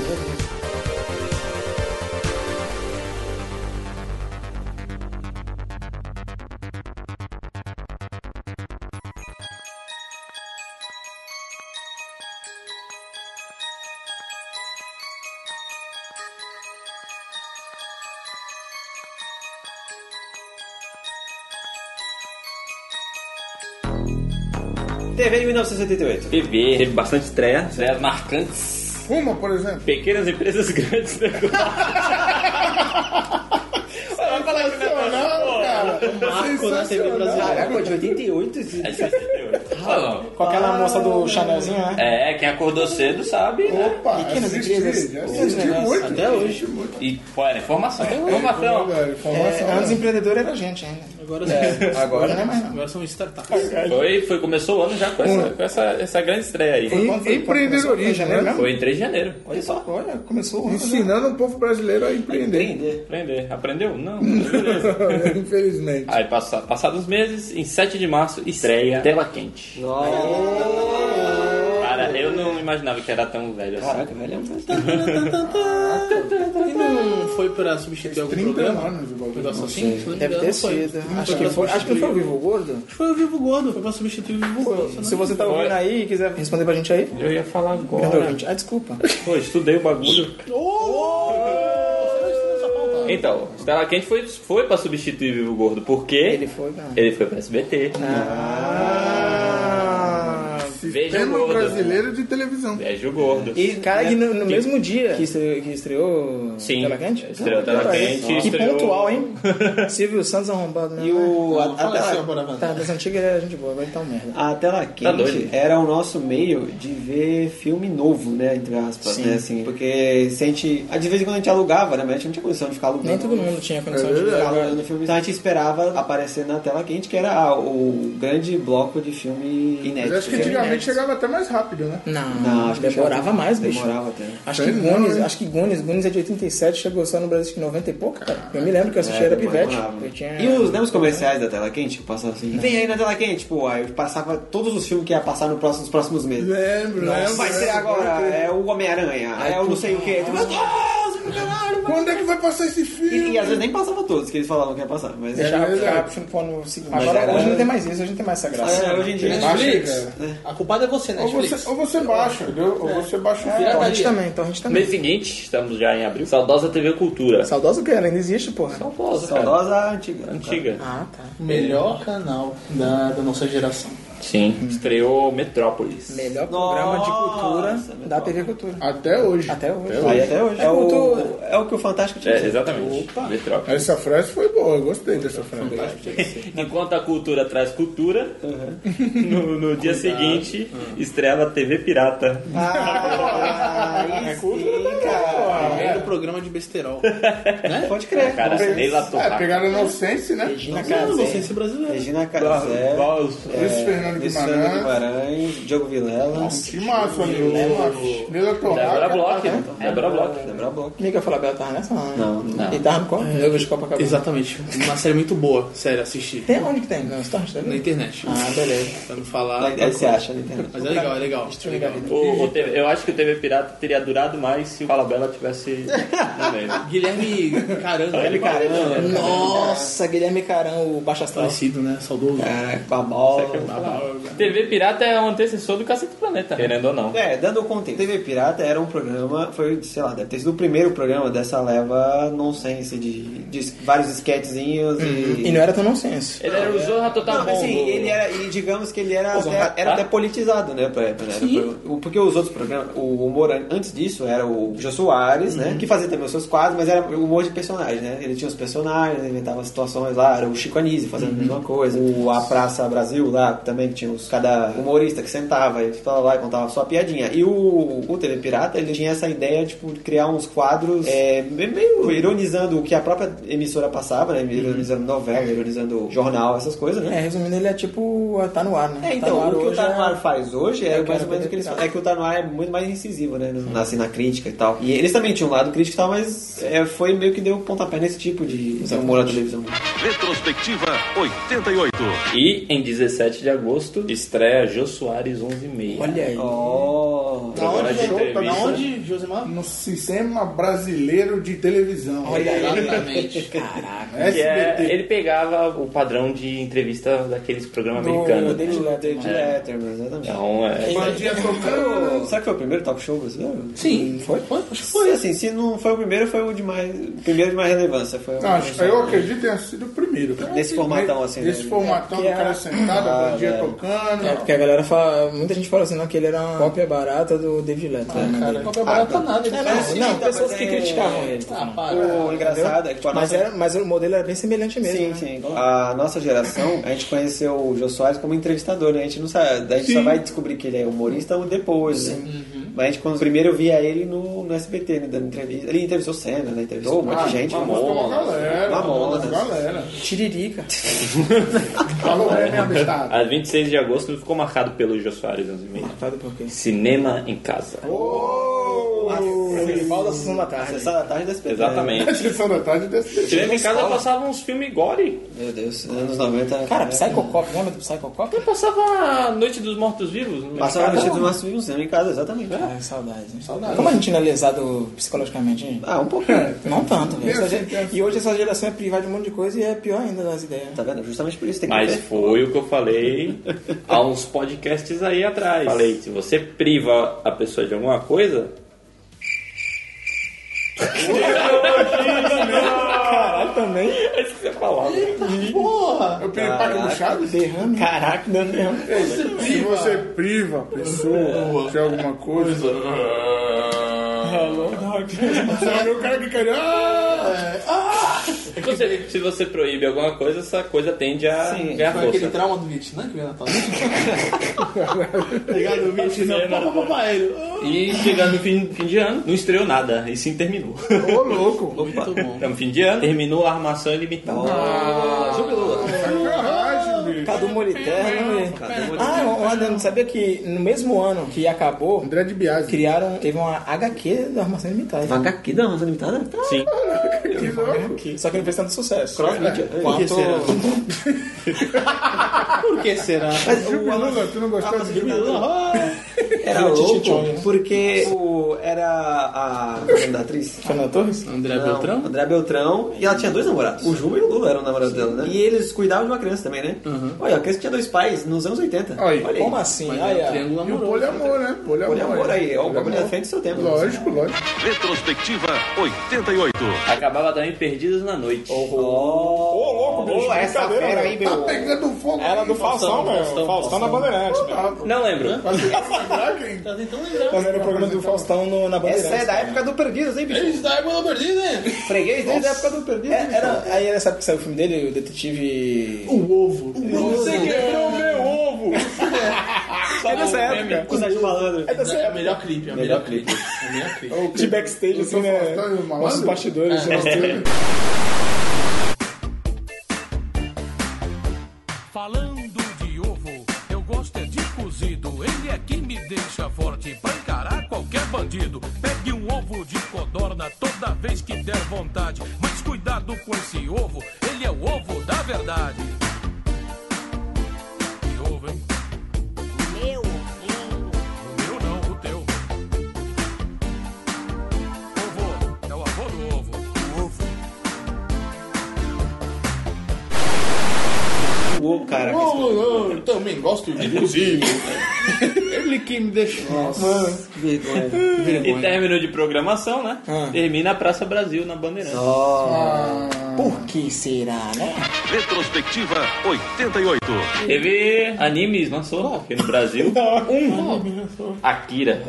Speaker 1: TV de 1978.
Speaker 5: TV, teve bastante estreia, estreias marcantes.
Speaker 4: Uma, por exemplo.
Speaker 5: Pequenas empresas, grandes negócios.
Speaker 4: Sensacional, cara.
Speaker 2: né,
Speaker 3: marco na TV brasileira.
Speaker 1: Caraca, de 88? esse-
Speaker 5: É 68. Ó,
Speaker 2: Com aquela moça do Chanelzinho, né?
Speaker 5: É, quem acordou cedo sabe, né?
Speaker 4: Opa,
Speaker 2: Pequenas
Speaker 4: assisti,
Speaker 2: empresas, É,
Speaker 4: já
Speaker 2: pequenos
Speaker 4: assisti
Speaker 2: negócios,
Speaker 4: muito.
Speaker 3: Até hoje.
Speaker 5: E, pô, era informação. Informação.
Speaker 4: Olha,
Speaker 2: É,
Speaker 4: informação,
Speaker 2: antes
Speaker 4: né?
Speaker 2: empreendedor era a gente ainda.
Speaker 3: Agora,
Speaker 2: Agora não é mais não.
Speaker 3: agora são startups.
Speaker 5: Foi, foi, começou o ano já com essa, com essa, essa grande estreia aí.
Speaker 2: Quando foi-
Speaker 4: empreendedorismo,
Speaker 2: em janeiro
Speaker 4: né?
Speaker 2: mesmo?
Speaker 5: Foi em 3 de janeiro. Olha só.
Speaker 2: Olha, começou o ano, né?
Speaker 4: Ensinando o povo brasileiro a empreender. é,
Speaker 1: Entender.
Speaker 5: Aprender. Aprendeu? Não. Beleza.
Speaker 4: Infelizmente.
Speaker 5: Aí passa, passados meses, em 7 de março, estreia Tela Quente. Cara, eu não imaginava que era tão velho assim.
Speaker 1: Caraca, velho, é um
Speaker 3: E não foi pra substituir algum
Speaker 4: 30
Speaker 3: programa?
Speaker 4: anos de
Speaker 3: Um
Speaker 4: bagulho.
Speaker 3: negócio assim? Se não me
Speaker 2: Deve
Speaker 3: engano,
Speaker 2: ter
Speaker 3: foi.
Speaker 2: sido.
Speaker 3: Não
Speaker 2: Acho
Speaker 3: pra
Speaker 2: que foi. Acho que não foi o
Speaker 3: substituir.
Speaker 2: Vivo Gordo.
Speaker 3: Acho que foi o Vivo Gordo. Foi pra substituir o Vivo Gordo. não
Speaker 2: Se você tá
Speaker 5: Foi.
Speaker 2: ouvindo aí e quiser responder pra gente aí.
Speaker 5: Eu ia falar
Speaker 2: Grande
Speaker 5: agora.
Speaker 2: ouvinte. Ah, desculpa.
Speaker 5: Pô, estudei o bagulho. Então, Estela Quente foi, foi pra substituir Vivo Gordo, porque
Speaker 2: Ele foi, não.
Speaker 5: ele foi pra SBT.
Speaker 4: Ah,
Speaker 5: Veja o
Speaker 4: Sistema
Speaker 5: gordo.
Speaker 4: brasileiro de televisão.
Speaker 5: Veja o Gordo.
Speaker 2: E cara, que no, no
Speaker 5: Que-
Speaker 2: mesmo dia É. que estreou, que estreou
Speaker 5: Sim.
Speaker 2: Tela Quente?
Speaker 5: Estreou
Speaker 2: Ah,
Speaker 5: Tela
Speaker 2: olha aí.
Speaker 5: Quente,
Speaker 2: Que
Speaker 5: estreou-
Speaker 2: pontual, hein? Silvio Santos arrombado, né?
Speaker 1: E o, a, a,
Speaker 3: Faleceu
Speaker 1: tela,
Speaker 3: agora, mano.
Speaker 2: Tá, das antigas ele era gente boa, agora ele tá um merda.
Speaker 1: a tela quente
Speaker 5: doido.
Speaker 1: era o nosso meio de ver filme novo, né? Entre aspas, né? Assim, porque se a gente. ah, De vez em quando a gente alugava, né? Mas a gente não tinha condição de ficar alugando.
Speaker 2: Nem todo mundo tinha condição de
Speaker 1: Ficar
Speaker 2: ligar agora.
Speaker 1: alugando filme. Então a gente esperava aparecer na tela quente, que era ah, o grande bloco de filme inédito.
Speaker 4: Mas acho que
Speaker 1: né?
Speaker 4: antigamente chegava até mais rápido, né?
Speaker 2: Não,
Speaker 1: Não, acho que
Speaker 2: demorava né?
Speaker 1: já-
Speaker 2: mais, bicho.
Speaker 1: Demorava até.
Speaker 2: Acho que,
Speaker 4: Sei
Speaker 2: Goonies,
Speaker 4: não, hein?
Speaker 2: acho que Goonies, Goonies é de 87, chegou só no Brasil acho que 90 e pouco, cara. Eu me lembro que eu assisti era pivete.
Speaker 1: demorava.
Speaker 2: Eu tinha-
Speaker 1: É, E os, né, os comerciais da tela quente, que passava assim, vem aí na tela quente, pô, aí eu passava todos os filmes que ia passar no próximo- nos
Speaker 4: É.
Speaker 1: próximos meses.
Speaker 4: Lembro,
Speaker 1: Não
Speaker 4: lembro.
Speaker 1: vai ser agora, é o Homem-Aranha, é o não sei o que. Meu Deus, caralho, mano.
Speaker 4: Quando é que vai passar esse filme?
Speaker 1: E, e às vezes nem passava todos que eles falavam que ia passar, mas
Speaker 2: Deixava
Speaker 4: Beleza.
Speaker 2: ficar puxando o pano no um segundo.
Speaker 1: Mas
Speaker 2: Agora,
Speaker 1: era-
Speaker 2: hoje não tem mais isso, hoje não tem mais essa graça.
Speaker 1: É, hoje em dia.
Speaker 4: Netflix,
Speaker 3: A culpada é você,
Speaker 4: Ou
Speaker 3: Netflix.
Speaker 4: você, ou você baixa, entendeu? Ou você baixa o filme.
Speaker 2: Então a gente
Speaker 3: pirataria.
Speaker 2: também, então a gente também.
Speaker 5: Mês seguinte, estamos já em abril. Saudosa TV Cultura.
Speaker 2: Saudosa o que? Ela ainda existe, porra.
Speaker 5: Saudosa, cara.
Speaker 1: Saudosa é antiga.
Speaker 5: Antiga.
Speaker 2: Ah, tá.
Speaker 3: Melhor canal da, da nossa geração.
Speaker 5: Sim. Estreou Metrópolis.
Speaker 2: Melhor programa de cultura
Speaker 1: Nossa,
Speaker 2: da TV Cultura.
Speaker 4: Até hoje.
Speaker 2: é Até hoje.
Speaker 1: Aí até hoje. É
Speaker 2: Muito-
Speaker 1: o, é o que o Fantástico tinha.
Speaker 5: É, exatamente. Metrópolis.
Speaker 4: Essa frase foi boa, eu gostei dessa frase.
Speaker 5: Enquanto a cultura traz cultura, no, no dia seguinte, estrela TV Pirata.
Speaker 1: Ah, aí sim, cara.
Speaker 2: né?
Speaker 3: Primeiro é programa de besterol.
Speaker 1: Pode crer.
Speaker 5: Cara, Leila
Speaker 4: É,
Speaker 5: Torraca.
Speaker 4: pegaram no sense, né?
Speaker 1: Regina
Speaker 3: Não, não
Speaker 1: Casé.
Speaker 3: sei se é brasileiro.
Speaker 1: é Regina Casé.
Speaker 4: Luiz Fernando
Speaker 1: Luiz Fernando
Speaker 4: Guimarães.
Speaker 1: Guimarães. Diogo Vilela.
Speaker 4: Que massa, amigo. que massa. Leila
Speaker 5: Débora
Speaker 4: Torraca.
Speaker 5: Bloch. né? Débora Bloch.
Speaker 1: Débora Bloch.
Speaker 2: Miguel Falabella tava nessa? Não.
Speaker 1: Não, não.
Speaker 2: Ele tava no qual? Eu vejo Copacabana.
Speaker 3: Exatamente. Uma série muito boa, sério, assisti.
Speaker 2: Tem onde que tem? Não, Star Wars
Speaker 3: Na
Speaker 2: também?
Speaker 3: internet.
Speaker 2: É? Ah, beleza.
Speaker 3: Pra não falar.
Speaker 1: Aí você acha, né?
Speaker 3: Mas é legal, é legal. legal.
Speaker 5: O- o TV eu acho que o TV Pirata teria durado mais se o Falabella tivesse no meio.
Speaker 3: Ah, Guilherme Caramba.
Speaker 5: Guilherme Caramba.
Speaker 2: Nossa, Guilherme Carão, o Baixa Astral.
Speaker 3: Falecido, né? Saudoso.
Speaker 1: Caraca, É, com a bola.
Speaker 5: TV Pirata é um antecessor do Cacete Planeta. Querendo ou não.
Speaker 1: É, dando o contexto. TV Pirata era um programa, foi, sei lá, deve ter sido o primeiro programa dessa leva nonsense de, de vários esquetezinhos e...
Speaker 2: E não era tão nonsense.
Speaker 5: Ele era o Zorra Total
Speaker 1: Não, mas assim,
Speaker 5: Bombo.
Speaker 1: ele era, e digamos que ele era,
Speaker 2: Os
Speaker 1: até, era
Speaker 5: tá?
Speaker 1: até politizado, né, pra época, né? Era pro- o- Porque os outros programas, o humor an- antes disso era o Jô Soares, né? Que fazia também os seus quadros, mas era o humor de personagem, né? Ele tinha os personagens, inventava situações lá, era o Chico Anísio fazendo a mesma coisa, Uhum. o A Praça Brasil lá também, que tinha os, cada humorista que sentava e ficava lá e contava sua piadinha. E o, o TV Pirata, ele tinha essa ideia, tipo, de criar uns quadros é, me- meio ironizando o que a própria emissora passava, né? Ironizando novela, ironizando jornal, essas coisas, né?
Speaker 2: É, resumindo, ele é tipo. Tá no ar, né?
Speaker 1: É, então,
Speaker 2: tá no ar
Speaker 1: o que o
Speaker 2: hoje,
Speaker 1: Tá No
Speaker 2: é-
Speaker 1: Ar faz hoje é mais
Speaker 2: Eu quero
Speaker 1: ou menos
Speaker 2: ver
Speaker 1: o que eles
Speaker 2: Pirata.
Speaker 1: fazem. É que o Tá No Ar é muito mais incisivo, né? no- Assim, na crítica e tal. E eles também tinham um lado crítico e tal, mas é, foi meio que deu um pontapé nesse tipo de humor da televisão.
Speaker 6: Retrospectiva 88.
Speaker 5: E em 17 de agosto estreia Jô Soares 11 e meia.
Speaker 2: Olha aí.
Speaker 1: Oh,
Speaker 4: Da
Speaker 5: Agora de
Speaker 4: onde, show, tá
Speaker 5: entrevista.
Speaker 4: da onde?
Speaker 3: Josimar?
Speaker 4: No Sistema Brasileiro de Televisão.
Speaker 2: Olha aí.
Speaker 3: Exatamente.
Speaker 2: Caraca.
Speaker 5: Que é-
Speaker 4: SBT.
Speaker 5: ele pegava o padrão de entrevista daqueles programas
Speaker 2: Do
Speaker 5: americanos.
Speaker 2: David Letterman.
Speaker 1: de Letterman, exatamente.
Speaker 5: Então, é,
Speaker 4: Bandinha tocando.
Speaker 1: Será que foi o primeiro talk show brasileiro?
Speaker 3: Sim. Foi? Foi? Acho que foi.
Speaker 1: Foi assim, se não foi o primeiro, foi o de mais, o primeiro de mais relevância. Foi o-
Speaker 4: Não, Ah, acho que eu acredito que tenha sido o primeiro. cara.
Speaker 1: Nesse formatão, assim,
Speaker 4: Nesse
Speaker 1: né?
Speaker 4: formatão
Speaker 2: É,
Speaker 4: do cara sentado, a bandinha tocando.
Speaker 2: É, porque a galera fala. Muita gente fala assim, não, que ele era uma cópia barata do David Letterman. né?
Speaker 3: Não foi barato pra nada. ele
Speaker 2: É,
Speaker 3: fez.
Speaker 2: não, não,
Speaker 1: tá,
Speaker 2: pessoas
Speaker 1: mas
Speaker 2: que
Speaker 1: é-
Speaker 2: criticavam ele.
Speaker 3: Ah, para.
Speaker 1: O engraçado é que tipo, a
Speaker 2: Mas,
Speaker 1: nossa-
Speaker 2: era, mas o modelo era bem semelhante mesmo.
Speaker 1: Sim,
Speaker 2: né?
Speaker 1: sim. A nossa geração, a gente conheceu o Jô Soares como entrevistador, né? A gente não sabe, a gente só vai descobrir que ele é humorista depois, né?
Speaker 4: Uhum.
Speaker 1: Mas a gente, quando, primeiro eu via ele no, no SBT, né? Dando entrevista. Ele entrevistou cena, né? Entrevistou um
Speaker 5: Ah,
Speaker 1: monte de gente. né?
Speaker 4: Mas tem uma
Speaker 5: assim.
Speaker 4: galera.
Speaker 1: Mamonas.
Speaker 4: uma galera.
Speaker 2: Tiririca.
Speaker 4: Falou bem, minha amistade.
Speaker 5: a 26 de agosto ficou marcado pelo Jô Soares 11 e meia.
Speaker 2: Sabe por quê?
Speaker 5: Cinema em casa.
Speaker 2: O rival da Sessão da Tarde.
Speaker 1: Sessão da tarde do SBT.
Speaker 5: Exatamente.
Speaker 4: A sessão da tarde desse
Speaker 5: Cinema em casa passava uns filmes gore.
Speaker 1: né? Meu Deus, anos 90.
Speaker 2: Cara,
Speaker 4: É.
Speaker 2: Psycho Cop, lembra do Psycho Cop?
Speaker 5: Eu passava a Noite dos Mortos Vivos. no
Speaker 1: Passava
Speaker 4: É.
Speaker 5: mercado.
Speaker 1: vestido no máximo de um cinema em casa, exatamente.
Speaker 2: Ai, saudades, hein? Saudades. Como a gente não é lesado psicologicamente, hein?
Speaker 1: Ah, um
Speaker 4: É.
Speaker 1: pouquinho.
Speaker 2: Não tanto, velho. Essa gera- E hoje essa geração é privada de um monte de coisa e é pior ainda das ideias.
Speaker 1: Tá vendo? Justamente por isso tem que
Speaker 5: Mas
Speaker 1: ter.
Speaker 5: foi o que eu falei há uns podcasts aí atrás. Falei, se você priva a pessoa de alguma coisa.
Speaker 2: Caralho, também.
Speaker 5: É isso que você falava.
Speaker 4: Eu o piripaque do Chaves?
Speaker 2: Derrame. Caraca, dando derrame.
Speaker 4: Se você priva a pessoa de alguma coisa.
Speaker 2: Hello, dog.
Speaker 4: Você vai ver o cara que caiu. Ah!
Speaker 5: Se você, se você proíbe alguma coisa, essa coisa tende a
Speaker 1: Sim,
Speaker 5: ganhar
Speaker 3: Foi aquele
Speaker 5: força.
Speaker 3: trauma do Vietnã que veio na tua
Speaker 5: Chegando no fim de ano. E chegando no fim, fim de ano, não estreou nada. E sim terminou.
Speaker 4: Ô, louco!
Speaker 3: Muito bom.
Speaker 5: Então, fim de ano, terminou a armação ilimitada.
Speaker 3: Ah.
Speaker 2: é.
Speaker 4: Sacanagem, bicho.
Speaker 2: Cadu Moliterno. né? Ah, eu- eu- eu não sabia que no mesmo ano que acabou,
Speaker 4: André de Biasi.
Speaker 2: criaram, teve uma HQ da Armação Limitada.
Speaker 1: Vaca que dança limitada?
Speaker 5: Sim.
Speaker 4: Que louco.
Speaker 2: Só que não fez tanto sucesso. É.
Speaker 3: Por que
Speaker 2: Quanto-
Speaker 3: será? Por que será?
Speaker 1: Tá.
Speaker 4: Jubilula, tu não gostou de Jubilula?
Speaker 1: Era
Speaker 2: Era
Speaker 1: louco,
Speaker 2: Chichonha.
Speaker 1: porque o-
Speaker 2: é-
Speaker 1: era a. Como é o nome da atriz?
Speaker 2: Fernanda Torres?
Speaker 3: André
Speaker 1: Não,
Speaker 3: Beltrão?
Speaker 1: André Beltrão. E ela tinha dois namorados. O Juba e o Lula eram namorados dela, né? E eles cuidavam de uma criança também, né? Olha, a criança tinha dois pais nos anos 80.
Speaker 4: Aí.
Speaker 1: Olha aí.
Speaker 2: Como assim?
Speaker 3: Mas
Speaker 2: Ai,
Speaker 3: é
Speaker 2: ai.
Speaker 3: o triângulo
Speaker 4: E o
Speaker 3: amoroso.
Speaker 4: poliamor, né? Poliamor.
Speaker 1: Olha, amor aí. Olha o bagulho
Speaker 4: Poliamor.
Speaker 1: na frente do seu tempo.
Speaker 4: Lógico, lógico.
Speaker 6: Retrospectiva 88.
Speaker 5: Acabava também Perdidas na Noite.
Speaker 2: Ô, louco, bicho.
Speaker 1: Ô, essa
Speaker 2: brincadeira,
Speaker 1: fera
Speaker 2: velho.
Speaker 1: aí,
Speaker 4: Tá
Speaker 1: meu.
Speaker 4: pegando fogo.
Speaker 2: Era
Speaker 4: aí,
Speaker 2: é do Faustão, meu. Faustão, na Bandeirante.
Speaker 4: Tá,
Speaker 2: velho.
Speaker 5: Não lembro.
Speaker 4: Sacanagem.
Speaker 2: Quando era Tá o programa do Faustão no- na Bandeirante.
Speaker 1: Essa é da época do Perdidos, hein, bicho?
Speaker 3: Eles da época do Perdido, hein?
Speaker 1: Freguês desde a época do Perdidos.
Speaker 2: É, era, aí era, sabe que saiu o filme dele? O detetive...
Speaker 5: Você quebrou meu ovo! Só
Speaker 2: É dessa
Speaker 5: o
Speaker 2: época.
Speaker 5: meme.
Speaker 1: O Sérgio Malandro.
Speaker 2: É dessa
Speaker 3: É o
Speaker 2: época.
Speaker 3: melhor clipe, é o melhor clipe. É o melhor clipe.
Speaker 2: De backstage, assim, né?
Speaker 4: Faustão e o malandro?
Speaker 2: Nossos bastidores. né?
Speaker 4: É.
Speaker 2: nossos-
Speaker 8: Falando de ovo, eu gosto é de cozido. Ele é que me deixa forte pra encarar qualquer bandido. Pegue um ovo de codorna toda vez que der vontade. Mas cuidado com esse ovo, ele é o ovo da verdade. Que ovo, hein? Meu? O meu não, o teu. Ovo, é o avô do ovo.
Speaker 1: O ovo, cara.
Speaker 3: Não, não, eu também gosto de cozido. Ele que me deixou.
Speaker 1: Que vergonha.
Speaker 5: E término de programação, né? Termina a Praça Brasil na Bandeirante.
Speaker 2: Por que será, né?
Speaker 6: Retrospectiva 88.
Speaker 5: Teve animes, lançou aqui no Brasil. Um. Akira.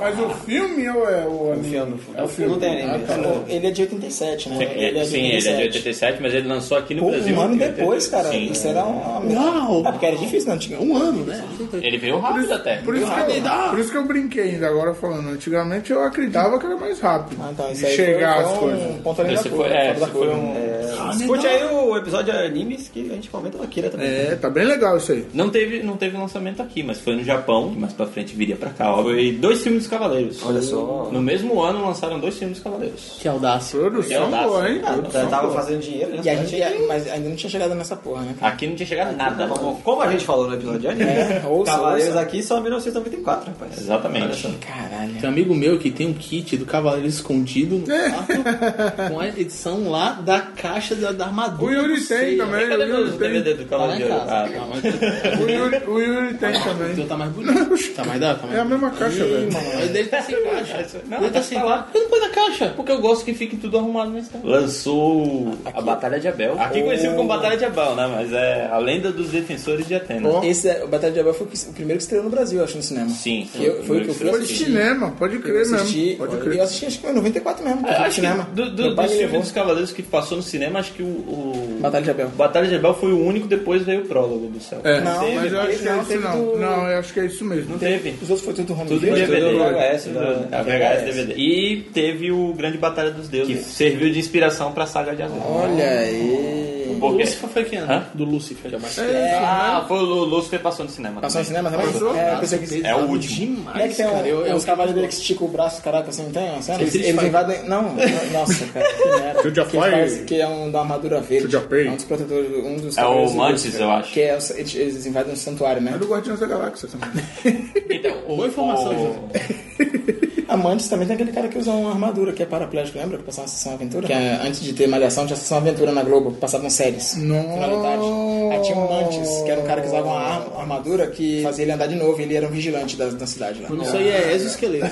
Speaker 4: Mas o filme ou é o anime?
Speaker 1: É o filme. Não tem anime.
Speaker 2: Ele é de 87, né?
Speaker 5: Sim, ele, sim, ele é de 87, mas ele lançou aqui no
Speaker 2: Pô,
Speaker 5: Brasil.
Speaker 2: um ano
Speaker 5: em 80.
Speaker 2: depois, cara.
Speaker 5: Sim.
Speaker 2: Isso era uma... Não! Ah, porque era difícil na antiga. Um ano, né?
Speaker 5: Ele veio rápido até.
Speaker 4: Por isso, que eu, por isso que eu brinquei ainda agora falando. Antigamente eu acreditava que era mais rápido.
Speaker 2: Ah, então,
Speaker 4: de
Speaker 2: isso aí foi,
Speaker 4: chegar às
Speaker 2: foi um
Speaker 4: coisas.
Speaker 2: ponto além da
Speaker 5: Esse
Speaker 2: curva,
Speaker 5: foi- é,
Speaker 2: fora da
Speaker 5: esse foi
Speaker 2: curva.
Speaker 5: um-
Speaker 1: Escute aí o episódio de animes que a gente comenta da Kira também.
Speaker 4: É, tá bem legal isso aí.
Speaker 5: Não teve, não teve lançamento aqui, mas foi no Japão, que mais pra frente viria pra cá. ó. Foi dois filmes dos Cavaleiros.
Speaker 1: Olha só.
Speaker 5: No mesmo ano lançaram dois filmes dos Cavaleiros.
Speaker 3: Que audácia.
Speaker 4: Produção
Speaker 2: tá.
Speaker 5: audácia.
Speaker 4: boa, hein?
Speaker 1: Já Ah, tava fazendo dinheiro, né?
Speaker 2: E a gente, é, mas ainda não tinha chegado nessa porra, né? cara?
Speaker 5: Aqui não tinha chegado nada.
Speaker 1: Como- Como a gente falou no episódio de anime,
Speaker 2: É, ouça,
Speaker 1: Cavaleiros
Speaker 2: ouça.
Speaker 1: aqui só 1994, rapaz. Olha
Speaker 5: Exatamente.
Speaker 1: só.
Speaker 2: Caralho.
Speaker 3: Tem um amigo meu que tem um kit do Cavaleiro Escondido no
Speaker 4: É.
Speaker 3: quarto, com a edição lá da caixa da, da
Speaker 4: O
Speaker 3: armadura.
Speaker 4: Yuri
Speaker 3: do
Speaker 4: tem
Speaker 3: Seiya.
Speaker 4: também. O
Speaker 5: Cadê
Speaker 4: Yuri
Speaker 5: o
Speaker 4: tem,
Speaker 5: DVD do Cavaleiro de Ouro?
Speaker 3: Tá lá em
Speaker 5: Ah,
Speaker 3: casa.
Speaker 4: o Yuri, o Yuri tem
Speaker 3: O
Speaker 4: também.
Speaker 3: teu tá mais bonito. Tá mais da, tá mais
Speaker 4: É a mesma caixa, velho.
Speaker 3: Mas dele tá sem caixa.
Speaker 5: Não,
Speaker 3: dele tá
Speaker 5: tá
Speaker 3: sem
Speaker 5: lá.
Speaker 3: caixa. Eu não põe na caixa, porque eu gosto que fique tudo arrumado tá- na estante.
Speaker 5: lançou
Speaker 2: é
Speaker 5: a Batalha de Abel. Aqui conhecido
Speaker 2: Oh.
Speaker 5: como Batalha de Abel, né? Mas é a lenda dos defensores de Atena.
Speaker 2: Esse, é- o Batalha de Abel foi o que- o primeiro que estreou no Brasil, eu acho, no cinema.
Speaker 5: Sim,
Speaker 2: Que eu- foi o que eu fui
Speaker 4: Foi de
Speaker 2: assistir.
Speaker 4: cinema, pode
Speaker 2: Eu
Speaker 4: crer
Speaker 2: assisti,
Speaker 4: mesmo. Pode
Speaker 2: eu
Speaker 4: crer.
Speaker 2: assisti acho que foi em 94 mesmo, que eu fui no
Speaker 5: Ah, Acho que
Speaker 2: cinema.
Speaker 5: do, do,
Speaker 2: Meu pai
Speaker 5: dos
Speaker 2: me
Speaker 5: filmes
Speaker 2: levou.
Speaker 5: dos Cavaleiros que passou no cinema, acho que o, o-
Speaker 2: Batalha de Abel.
Speaker 5: Batalha de Abel foi o único, depois veio o prólogo do céu.
Speaker 4: É,
Speaker 2: Não,
Speaker 4: mas eu acho que é
Speaker 2: não,
Speaker 4: isso
Speaker 2: teve
Speaker 4: não.
Speaker 2: do-
Speaker 4: Não, eu acho que é isso
Speaker 5: Não
Speaker 4: mesmo.
Speaker 5: teve.
Speaker 2: Os outros foi tudo né? home
Speaker 5: Tudo em
Speaker 2: video.
Speaker 5: DVD.
Speaker 1: tudo VHS,
Speaker 5: Tudo-
Speaker 2: É.
Speaker 1: né?
Speaker 5: a VHS, DVD. E teve o Grande Batalha dos Deuses, que serviu de inspiração pra saga de Azul.
Speaker 2: Olha aí.
Speaker 5: Por quê?
Speaker 3: Lúcifer foi quem?
Speaker 5: Hã?
Speaker 3: Do Lúcifer. Que é mais
Speaker 5: Ah, foi o Lu- Lúcifer passou no cinema.
Speaker 2: Passou no
Speaker 5: também.
Speaker 2: cinema também?
Speaker 4: Ah,
Speaker 2: É, eu pensei que...
Speaker 5: É o último.
Speaker 2: Como é que
Speaker 3: Demais,
Speaker 2: tem um-
Speaker 3: cara. Eu, eu,
Speaker 2: uns cavalos dele que esticam o braço, caraca, assim, não tem? uma cena? Eles,
Speaker 3: Street
Speaker 2: eles
Speaker 3: Fighter.
Speaker 2: invadem... Não, não, nossa, cara, que merda.
Speaker 4: Shoot your
Speaker 2: Que ele
Speaker 4: fire.
Speaker 2: parece que é um da armadura verde.
Speaker 4: Shoot your pay.
Speaker 2: É um dos protetores, do- um dos
Speaker 5: É o
Speaker 2: cavaleiros do
Speaker 5: Mantis,
Speaker 2: Lúcifer,
Speaker 5: eu acho.
Speaker 2: Que é, os- eles, eles invadem um santuário,
Speaker 4: É
Speaker 2: né?
Speaker 4: do Guardiões da Galáxia também.
Speaker 5: Então, o-
Speaker 3: Boa informação,
Speaker 5: o-
Speaker 3: José.
Speaker 2: A Mantis também tem aquele cara que usa uma armadura, que é paraplégico, lembra? Que passava na Sessão Aventura. Que é, antes de ter Malhação, tinha Sessão Aventura na Globo, passavam séries. Final de tarde. Aí tinha um Mantis, que era um cara que usava uma arma- armadura que fazia ele andar de novo, e ele era um vigilante da, da cidade lá.
Speaker 3: Isso aí
Speaker 5: Ah.
Speaker 3: é exoesqueleto.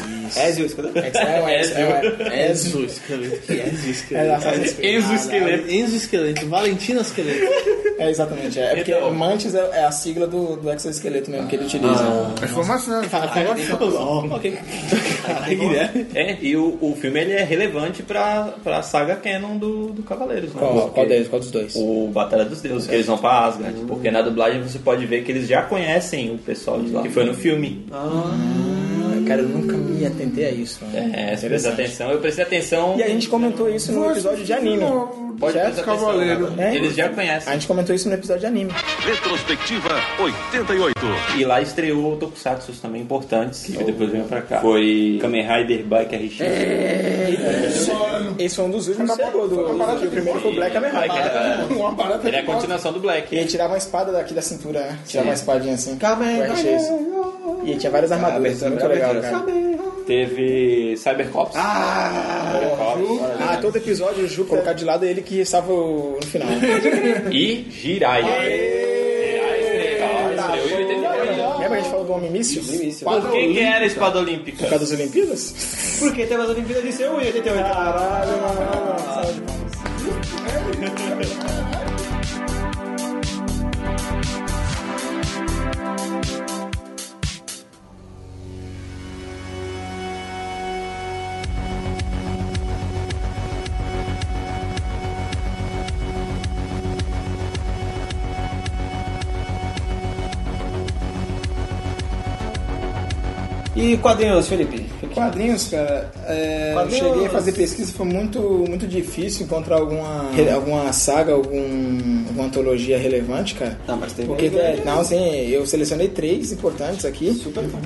Speaker 1: Ezio, escuta.
Speaker 2: É
Speaker 3: Exoesqueleto. Que é exoesqueleto.
Speaker 2: Exoesqueleto.
Speaker 3: Enzoesqueleto. Valentina Esqueleto.
Speaker 2: É, exatamente. É, É porque
Speaker 5: Então.
Speaker 2: Mantis é, é a sigla do, do exoesqueleto mesmo que ele utiliza.
Speaker 4: Informação.
Speaker 3: Ok.
Speaker 5: É, e o, o filme ele é relevante pra, pra saga canon do, do Cavaleiros, né?
Speaker 2: Qual,
Speaker 5: Porque
Speaker 2: qual deles? Qual dos dois?
Speaker 5: O Batalha dos Deuses, que eles vão pra Asgard. Porque na dublagem você pode ver que eles já conhecem o pessoal de lá, que foi no filme.
Speaker 2: Ah, Cara, eu nunca me atentei a isso. né?
Speaker 5: É, se presta atenção. Eu prestei atenção.
Speaker 2: E a gente comentou isso no um episódio de anime.
Speaker 5: Pode
Speaker 2: Certo?
Speaker 5: prestar atenção,
Speaker 4: Cavaleiro.
Speaker 5: né? Eles já conhecem.
Speaker 2: A gente comentou isso no episódio de anime.
Speaker 6: Retrospectiva 88.
Speaker 5: E lá estreou Tokusatsu também importantes, que depois veio pra cá. Foi É, Kamen Rider Bike RX.
Speaker 2: Esse foi um dos últimos que chegou do, do, do primeiro foi o Black Hammer
Speaker 5: Bike,
Speaker 2: Rider.
Speaker 5: é,
Speaker 4: Uma barata
Speaker 5: ele é
Speaker 4: de
Speaker 5: a continuação do Black.
Speaker 2: E ele tirava uma espada daqui da cintura, né? Tirava uma espadinha assim.
Speaker 1: Calma aí,
Speaker 2: O
Speaker 1: calma
Speaker 2: RX.
Speaker 1: aí.
Speaker 2: E tinha várias armaduras,
Speaker 1: Ah,
Speaker 2: muito
Speaker 1: abertura,
Speaker 2: legal,
Speaker 1: abertura.
Speaker 2: cara.
Speaker 5: Teve Cybercops. Ah! Cybercops.
Speaker 2: Ah, todo episódio o Ju colocar de lado é ele que estava no final.
Speaker 5: E Jiraiya. Jiraiya estreou, estreou em 89.
Speaker 2: Lembra que a gente falou do Homem Míssil?
Speaker 5: Por que, que era a espada olímpica?
Speaker 2: Por causa das Olimpíadas?
Speaker 1: Porque teve as Olimpíadas de um Seul em 88. Caralho, E quadrinhos, Felipe?
Speaker 2: Quadrinhos, cara, é,
Speaker 1: Quadrinhos.
Speaker 2: eu cheguei a fazer pesquisa, foi muito, muito difícil encontrar alguma, alguma saga, algum, alguma antologia relevante, cara.
Speaker 1: Não, Ah, mas teve.
Speaker 2: Porque, velho, não, assim, eu selecionei três importantes aqui,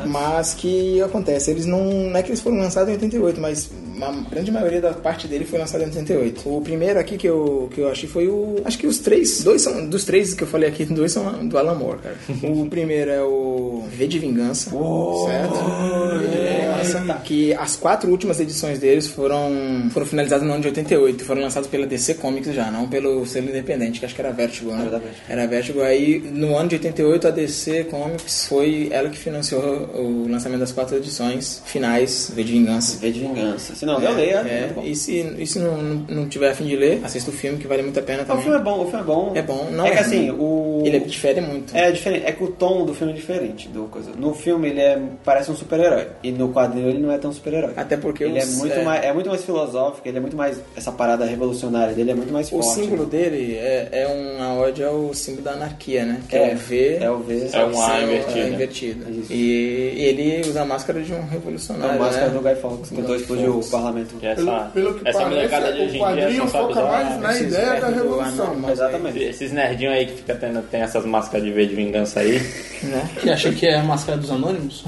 Speaker 2: mas que acontece, eles não, não é que eles foram lançados em 88, mas a grande maioria da parte dele foi lançada em 88. O primeiro aqui que eu, que eu achei foi o... Acho que os três, dois são, dos três que eu falei aqui, dois são do Alan Moore, cara. O primeiro é o V de Vingança, certo? Vingança, tá. que as quatro últimas edições deles foram, foram finalizadas no ano de 88, foram lançadas pela DC Comics já, não pelo selo independente, que acho que era Vertigo, né?
Speaker 1: Era da Vertigo.
Speaker 2: Era a Vertigo. Aí, no ano de 88, a DC Comics foi ela que financiou o lançamento das quatro edições finais V de Vingança.
Speaker 1: V de Vingança. Se não, eu leio.
Speaker 2: É,
Speaker 1: É bom.
Speaker 2: e se, e se não, não, não tiver a fim de ler, assista o filme que vale muito a pena
Speaker 1: O filme
Speaker 2: também.
Speaker 1: é bom, o filme é bom.
Speaker 2: É bom, não
Speaker 1: É que
Speaker 2: é
Speaker 1: assim,
Speaker 2: ruim.
Speaker 1: o.
Speaker 2: Ele difere muito.
Speaker 1: É diferente, é que o tom do filme é diferente do coisa. No filme ele é, parece um super-herói. E no quadrinho ele não é tão super-herói.
Speaker 2: Até porque
Speaker 1: ele é
Speaker 2: os-
Speaker 1: muito,
Speaker 2: é.
Speaker 1: Mais, é muito mais filosófico, ele é muito mais. Essa parada revolucionária dele é muito mais
Speaker 2: O
Speaker 1: forte.
Speaker 2: símbolo dele é, é uma ode ao símbolo da anarquia, né? Que
Speaker 1: É,
Speaker 2: é, o V.
Speaker 1: é o V.
Speaker 2: só que
Speaker 5: É um A
Speaker 2: sem o-
Speaker 5: invertido.
Speaker 2: é invertido.
Speaker 1: Isso.
Speaker 2: E ele usa a máscara de um
Speaker 1: É a
Speaker 2: revolucionário.
Speaker 1: máscara
Speaker 2: né?
Speaker 1: do Guy Fawkes, tentou explodir o parlamento.
Speaker 2: É.
Speaker 5: Que essa,
Speaker 4: Pelo que
Speaker 5: essa
Speaker 4: parece,
Speaker 5: molecada de hoje
Speaker 4: o
Speaker 5: em dia
Speaker 4: quadrinho
Speaker 5: só sabe
Speaker 4: foca
Speaker 5: usar-
Speaker 4: mais na
Speaker 2: esses
Speaker 4: ideia da
Speaker 2: vermes do
Speaker 4: revolução.
Speaker 2: anarquismo.
Speaker 1: Exatamente.
Speaker 5: Esses nerdinhos aí que fica tendo, tem essas máscaras de V de vingança aí.
Speaker 1: né?
Speaker 3: Que achou que é a máscara dos anônimos?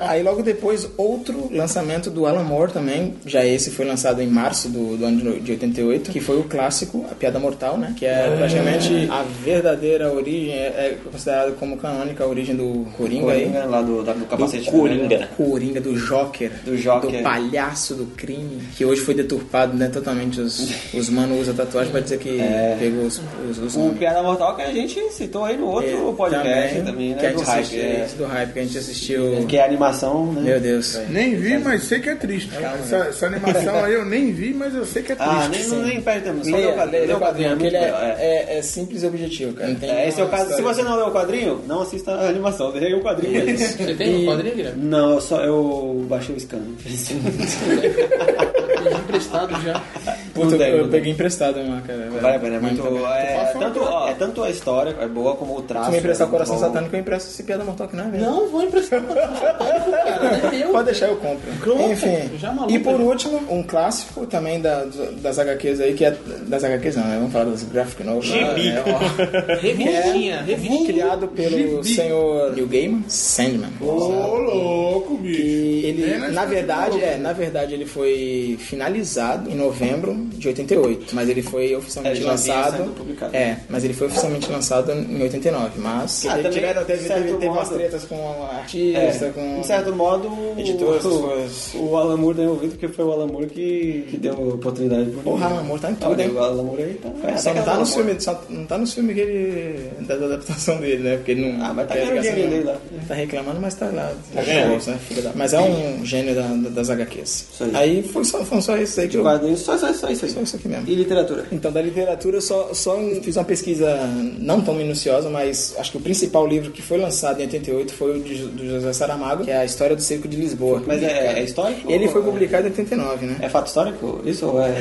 Speaker 2: Aí logo depois, outro lançamento do Alan Moore também, já esse foi lançado em março do, do ano de no- de 88, que foi o clássico A Piada Mortal, né? Que é praticamente a verdadeira origem, é, é considerado como canônica a origem do Coringa, aí.
Speaker 1: Coringa, né, lá do, da- do capacete
Speaker 5: Coringa.
Speaker 2: Coringa do Joker,
Speaker 1: Do Joker.
Speaker 2: do palhaço do crime, que hoje foi deturpado, né? Totalmente os, os manos usam tatuagem pra dizer que pegou os, os, os
Speaker 1: É. O
Speaker 2: nomes.
Speaker 1: Piada Mortal que a gente citou aí no outro podcast É, também, né?
Speaker 2: É, que a
Speaker 1: do
Speaker 2: gente
Speaker 1: hype,
Speaker 2: assistiu,
Speaker 1: é.
Speaker 2: esse do hype que a gente assistiu.
Speaker 1: Que é a animação, né?
Speaker 2: Meu Deus.
Speaker 4: Nem vi, mas sei que é triste. cara. Essa, essa animação aí eu nem vi, mas eu sei que é triste.
Speaker 1: Ah, nem, não- nem perde tempo. Só lê o
Speaker 2: Leia,
Speaker 1: quadrinho.
Speaker 2: leia o quadrinho,
Speaker 1: é
Speaker 2: porque
Speaker 1: muito
Speaker 2: ele é,
Speaker 1: melhor, é.
Speaker 2: é- é simples e objetivo, cara. Não tem
Speaker 1: É, esse é o
Speaker 2: nenhuma
Speaker 1: caso. Se
Speaker 2: história.
Speaker 1: você não leu o quadrinho, não assista a animação. Leia o quadrinho antes.
Speaker 3: Você tem um quadrinho, Guilherme?
Speaker 1: Não, eu só eu baixei o scan.
Speaker 3: Pedi emprestado já.
Speaker 2: Puta,
Speaker 1: Não tem,
Speaker 2: eu
Speaker 1: não tem.
Speaker 2: peguei emprestado uma, cara.
Speaker 1: Vale a pena, é muito.
Speaker 2: bom.
Speaker 1: É, tanto, ó, é tanto a história é boa como o traço.
Speaker 2: Se me emprestar
Speaker 1: é
Speaker 2: o
Speaker 1: muito
Speaker 2: coração
Speaker 1: bom.
Speaker 2: satânico, eu empresto esse piada mortal que não é mesmo.
Speaker 3: Não, vou emprestar.
Speaker 2: Pode deixar, eu compro.
Speaker 3: Compra,
Speaker 2: Enfim.
Speaker 3: já é maluco,
Speaker 2: e por
Speaker 3: né?
Speaker 2: último, um clássico também da- das HQs aí, que é. Das HQs não, né? Vamos falar das graphic novels.
Speaker 5: Gibi.
Speaker 2: né? Ó,
Speaker 3: Revistinha,
Speaker 2: Gibi,
Speaker 3: revistinha.
Speaker 2: criado pelo senhor New Gaiman, Sandman.
Speaker 4: Ô, louco, bicho.
Speaker 2: E ele,
Speaker 1: É,
Speaker 4: Pena
Speaker 2: na
Speaker 1: tá
Speaker 4: que você
Speaker 2: verdade,
Speaker 1: né?
Speaker 4: falou.
Speaker 2: é, na verdade ele foi finalizado em novembro de 88, mas ele foi
Speaker 1: É,
Speaker 2: oficialmente
Speaker 1: já vinha
Speaker 2: lançado.
Speaker 1: sendo publicado.
Speaker 2: É, mas ele foi oficialmente lançado em 89, mas
Speaker 1: Ah,
Speaker 2: Ele
Speaker 1: também,
Speaker 2: tiveram teve,
Speaker 1: de certo
Speaker 2: teve, teve umas
Speaker 1: modo-
Speaker 2: tretas com
Speaker 1: É,
Speaker 2: artista, com
Speaker 1: de certo modo,
Speaker 2: editor, essas
Speaker 1: o,
Speaker 2: coisas.
Speaker 1: o Alan Moore deu ouvido, porque foi o Alan Moore que, que deu a oportunidade pro
Speaker 2: Porra, Alan Moore tá em tudo,
Speaker 1: Olha,
Speaker 2: hein?
Speaker 1: o Alan Moore aí tá. é,
Speaker 2: Só
Speaker 1: daquela
Speaker 2: não tá no
Speaker 1: Alan Moore.
Speaker 2: filme, só não tá no filme que ele da da adaptação dele, né? Porque ele não
Speaker 1: Ah, mas tá
Speaker 2: não tem
Speaker 1: ganhando
Speaker 2: ligação
Speaker 1: dinheiro
Speaker 2: nenhuma.
Speaker 1: dele lá.
Speaker 2: Tá reclamando, mas tá lá. Tá
Speaker 5: ganhando.
Speaker 2: né? Filha da- Mas é um gênio da- da- das HQs.
Speaker 1: Isso aí.
Speaker 2: foi só, foram só isso aí que eu
Speaker 1: Quadrinhos, só, só, só isso aí.
Speaker 2: só isso aqui mesmo.
Speaker 1: E literatura.
Speaker 2: Então, da literatura, eu só, só um, fiz uma pesquisa não tão minuciosa, mas acho que o principal livro que foi lançado em 88 foi o de, Jo- do José Saramago, que é a História do Circo de Lisboa.
Speaker 1: Mas é, é histórico?
Speaker 2: Ele foi
Speaker 1: Ou-
Speaker 2: publicado em 89, né?
Speaker 1: É fato histórico? Isso ou é,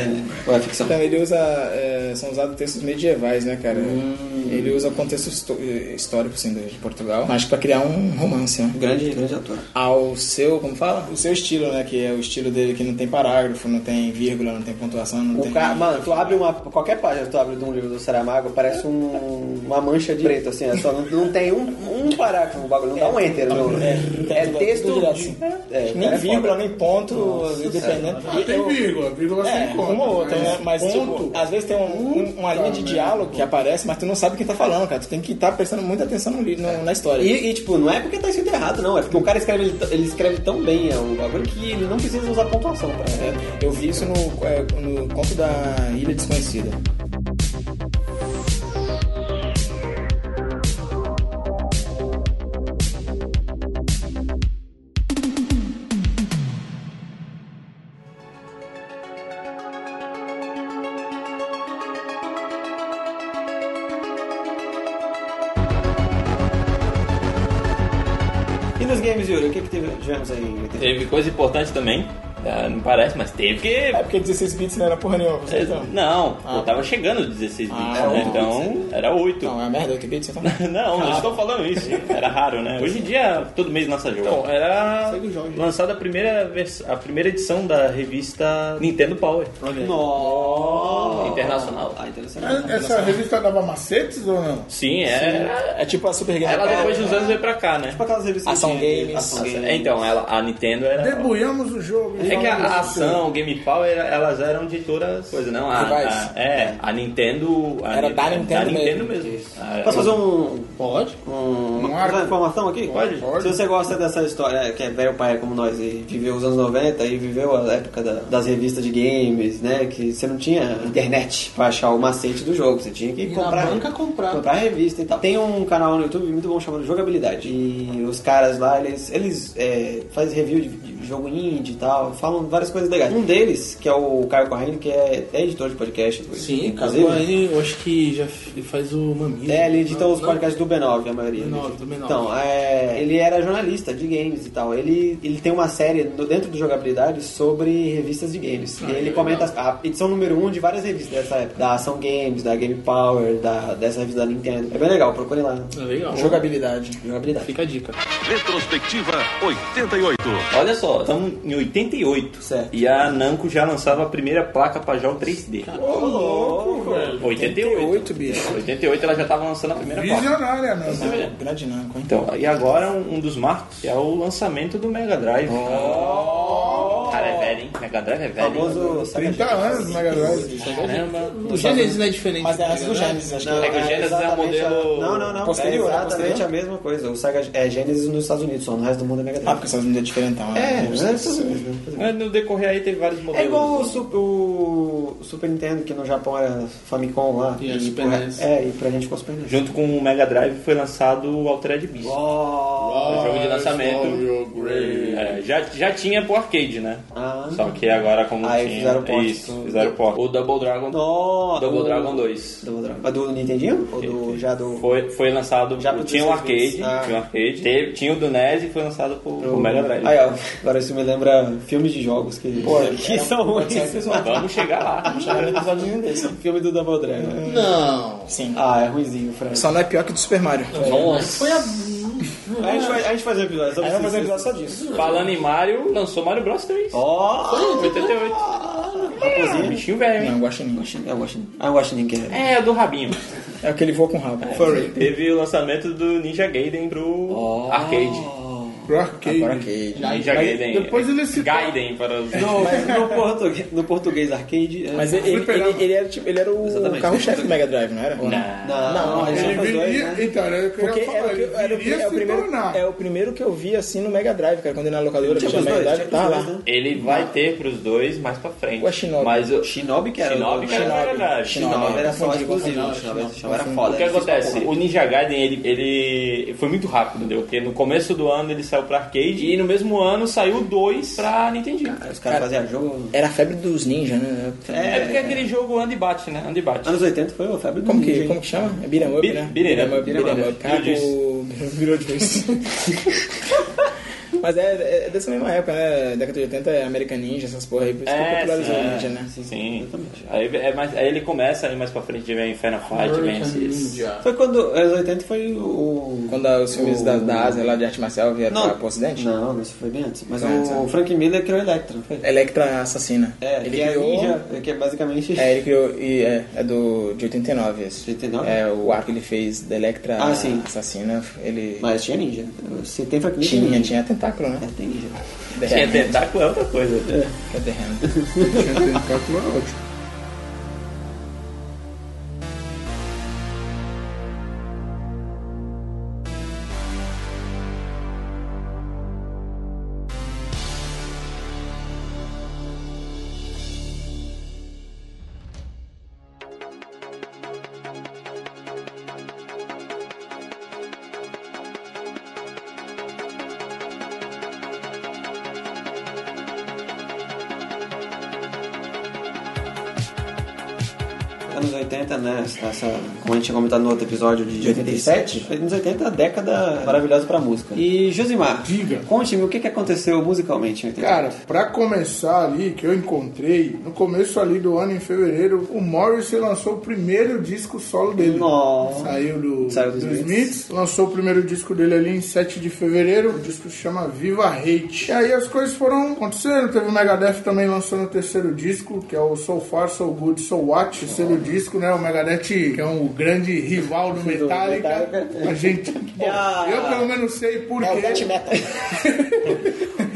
Speaker 1: ou é ficção?
Speaker 2: Então, ele usa... é, são usados textos medievais, né, cara? Ele usa o contexto histo- histórico, assim, de Portugal, mas pra criar um romance, né?
Speaker 1: Grande, grande ator.
Speaker 2: Ao seu, como fala? O seu estilo, né? Que é o estilo dele que não tem parágrafo, não tem vírgula, não tem pontuação,
Speaker 3: não
Speaker 1: O
Speaker 3: tem-
Speaker 1: cara, mano, tu abre uma. Qualquer página que tu abre de um livro do Saramago, parece um- uma mancha de preto, assim, é só não, não tem um, um parágrafo no bagulho, não dá um enter. No, é, texto.
Speaker 2: tudo direto,
Speaker 1: de-
Speaker 2: assim.
Speaker 1: é, o cara
Speaker 2: Nem
Speaker 1: é
Speaker 2: vírgula,
Speaker 1: foda.
Speaker 2: nem ponto, dependendo.
Speaker 4: Ah, tem vírgula, vírgula
Speaker 2: É,
Speaker 4: sem conta.
Speaker 2: uma ou outra, né? Mas,
Speaker 4: ponto,
Speaker 2: tipo, às vezes tem um- um- uma linha de diálogo que aparece, mas tu não sabe quem tá falando, cara. Tu tem que estar prestando muita atenção no, li- no- na história.
Speaker 1: E, e, tipo, não é porque tá escrito errado, não. É porque o cara escreve, ele, ele escreve tão bem é, o bagulho que ele não precisa usar pontuação tá pra.
Speaker 2: É, eu vi isso no, é, no conto da Ilha Desconhecida.
Speaker 1: É. E nos games, Yuri, o que, que teve- tivemos aí?
Speaker 5: Teve coisa importante também. Ah, não parece, mas teve que. Ah.
Speaker 2: É porque 16 bits não era porra nenhuma, você então.
Speaker 5: Não, eu tava chegando os 16 bits,
Speaker 2: Ah,
Speaker 5: né?
Speaker 2: tá.
Speaker 5: Então era 8.
Speaker 2: Não, é merda, 8 bits, você tá
Speaker 5: Não, não estou falando isso. Era raro, né? Hoje em dia, todo mês lança jogo. Bom, era lançada a primeira, vers- a primeira edição da revista Nintendo Power.
Speaker 1: Nossa!
Speaker 5: Internacional.
Speaker 1: Ah, interessante.
Speaker 4: Essa revista dava macetes ou não?
Speaker 5: Sim, é.
Speaker 2: É tipo a Super Game
Speaker 5: Ela
Speaker 2: Power,
Speaker 5: depois de uns anos veio pra cá, né?
Speaker 1: Tipo aquelas revistas
Speaker 2: Ação
Speaker 1: que tinha-
Speaker 2: Games.
Speaker 1: Ação Games.
Speaker 5: É, Então, ela, a Nintendo era.
Speaker 4: Debulhamos o jogo.
Speaker 5: É que a,
Speaker 4: Falamos
Speaker 5: a
Speaker 4: isso.
Speaker 5: ação, o Game Power, elas eram editoras. Coisa, não? A,
Speaker 2: Rivais.
Speaker 5: a- é, a Nintendo. a
Speaker 2: Era
Speaker 5: Ni-
Speaker 2: da Nintendo
Speaker 5: mesmo. Ah,
Speaker 1: Posso fazer um,
Speaker 4: Pode?
Speaker 1: um-
Speaker 4: Um
Speaker 1: uma
Speaker 4: arco.
Speaker 1: informação aqui?
Speaker 4: Pode.
Speaker 1: Se você gosta dessa história, que é velho pai como nós, e viveu os anos 90 e viveu a época da- das revistas de games, né? Que você não tinha internet pra achar o macete do jogo, você tinha que comprar.
Speaker 2: banca comprar.
Speaker 1: comprar revista e tal. Tem um canal no YouTube muito bom chamado Jogabilidade. E os caras lá, eles, eles é, fazem review de, de jogo indie e tal, falam várias coisas legais. Um deles, que é o Caio Corrêa, que é, é editor de podcast.
Speaker 3: Sim,
Speaker 1: inclusive.
Speaker 3: acabou aí, eu acho que já f- faz o né? Mamilos.
Speaker 1: É, ele editou
Speaker 3: Não,
Speaker 1: os
Speaker 3: não.
Speaker 1: podcasts do B9, a maioria.
Speaker 3: B9, do B9.
Speaker 1: Então, é, ele era jornalista de games e tal. Ele, ele tem uma série no- dentro do Jogabilidade sobre revistas de games. e ele comenta as- a edição número 1 um de várias revistas dessa época. Da Ação Games, da Game Power, da, dessa revista da Nintendo. É bem legal, procure lá.
Speaker 3: É legal.
Speaker 2: Jogabilidade.
Speaker 1: Jogabilidade.
Speaker 3: Fica a dica.
Speaker 6: Retrospectiva 88.
Speaker 5: Olha só, estamos em 88.
Speaker 1: Certo.
Speaker 5: E a Namco já lançava a primeira placa pra jogo 3D.
Speaker 4: Ô, louco, velho.
Speaker 5: 88.
Speaker 2: 8 bits.
Speaker 5: 88 ela já estava lançando a primeira placa.
Speaker 4: é Visionária, né? não.
Speaker 2: É Grande não, hein?
Speaker 5: Então, e agora um, um dos marcos que é o lançamento do Mega Drive. Cara, é velho, hein? Mega Drive é velho. hein?
Speaker 1: Famoso. sabe,
Speaker 4: 30 anos, na verdade.
Speaker 5: Caramba.
Speaker 3: O Genesis não é diferente.
Speaker 2: Mas é antes do Genesis, acho que
Speaker 5: É que o Genesis é um
Speaker 1: exatamente
Speaker 5: modelo-
Speaker 1: a- Não, não, não. É
Speaker 2: Posterior, né?
Speaker 1: exatamente
Speaker 2: Posterior.
Speaker 1: a mesma coisa. O Sega é Genesis nos Estados Unidos, só no resto do mundo é Mega
Speaker 2: Ah,
Speaker 1: Drive.
Speaker 2: porque os Estados Unidos é diferentão,
Speaker 1: é,
Speaker 2: né?
Speaker 1: nos Estados Unidos.
Speaker 5: Mas no decorrer aí teve vários
Speaker 1: É
Speaker 5: modelos.
Speaker 1: igual o, Sup- o Super Nintendo, que no Japão era Famicom lá.
Speaker 3: E a Super
Speaker 1: pra,
Speaker 3: NES.
Speaker 1: É, e pra gente ficou Super NES.
Speaker 5: Junto com o Mega Drive foi lançado o Altered Beast.
Speaker 1: Oh,
Speaker 5: Ah, é o jogo de lançamento.
Speaker 4: Your grave.
Speaker 5: É, já, já tinha pro arcade, né?
Speaker 1: Ah.
Speaker 5: Só que agora como
Speaker 1: Aí
Speaker 5: tinha...
Speaker 1: Ah, fizeram o porte.
Speaker 5: Isso, fizeram o porte. O Double Dragon...
Speaker 1: no,
Speaker 5: Double
Speaker 1: do-
Speaker 5: Dragon 2.
Speaker 1: Double Dragon. Mas do Nintendinho? Ou do, já do...
Speaker 5: Foi, foi lançado...
Speaker 1: Já pro
Speaker 5: tinha o
Speaker 1: 16
Speaker 5: arcade,
Speaker 1: bits. Ah.
Speaker 5: tinha o arcade. Teve, tinha o do NES e foi lançado pro, pro Mega Drive.
Speaker 1: Aí, ó, agora isso me lembra filmes de jogos que, que são ruins.
Speaker 2: é
Speaker 5: Vamos chegar lá.
Speaker 1: um Filme do Double Dragon.
Speaker 3: Não.
Speaker 2: Sim.
Speaker 1: Ah, é ruizinho, Fred.
Speaker 2: Só não é pior que o do Super Mario.
Speaker 5: Nossa.
Speaker 1: A gente, vai, a gente faz um episódio sobre
Speaker 2: Aí vamos
Speaker 1: esses-
Speaker 2: fazer um episódio só disso.
Speaker 5: Falando em Mario, lançou Mario Bros 3.
Speaker 1: Ó!
Speaker 5: 88. Raposinho. Bichinho velho, hein?
Speaker 2: Não, Guaxinim. Guaxinim.
Speaker 1: É o Washington. Ah, é o Washington que é.
Speaker 5: É, do rabinho.
Speaker 2: É aquele voa com rabo. Furry.
Speaker 5: Teve o lançamento do Ninja Gaiden pro arcade.
Speaker 4: Pro arcade.
Speaker 2: Agora que...
Speaker 5: Ninja Gaiden.
Speaker 4: depois ele se-
Speaker 5: Gaiden para os...
Speaker 1: No, no, português, no português arcade. é-
Speaker 2: Mas ele, ele, ele, ele era, tipo, ele era o
Speaker 1: Exatamente.
Speaker 2: carro-chefe do Mega Drive, não era?
Speaker 5: Não.
Speaker 1: Não, não, ele
Speaker 4: Ele
Speaker 1: só faz dois,
Speaker 4: viria.
Speaker 1: né?
Speaker 4: Então, era o que eu
Speaker 2: Porque
Speaker 4: ia
Speaker 2: era
Speaker 4: falar.
Speaker 2: o, que,
Speaker 4: Ele
Speaker 2: era, o, pri-
Speaker 4: viria
Speaker 2: é, o
Speaker 4: se
Speaker 2: primeiro,
Speaker 4: tornar.
Speaker 2: é o primeiro que eu vi assim no Mega Drive, cara. Quando eu ia na locadora
Speaker 1: Tinha
Speaker 2: tinha
Speaker 1: os
Speaker 2: Mega
Speaker 1: dois,
Speaker 2: Drive,
Speaker 1: tinha os
Speaker 2: tava lá.
Speaker 1: dois, né?
Speaker 5: Ele vai ter pros dois mais pra frente.
Speaker 2: Ué, Shinobi.
Speaker 5: Mas o
Speaker 1: Shinobi que era.
Speaker 5: Shinobi que era
Speaker 1: Shinobi.
Speaker 5: Mega Drive.
Speaker 1: Shinobi era só
Speaker 2: Shinobi.
Speaker 1: exclusivo. Shinobi Shinobi era foda.
Speaker 5: O que acontece? O Ninja Gaiden, ele, ele foi muito rápido, entendeu? Porque no começo do ano ele saiu pra arcade e no mesmo ano saiu dois pra Nintendinho.
Speaker 1: Os caras faziam jogo.
Speaker 2: Era a febre dos ninjas, né?
Speaker 5: É, porque aquele jogo anda e bate, né? Anda e bate.
Speaker 1: Anos 80 foi o febre do
Speaker 2: Como que,
Speaker 1: ninja,
Speaker 2: como
Speaker 1: hein?
Speaker 2: que chama? É Beat'em Up,
Speaker 5: Beat-
Speaker 2: né?
Speaker 5: beat'em up,
Speaker 2: Beat'em
Speaker 5: beat'em
Speaker 2: up.
Speaker 5: up.
Speaker 2: Cara,
Speaker 5: Virou
Speaker 2: o- Virou de vez. Mas é, é dessa mesma época, né? Década de 80 é American Ninja, essas porra aí, por isso
Speaker 1: É,
Speaker 2: que popularizou o Ninja, né?
Speaker 5: Sim, Aí, é mais, aí ele começa aí mais pra frente de vem Inferno Fight, vem esses.
Speaker 1: Foi quando. Os 80 foi o.
Speaker 2: Quando os filmes
Speaker 1: o-
Speaker 2: da, da Ásia lá de arte marcial vieram
Speaker 1: Não.
Speaker 2: para pro ocidente?
Speaker 1: Não, isso foi bem antes. Mas
Speaker 2: Foi antes,
Speaker 1: o
Speaker 2: né?
Speaker 1: Frank Miller criou Electra, não foi?
Speaker 2: Electra Assassina.
Speaker 1: É,
Speaker 2: ele
Speaker 1: que é
Speaker 2: criou-
Speaker 1: ninja, que é basicamente.
Speaker 2: É, ele criou. E é, é do, de 89 esse.
Speaker 1: 89?
Speaker 2: É, o arco que ele fez da Electra
Speaker 1: Ah, sim.
Speaker 2: Assassina. Ele.
Speaker 1: Mas tinha ninja. Se tem Frank Miller.
Speaker 2: Tinha,
Speaker 1: ninja.
Speaker 2: tinha tentáculo, né?
Speaker 1: Tem ninja.
Speaker 2: The
Speaker 5: Tinha
Speaker 2: Hand.
Speaker 5: tentáculo é outra coisa.
Speaker 2: Que é The Hand.
Speaker 1: Anos 80, né? Essa, como a gente tinha comentado no outro episódio de 87, foi anos 80 a década maravilhosa pra música. E Josimar, diga. Conte-me o que, que aconteceu musicalmente em 80.
Speaker 4: Cara, pra começar ali, que eu encontrei, no começo ali do ano, em fevereiro, o Morrissey lançou o primeiro disco solo dele.
Speaker 1: Nossa.
Speaker 4: Saiu do,
Speaker 1: Saiu
Speaker 4: do
Speaker 1: dos
Speaker 4: Smiths.
Speaker 1: Smiths.
Speaker 4: lançou o primeiro disco dele ali em 7 de fevereiro, o disco se chama Viva Hate. E aí as coisas foram acontecendo, teve o Megadeth também lançando o terceiro disco, que é o So Far, So Good, So What, terceiro disco, né, o Megadeth, que é um grande rival do Metallica.
Speaker 1: Metallica.
Speaker 4: A gente, bom,
Speaker 1: Ah.
Speaker 4: eu pelo menos sei por
Speaker 2: É o
Speaker 4: quê.
Speaker 2: Death Metal.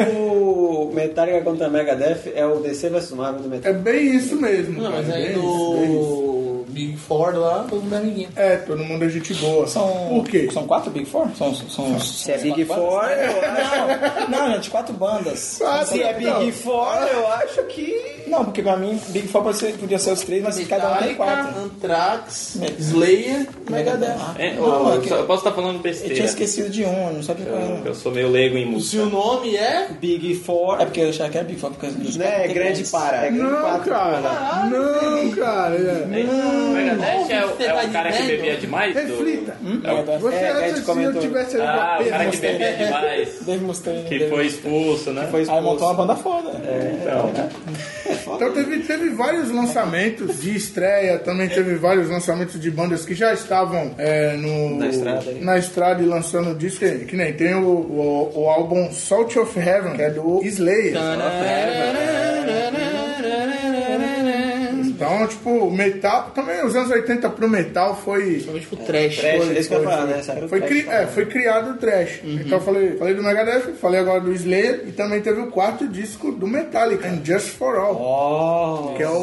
Speaker 1: O Metallica contra Megadeth é o DC vs Marvel do
Speaker 4: É
Speaker 1: Metallica.
Speaker 4: bem isso mesmo.
Speaker 3: Não,
Speaker 4: cara,
Speaker 3: mas
Speaker 4: bem
Speaker 3: aí
Speaker 4: isso, bem isso.
Speaker 3: no Big Four lá, todo mundo é amiguinho.
Speaker 4: É, todo mundo é gente boa.
Speaker 2: São,
Speaker 4: Por quê?
Speaker 2: São quatro Big Four? São, são, Se
Speaker 1: é Big Four,
Speaker 2: Não, não, gente, quatro bandas.
Speaker 4: Quatro,
Speaker 2: Se é Big Four.
Speaker 1: Four, eu acho que.
Speaker 2: Não, porque pra mim, Big Four pode ser- podia ser os três, mas cada um tem quatro.
Speaker 3: Anthrax, Slayer, Megadeth.
Speaker 5: É,
Speaker 2: Não,
Speaker 5: eu,
Speaker 2: é que-
Speaker 5: só- eu posso estar falando
Speaker 2: Eu
Speaker 5: besteira.
Speaker 2: tinha esquecido de um, eu não sabia qual
Speaker 5: Eu,
Speaker 2: era.
Speaker 5: eu sou meio leigo em
Speaker 3: O
Speaker 5: música.
Speaker 3: seu nome é?
Speaker 1: Big Four.
Speaker 2: É porque eu achava que era Big Four, porque os
Speaker 1: Né, é grande para. É grande
Speaker 4: Não,
Speaker 1: quatro.
Speaker 4: cara.
Speaker 2: Ah,
Speaker 4: Não, cara. é.
Speaker 5: É, o Megadeth é, o- é o cara que bebia demais? Do...
Speaker 4: Reflita.
Speaker 2: Megadeth.
Speaker 4: Você
Speaker 1: É, a
Speaker 4: acha
Speaker 1: gente
Speaker 4: que se eu
Speaker 1: comentou.
Speaker 4: tivesse ali com a
Speaker 5: Ah, o
Speaker 4: perna,
Speaker 5: cara que bebia demais.
Speaker 2: Dave Mustaine.
Speaker 5: Que
Speaker 2: Dave
Speaker 5: foi
Speaker 2: Mustaine.
Speaker 5: expulso, né?
Speaker 1: Foi
Speaker 2: Aí
Speaker 1: expulso.
Speaker 2: montou uma banda foda.
Speaker 5: Então,
Speaker 4: Então
Speaker 1: né?
Speaker 4: teve, teve vários lançamentos de estreia, também teve vários lançamentos de bandas que já estavam é, no,
Speaker 1: Na estrada, hein?
Speaker 4: na estrada e lançando disco. Que, que nem tem o, o, o álbum Salt of Heaven, que é do Slayer. Então, tipo, o metal, também os anos 80 pro metal foi.
Speaker 3: Tipo trash.
Speaker 1: Trash, é isso que eu ia falar, né? Saiu
Speaker 4: Foi,
Speaker 1: trash.
Speaker 4: cri- é, foi criado o trash. Então eu falei, falei do Megadeth, falei agora do Slayer e também teve o quarto disco do Metallica, And Just For All,
Speaker 1: Oh.
Speaker 4: que é o
Speaker 2: É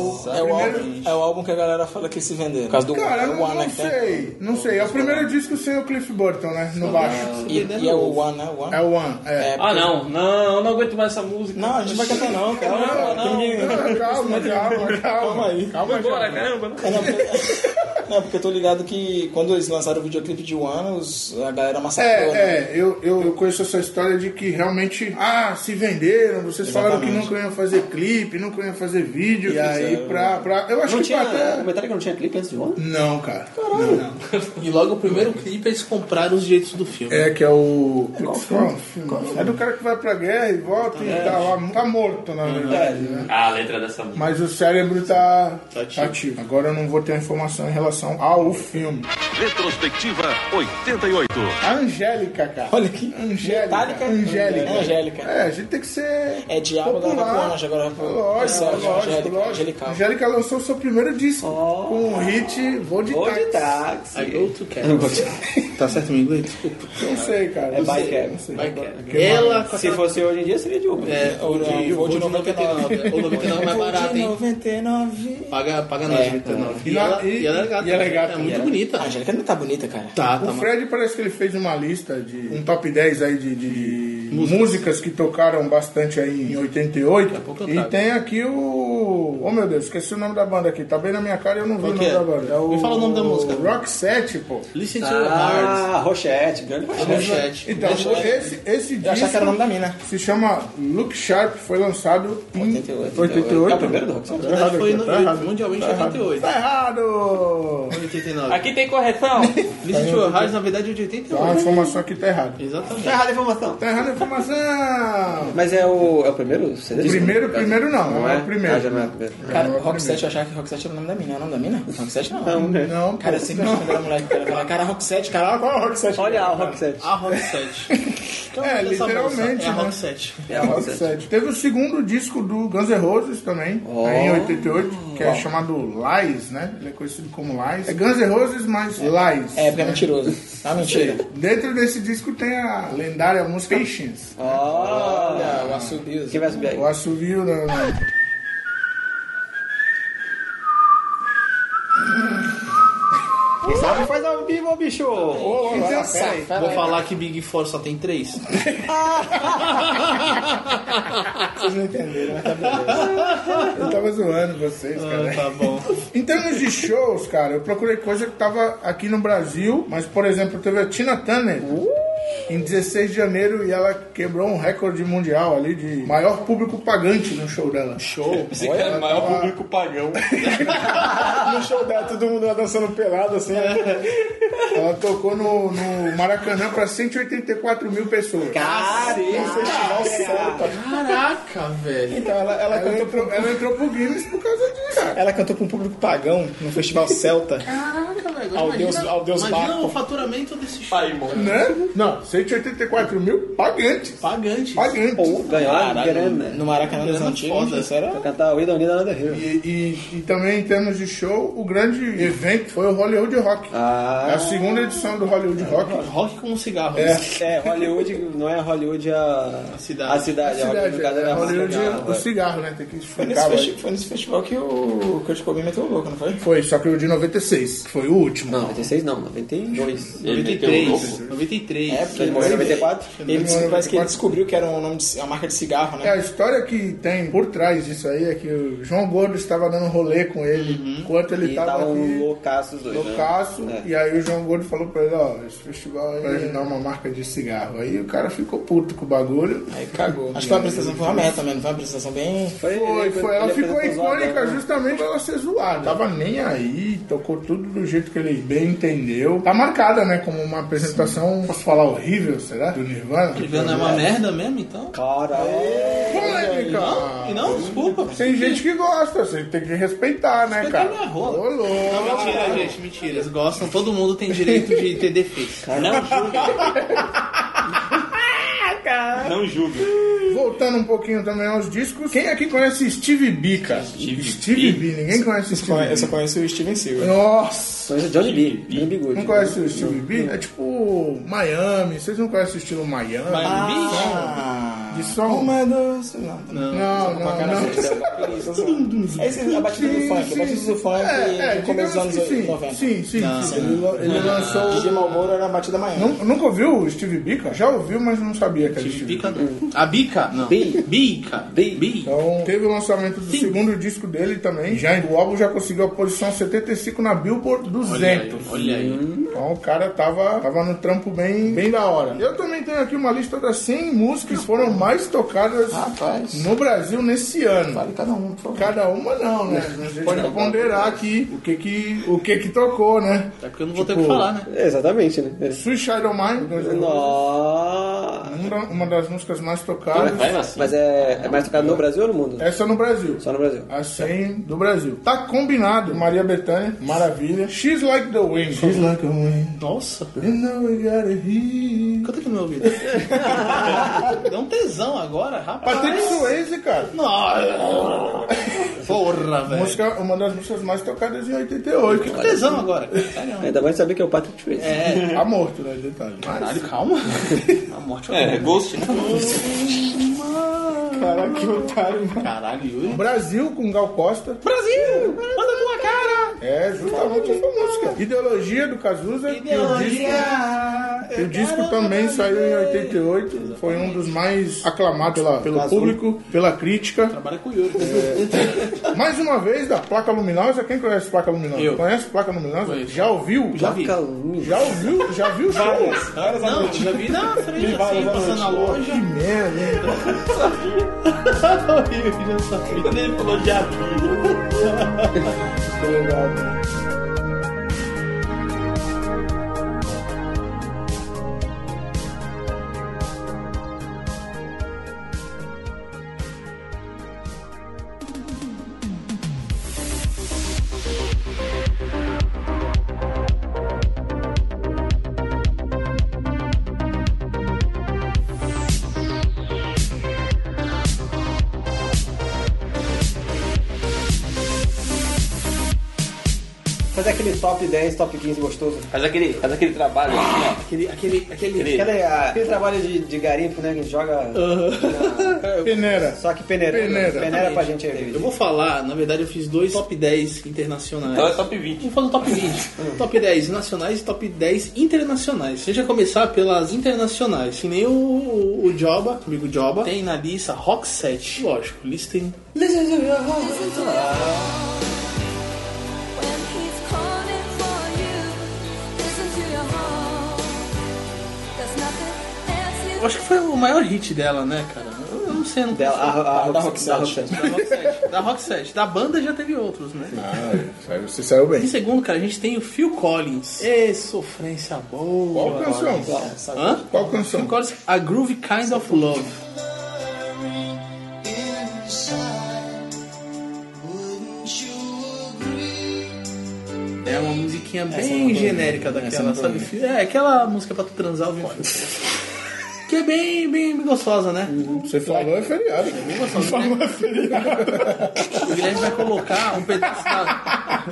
Speaker 2: o,
Speaker 4: primeiro.
Speaker 2: álbum, é o álbum que a galera fala que se vendeu. Por causa do
Speaker 4: Cara, eu
Speaker 2: One
Speaker 4: não,
Speaker 2: Night Stand.
Speaker 4: sei, não sei. É o primeiro disco sem o Cliff Burton, né? No baixo.
Speaker 2: E, e é o One, né? O One.
Speaker 4: É o One, é.
Speaker 5: ah, não, não, eu não aguento mais essa música.
Speaker 2: Não, a gente não vai cantar não, calma. Não,
Speaker 4: Ah, Calma, calma, calma.
Speaker 2: Calma aí.
Speaker 4: Calma, calma.
Speaker 5: Bora, caramba. né?
Speaker 2: É, Não, porque, não, porque eu tô ligado que quando eles lançaram o videoclipe de One, os, a galera massacrou, né?
Speaker 4: É, é, eu, eu, eu conheço essa história de que realmente, ah, se venderam, vocês falaram que nunca iam fazer clipe, nunca iam fazer vídeo. E aí, pra. pra eu acho
Speaker 1: Não
Speaker 4: que pra
Speaker 1: tinha,
Speaker 4: até.
Speaker 1: o Metallica não tinha clipe antes de ontem?
Speaker 4: Não, cara. Não.
Speaker 3: E logo o primeiro clipe eles compraram os direitos do filme.
Speaker 4: É, que é o. Qual filme? É do cara que vai pra guerra e volta e tá lá. Tá morto, na verdade, né?
Speaker 5: Ah, a letra dessa música.
Speaker 4: Mas o cérebro tá, tá ativo. Agora eu não vou ter a informação em relação ao filme.
Speaker 6: Retrospectiva 88.
Speaker 4: A Angélica, cara.
Speaker 2: Olha que
Speaker 4: Angélica.
Speaker 2: Metallica.
Speaker 4: Angélica.
Speaker 2: É Angélica.
Speaker 4: É, a gente tem que ser.
Speaker 2: É diabo da
Speaker 4: popular.
Speaker 2: Ana Anjo, agora vai pro-
Speaker 4: Lógico,
Speaker 2: Marcelo,
Speaker 4: lógico,
Speaker 2: Angélica,
Speaker 4: lógico.
Speaker 2: Angelical.
Speaker 4: Angélica lançou seu primeiro disco com o hit Vou de
Speaker 1: Vou
Speaker 4: Táxi.
Speaker 1: de táxi.
Speaker 3: I go to Cats. tá certo meu inglês? Desculpa.
Speaker 4: Não sei, cara.
Speaker 1: É
Speaker 4: Não
Speaker 1: by
Speaker 4: sei,
Speaker 1: cab.
Speaker 4: não sei.
Speaker 3: Ela com
Speaker 1: Se
Speaker 3: aquela-
Speaker 1: fosse hoje em dia, seria de Uber.
Speaker 3: É, ou de,
Speaker 2: Vou
Speaker 3: ou
Speaker 2: de
Speaker 3: de 99. Ou 99 é mais barato, hein?
Speaker 2: 99.
Speaker 3: Paga, paga nós, 99.
Speaker 4: E ela- e-
Speaker 3: é gata.
Speaker 4: e ela é gata.
Speaker 3: muito bonita.
Speaker 2: A Angélica não tá bonita, cara.
Speaker 3: Tá, tá.
Speaker 4: O Fred parece que ele fez uma lista de um top 10 aí de, de- de músicas que tocaram bastante aí em 88.
Speaker 3: pouco eu
Speaker 4: E
Speaker 3: trago.
Speaker 4: tem aqui o o. Oh meu Deus, esqueci o nome da banda aqui. Tá bem na minha cara e eu não vi
Speaker 3: Qual
Speaker 4: o
Speaker 3: que
Speaker 4: nome
Speaker 3: é?
Speaker 4: da banda. É o...
Speaker 3: Me fala o nome da música.
Speaker 4: Rock 7, pô.
Speaker 3: Listen to
Speaker 4: Tá.
Speaker 3: your heart.
Speaker 1: Ah, Rochette, grande Rochette.
Speaker 3: Manchete.
Speaker 4: Então,
Speaker 3: Manchete.
Speaker 4: esse, esse
Speaker 2: Eu achava que era o
Speaker 4: disco
Speaker 2: nome da mina.
Speaker 4: se chama Look Sharp, foi lançado em 88.
Speaker 1: 88. É o primeiro do Rock
Speaker 4: Tá
Speaker 1: Set?
Speaker 3: Na verdade,
Speaker 4: errado
Speaker 3: foi
Speaker 4: aqui, tá errado.
Speaker 3: no, mundialmente em
Speaker 4: Tá errado.
Speaker 3: 88.
Speaker 4: Tá errado!
Speaker 3: Foi em 89.
Speaker 5: Aqui tem correção.
Speaker 3: Listen to your heart, na verdade, é de 88.
Speaker 4: Então, a informação aqui tá errada.
Speaker 3: Exatamente.
Speaker 1: Tá errada a informação.
Speaker 4: Tá errada a informação!
Speaker 1: Mas é o, é o primeiro CD?
Speaker 4: Primeiro, primeiro não,
Speaker 1: Não
Speaker 4: não é o
Speaker 1: Ah, já
Speaker 4: primeiro.
Speaker 1: não é o primeiro.
Speaker 2: Cara, Rockset, eu achava que Rockset era o nome da mina. É o nome da mina? Rockset não.
Speaker 1: Não, né?
Speaker 4: Não,
Speaker 2: Cara, eu sempre achava que era moleque. Cara, eu falava, cara, Rockset, cara, qual é o Rockset?
Speaker 1: Olha lá, o Rock 7.
Speaker 3: A Rock 7. Então,
Speaker 4: É,
Speaker 3: essa
Speaker 4: literalmente,
Speaker 3: moça É a
Speaker 4: né?
Speaker 3: Rock 7.
Speaker 1: É o Rock 7.
Speaker 4: Teve o segundo disco do Guns N' Roses também, né, em 88, que é chamado Lies, né? Ele é conhecido como Lies. É Guns N' Roses, mas Lies.
Speaker 2: É, porque é mentiroso. Ah, mentira.
Speaker 4: Dentro desse disco tem a lendária música Patience.
Speaker 1: Ah,
Speaker 2: Olha, o assobio.
Speaker 1: Quem vai subir aí?
Speaker 4: O assovio na... na-
Speaker 1: Quem sabe faz ao vivo, bicho!
Speaker 4: Então, peraí.
Speaker 3: Vou falar que Big Four só tem Então, 3.
Speaker 4: Vocês não entenderam, mas tá beleza. Eu tava zoando vocês, cara.
Speaker 3: tá bom.
Speaker 4: Em termos de shows, cara, eu procurei coisa que tava aqui no Brasil, mas, por exemplo, teve a Tina Turner. Em 16 de janeiro, e ela quebrou um recorde mundial ali de maior público pagante no show dela.
Speaker 3: Show.
Speaker 5: Esse cara é o maior público pagão.
Speaker 2: No show dela, todo mundo lá dançando pelado, assim, né?
Speaker 4: Ela tocou no, no Maracanã pra 184 mil pessoas.
Speaker 2: Festival Santa.
Speaker 3: Caraca, velho.
Speaker 2: Então, ela, ela
Speaker 4: Ela
Speaker 2: cantou pro...
Speaker 4: entrou, ela entrou pro Guinness por causa disso, cara.
Speaker 2: Ela cantou pra um público pagão no Festival Celta.
Speaker 3: Caraca, velho.
Speaker 2: Ao
Speaker 3: Imagina-
Speaker 2: Deus- ao Deus
Speaker 3: Imagina
Speaker 2: Baco.
Speaker 3: o faturamento desse show.
Speaker 4: Né? Não, 184 mil pagantes.
Speaker 3: Pagante.
Speaker 4: Pagantes.
Speaker 1: Pô, ganhou a grana.
Speaker 2: No Maracanã das
Speaker 3: Grana
Speaker 2: Antigas,
Speaker 3: foda.
Speaker 2: isso era...
Speaker 1: Pra cantar Wida Unida Nada Rio.
Speaker 4: E, e- e também em termos de show, o grande evento foi o Hollywood Rock.
Speaker 1: Ah.
Speaker 4: É a segunda edição do Hollywood
Speaker 2: É,
Speaker 4: Rock.
Speaker 3: Rock com um cigarro.
Speaker 4: É.
Speaker 1: É, Hollywood, não é Hollywood a,
Speaker 3: A cidade.
Speaker 1: A cidade, é Hollywood, no caso,
Speaker 4: é,
Speaker 1: era
Speaker 4: Hollywood
Speaker 1: Hollywood.
Speaker 4: o cigarro, né? Tem que
Speaker 2: Foi nesse,
Speaker 4: explicar.
Speaker 2: festi-
Speaker 4: mas-
Speaker 2: foi nesse festival que o Kurt Cobain meteu o louco, não foi?
Speaker 4: Foi, só que o de 96, que foi o último.
Speaker 1: Não, 96 não, 92.
Speaker 3: um
Speaker 5: Ele meteu o
Speaker 3: 93.
Speaker 5: louco.
Speaker 3: 93.
Speaker 2: É, porque
Speaker 1: Ele morreu em 94?
Speaker 2: Ele disse- parece que ele descobriu que era um nome de, uma marca de cigarro,
Speaker 4: É, a
Speaker 2: né?
Speaker 4: história que tem por trás disso aí é que o João Gordo estava dando um rolê com ele enquanto ele
Speaker 1: E
Speaker 4: estava
Speaker 1: tava um
Speaker 4: aqui,
Speaker 1: loucaço os dois, né?
Speaker 4: loucaço.
Speaker 1: É.
Speaker 4: E aí o João Gordo falou pra ele, ó, esse festival aí vai ajudar uma marca de cigarro. Aí o cara ficou puto com o bagulho.
Speaker 1: É,
Speaker 2: Aí cagou. Acho que foi uma apresentação foi uma merda também, não foi uma apresentação bem.
Speaker 1: Foi,
Speaker 4: Foi,
Speaker 1: ele-
Speaker 4: foi. Ela
Speaker 1: ele
Speaker 4: ficou
Speaker 1: apresentou os
Speaker 4: icônica
Speaker 1: Adão, né?
Speaker 4: justamente pra ela ser zoada. Tava nem aí, tocou tudo do jeito que ele bem entendeu. Tá marcada, né? Como uma apresentação, posso falar horrível, será? Do Nirvana.
Speaker 3: Nirvana é uma merda mesmo, então?
Speaker 1: Caralho!
Speaker 4: Polêmica!
Speaker 3: Não, e não, desculpa.
Speaker 4: Tem gente que gosta, você tem que respeitar, né,
Speaker 3: Respeitar
Speaker 4: cara?
Speaker 3: minha rola.
Speaker 4: Ô, louco.
Speaker 3: Não,
Speaker 4: um
Speaker 3: mentira, gente, mentira. Eles gostam, todo mundo tem direito de ter defeitos.
Speaker 5: Não julga. Não julga.
Speaker 4: Voltando um pouquinho também aos discos. Quem aqui conhece Steve B, cara?
Speaker 5: Steve
Speaker 4: Steve
Speaker 5: B?
Speaker 4: B. Ninguém conhece
Speaker 2: Só conhe-
Speaker 4: Steve
Speaker 2: Eu só
Speaker 4: B.
Speaker 2: conheço o Steven Seagal.
Speaker 4: Nossa!
Speaker 1: Conheço o Johnny B, Johnny B. Good.
Speaker 4: Não conhece o Steve B? É tipo Miami. Vocês não conhecem o estilo Miami?
Speaker 2: Ah,
Speaker 4: De som?
Speaker 2: Uma, é dois. Não, não.
Speaker 4: Não, não, não.
Speaker 2: Esse, a batida do funk, a batida do funk
Speaker 4: É, é,
Speaker 2: no começo dos
Speaker 4: digamos
Speaker 2: anos
Speaker 4: que sim.
Speaker 2: 90.
Speaker 4: Sim, sim. sim. Ele, lan- ele lançou.
Speaker 2: DJ Malboro era a batida maior.
Speaker 4: Nun- Nunca ouviu o Steve Bica? Já ouviu, mas não sabia que era
Speaker 3: Tive
Speaker 4: Steve
Speaker 3: bica,
Speaker 4: Bica.
Speaker 3: não. A bica? Não.
Speaker 1: Hum. Bi.
Speaker 3: Bica.
Speaker 1: Bi.
Speaker 3: Bica.
Speaker 4: Então, teve o lançamento do segundo disco dele também. Já, o álbum já conseguiu a posição 75 na Billboard 200.
Speaker 3: Olha aí, olha
Speaker 1: Hum.
Speaker 3: aí.
Speaker 4: Então o cara tava, tava no trampo bem, bem da hora. Eu também tenho aqui uma lista das 100 músicas que foram mais tocadas
Speaker 2: Rapaz.
Speaker 4: no Brasil nesse ano.
Speaker 2: Vale cada um, por favor.
Speaker 4: Cada uma não, né? A gente pode ponderar aqui o que que, o que que tocou, né?
Speaker 2: Tá
Speaker 3: É porque eu não vou ter o que falar, né?
Speaker 1: É, Exatamente, né?
Speaker 4: Suicidal Mind, Guns N' Roses,
Speaker 1: Nossa!
Speaker 4: uma, uma das músicas mais tocadas.
Speaker 1: Mas é, é mais tocado no Brasil ou no mundo?
Speaker 4: Essa no Brasil.
Speaker 1: Só no Brasil.
Speaker 4: A 100 do Brasil. Tá combinado. Maria Bethânia, maravilha. She's like the wind. She's like the wind.
Speaker 3: Nossa.
Speaker 4: You know we gotta hear.
Speaker 3: Canta aqui no meu ouvido. Deu um tesão agora, rapaz.
Speaker 4: Patrick Swayze, cara.
Speaker 3: Nossa. Porra, velho.
Speaker 4: Música, uma das músicas mais tocadas em 88.
Speaker 3: Deu um tesão agora. Caramba.
Speaker 1: Ainda mais saber que é o Patrick Tracy.
Speaker 3: É.
Speaker 4: Tá morto, né? Detalhe. Mas,
Speaker 3: Caralho, calma. A morte
Speaker 5: É, Ghost, né?
Speaker 2: Caraca, que otário, mano.
Speaker 3: Caralho, Yuri.
Speaker 4: Brasil com Gal Costa.
Speaker 3: Brasil! Manda tua cara!
Speaker 4: É justamente essa música. Ideologia do Cazuza. e o disco-
Speaker 3: Ideologia!
Speaker 4: O disco também saiu em 88, foi um dos mais aclamados pela- pelo
Speaker 2: Azul.
Speaker 4: público, pela crítica.
Speaker 3: Trabalha com o Yuri.
Speaker 4: Mais uma vez, da placa luminosa, quem conhece placa luminosa?
Speaker 3: Eu.
Speaker 4: Conhece placa luminosa?
Speaker 3: Conheço.
Speaker 4: Já ouviu?
Speaker 3: Já vi.
Speaker 4: Já ouviu? Já viu o show?
Speaker 3: Não, já vi na frente,
Speaker 4: Tem
Speaker 3: assim,
Speaker 4: várias à
Speaker 3: passando
Speaker 4: noite.
Speaker 3: na loja.
Speaker 4: Que merda, hein?
Speaker 3: Quando ele falou de abril.
Speaker 1: Fazer aquele top 10, top 15 gostoso.
Speaker 5: Faz aquele, faz aquele trabalho assim, ó.
Speaker 2: Aquele, aquele, aquele.
Speaker 5: Aquele-
Speaker 1: Aquele, ah, aquele trabalho de, de garimpo, né? Que a gente joga.
Speaker 4: Peneira.
Speaker 1: Só que peneira.
Speaker 4: Peneira.
Speaker 1: pra gente aí.
Speaker 3: Eu vou falar, na verdade eu fiz dois top 10 internacionais.
Speaker 5: Então é top 20.
Speaker 3: Vamos fazer o top 20. top 10 nacionais e top 10 internacionais. A gente vai começar pelas internacionais. Que nem o, o Joba, amigo Joba, tem na lista Rock 7. Lógico, listem.
Speaker 11: When he's calling for you, listen to your heart. There's nothing else you
Speaker 3: Eu acho que foi o maior hit dela, né, cara? Eu não sei, eu não
Speaker 1: Dela, a, a,
Speaker 2: Da
Speaker 1: a
Speaker 2: Roxette.
Speaker 1: Roxette.
Speaker 3: Da Rock 7. Da Rock 7. Da banda já teve outros, né?
Speaker 4: Ah, você saiu
Speaker 3: Em
Speaker 4: bem.
Speaker 3: segundo, cara, a gente tem o Phil Collins. Ê, sofrência boa.
Speaker 4: Qual canção?
Speaker 3: Hã?
Speaker 4: Qual
Speaker 3: Phil
Speaker 4: canção?
Speaker 3: Collins, A Groovy Kind of Love. É uma musiquinha bem genérica daquela, sabe? É, aquela música pra tu transar ouvir. que é bem, bem gostosa, né?
Speaker 4: Você falou é feriado. Falou é feriado.
Speaker 3: O Guilherme vai colocar um pedaço da...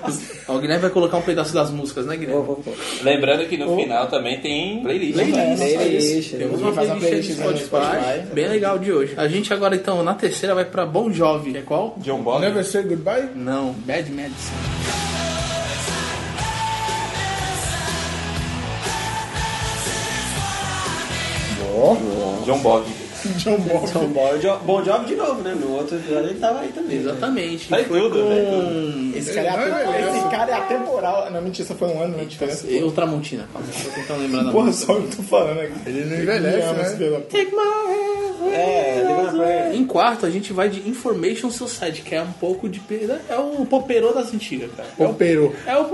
Speaker 3: Ó, O Guilherme vai colocar um pedaço das músicas, né, Guilherme?
Speaker 5: Lembrando que no final também tem playlist.
Speaker 3: Playlist.
Speaker 1: Playlist.
Speaker 3: Temos uma
Speaker 2: Fazer uma
Speaker 3: playlist no
Speaker 2: playlist no
Speaker 3: Spotify,
Speaker 2: Spotify.
Speaker 3: bem legal de hoje. A gente agora, então, na terceira vai pra Bon Jovi. É qual?
Speaker 5: John Bob.
Speaker 4: Never Say Goodbye?
Speaker 3: Não, Bad Medicine.
Speaker 5: John Bob.
Speaker 4: é
Speaker 1: Então, bom, jo bom job de novo, né? No outro episódio ele tava aí também.
Speaker 3: Exatamente.
Speaker 5: Tá incluído, velho.
Speaker 2: Esse cara, é atem- esse cara é atemporal. Não, mentira, só foi um ano, né? Diferença.
Speaker 3: Eu, Tramontina, calma, tô tentando lembrar da
Speaker 2: Porra,
Speaker 3: música.
Speaker 2: só o que tu falando aqui.
Speaker 4: Ele não envelhece, né?
Speaker 3: Take my hand.
Speaker 1: É, Live and Prayer.
Speaker 3: Em quarto, a gente vai de Information Society, que é um pouco de. pe- É o poperô das antigas, cara.
Speaker 4: Operou.
Speaker 3: É o.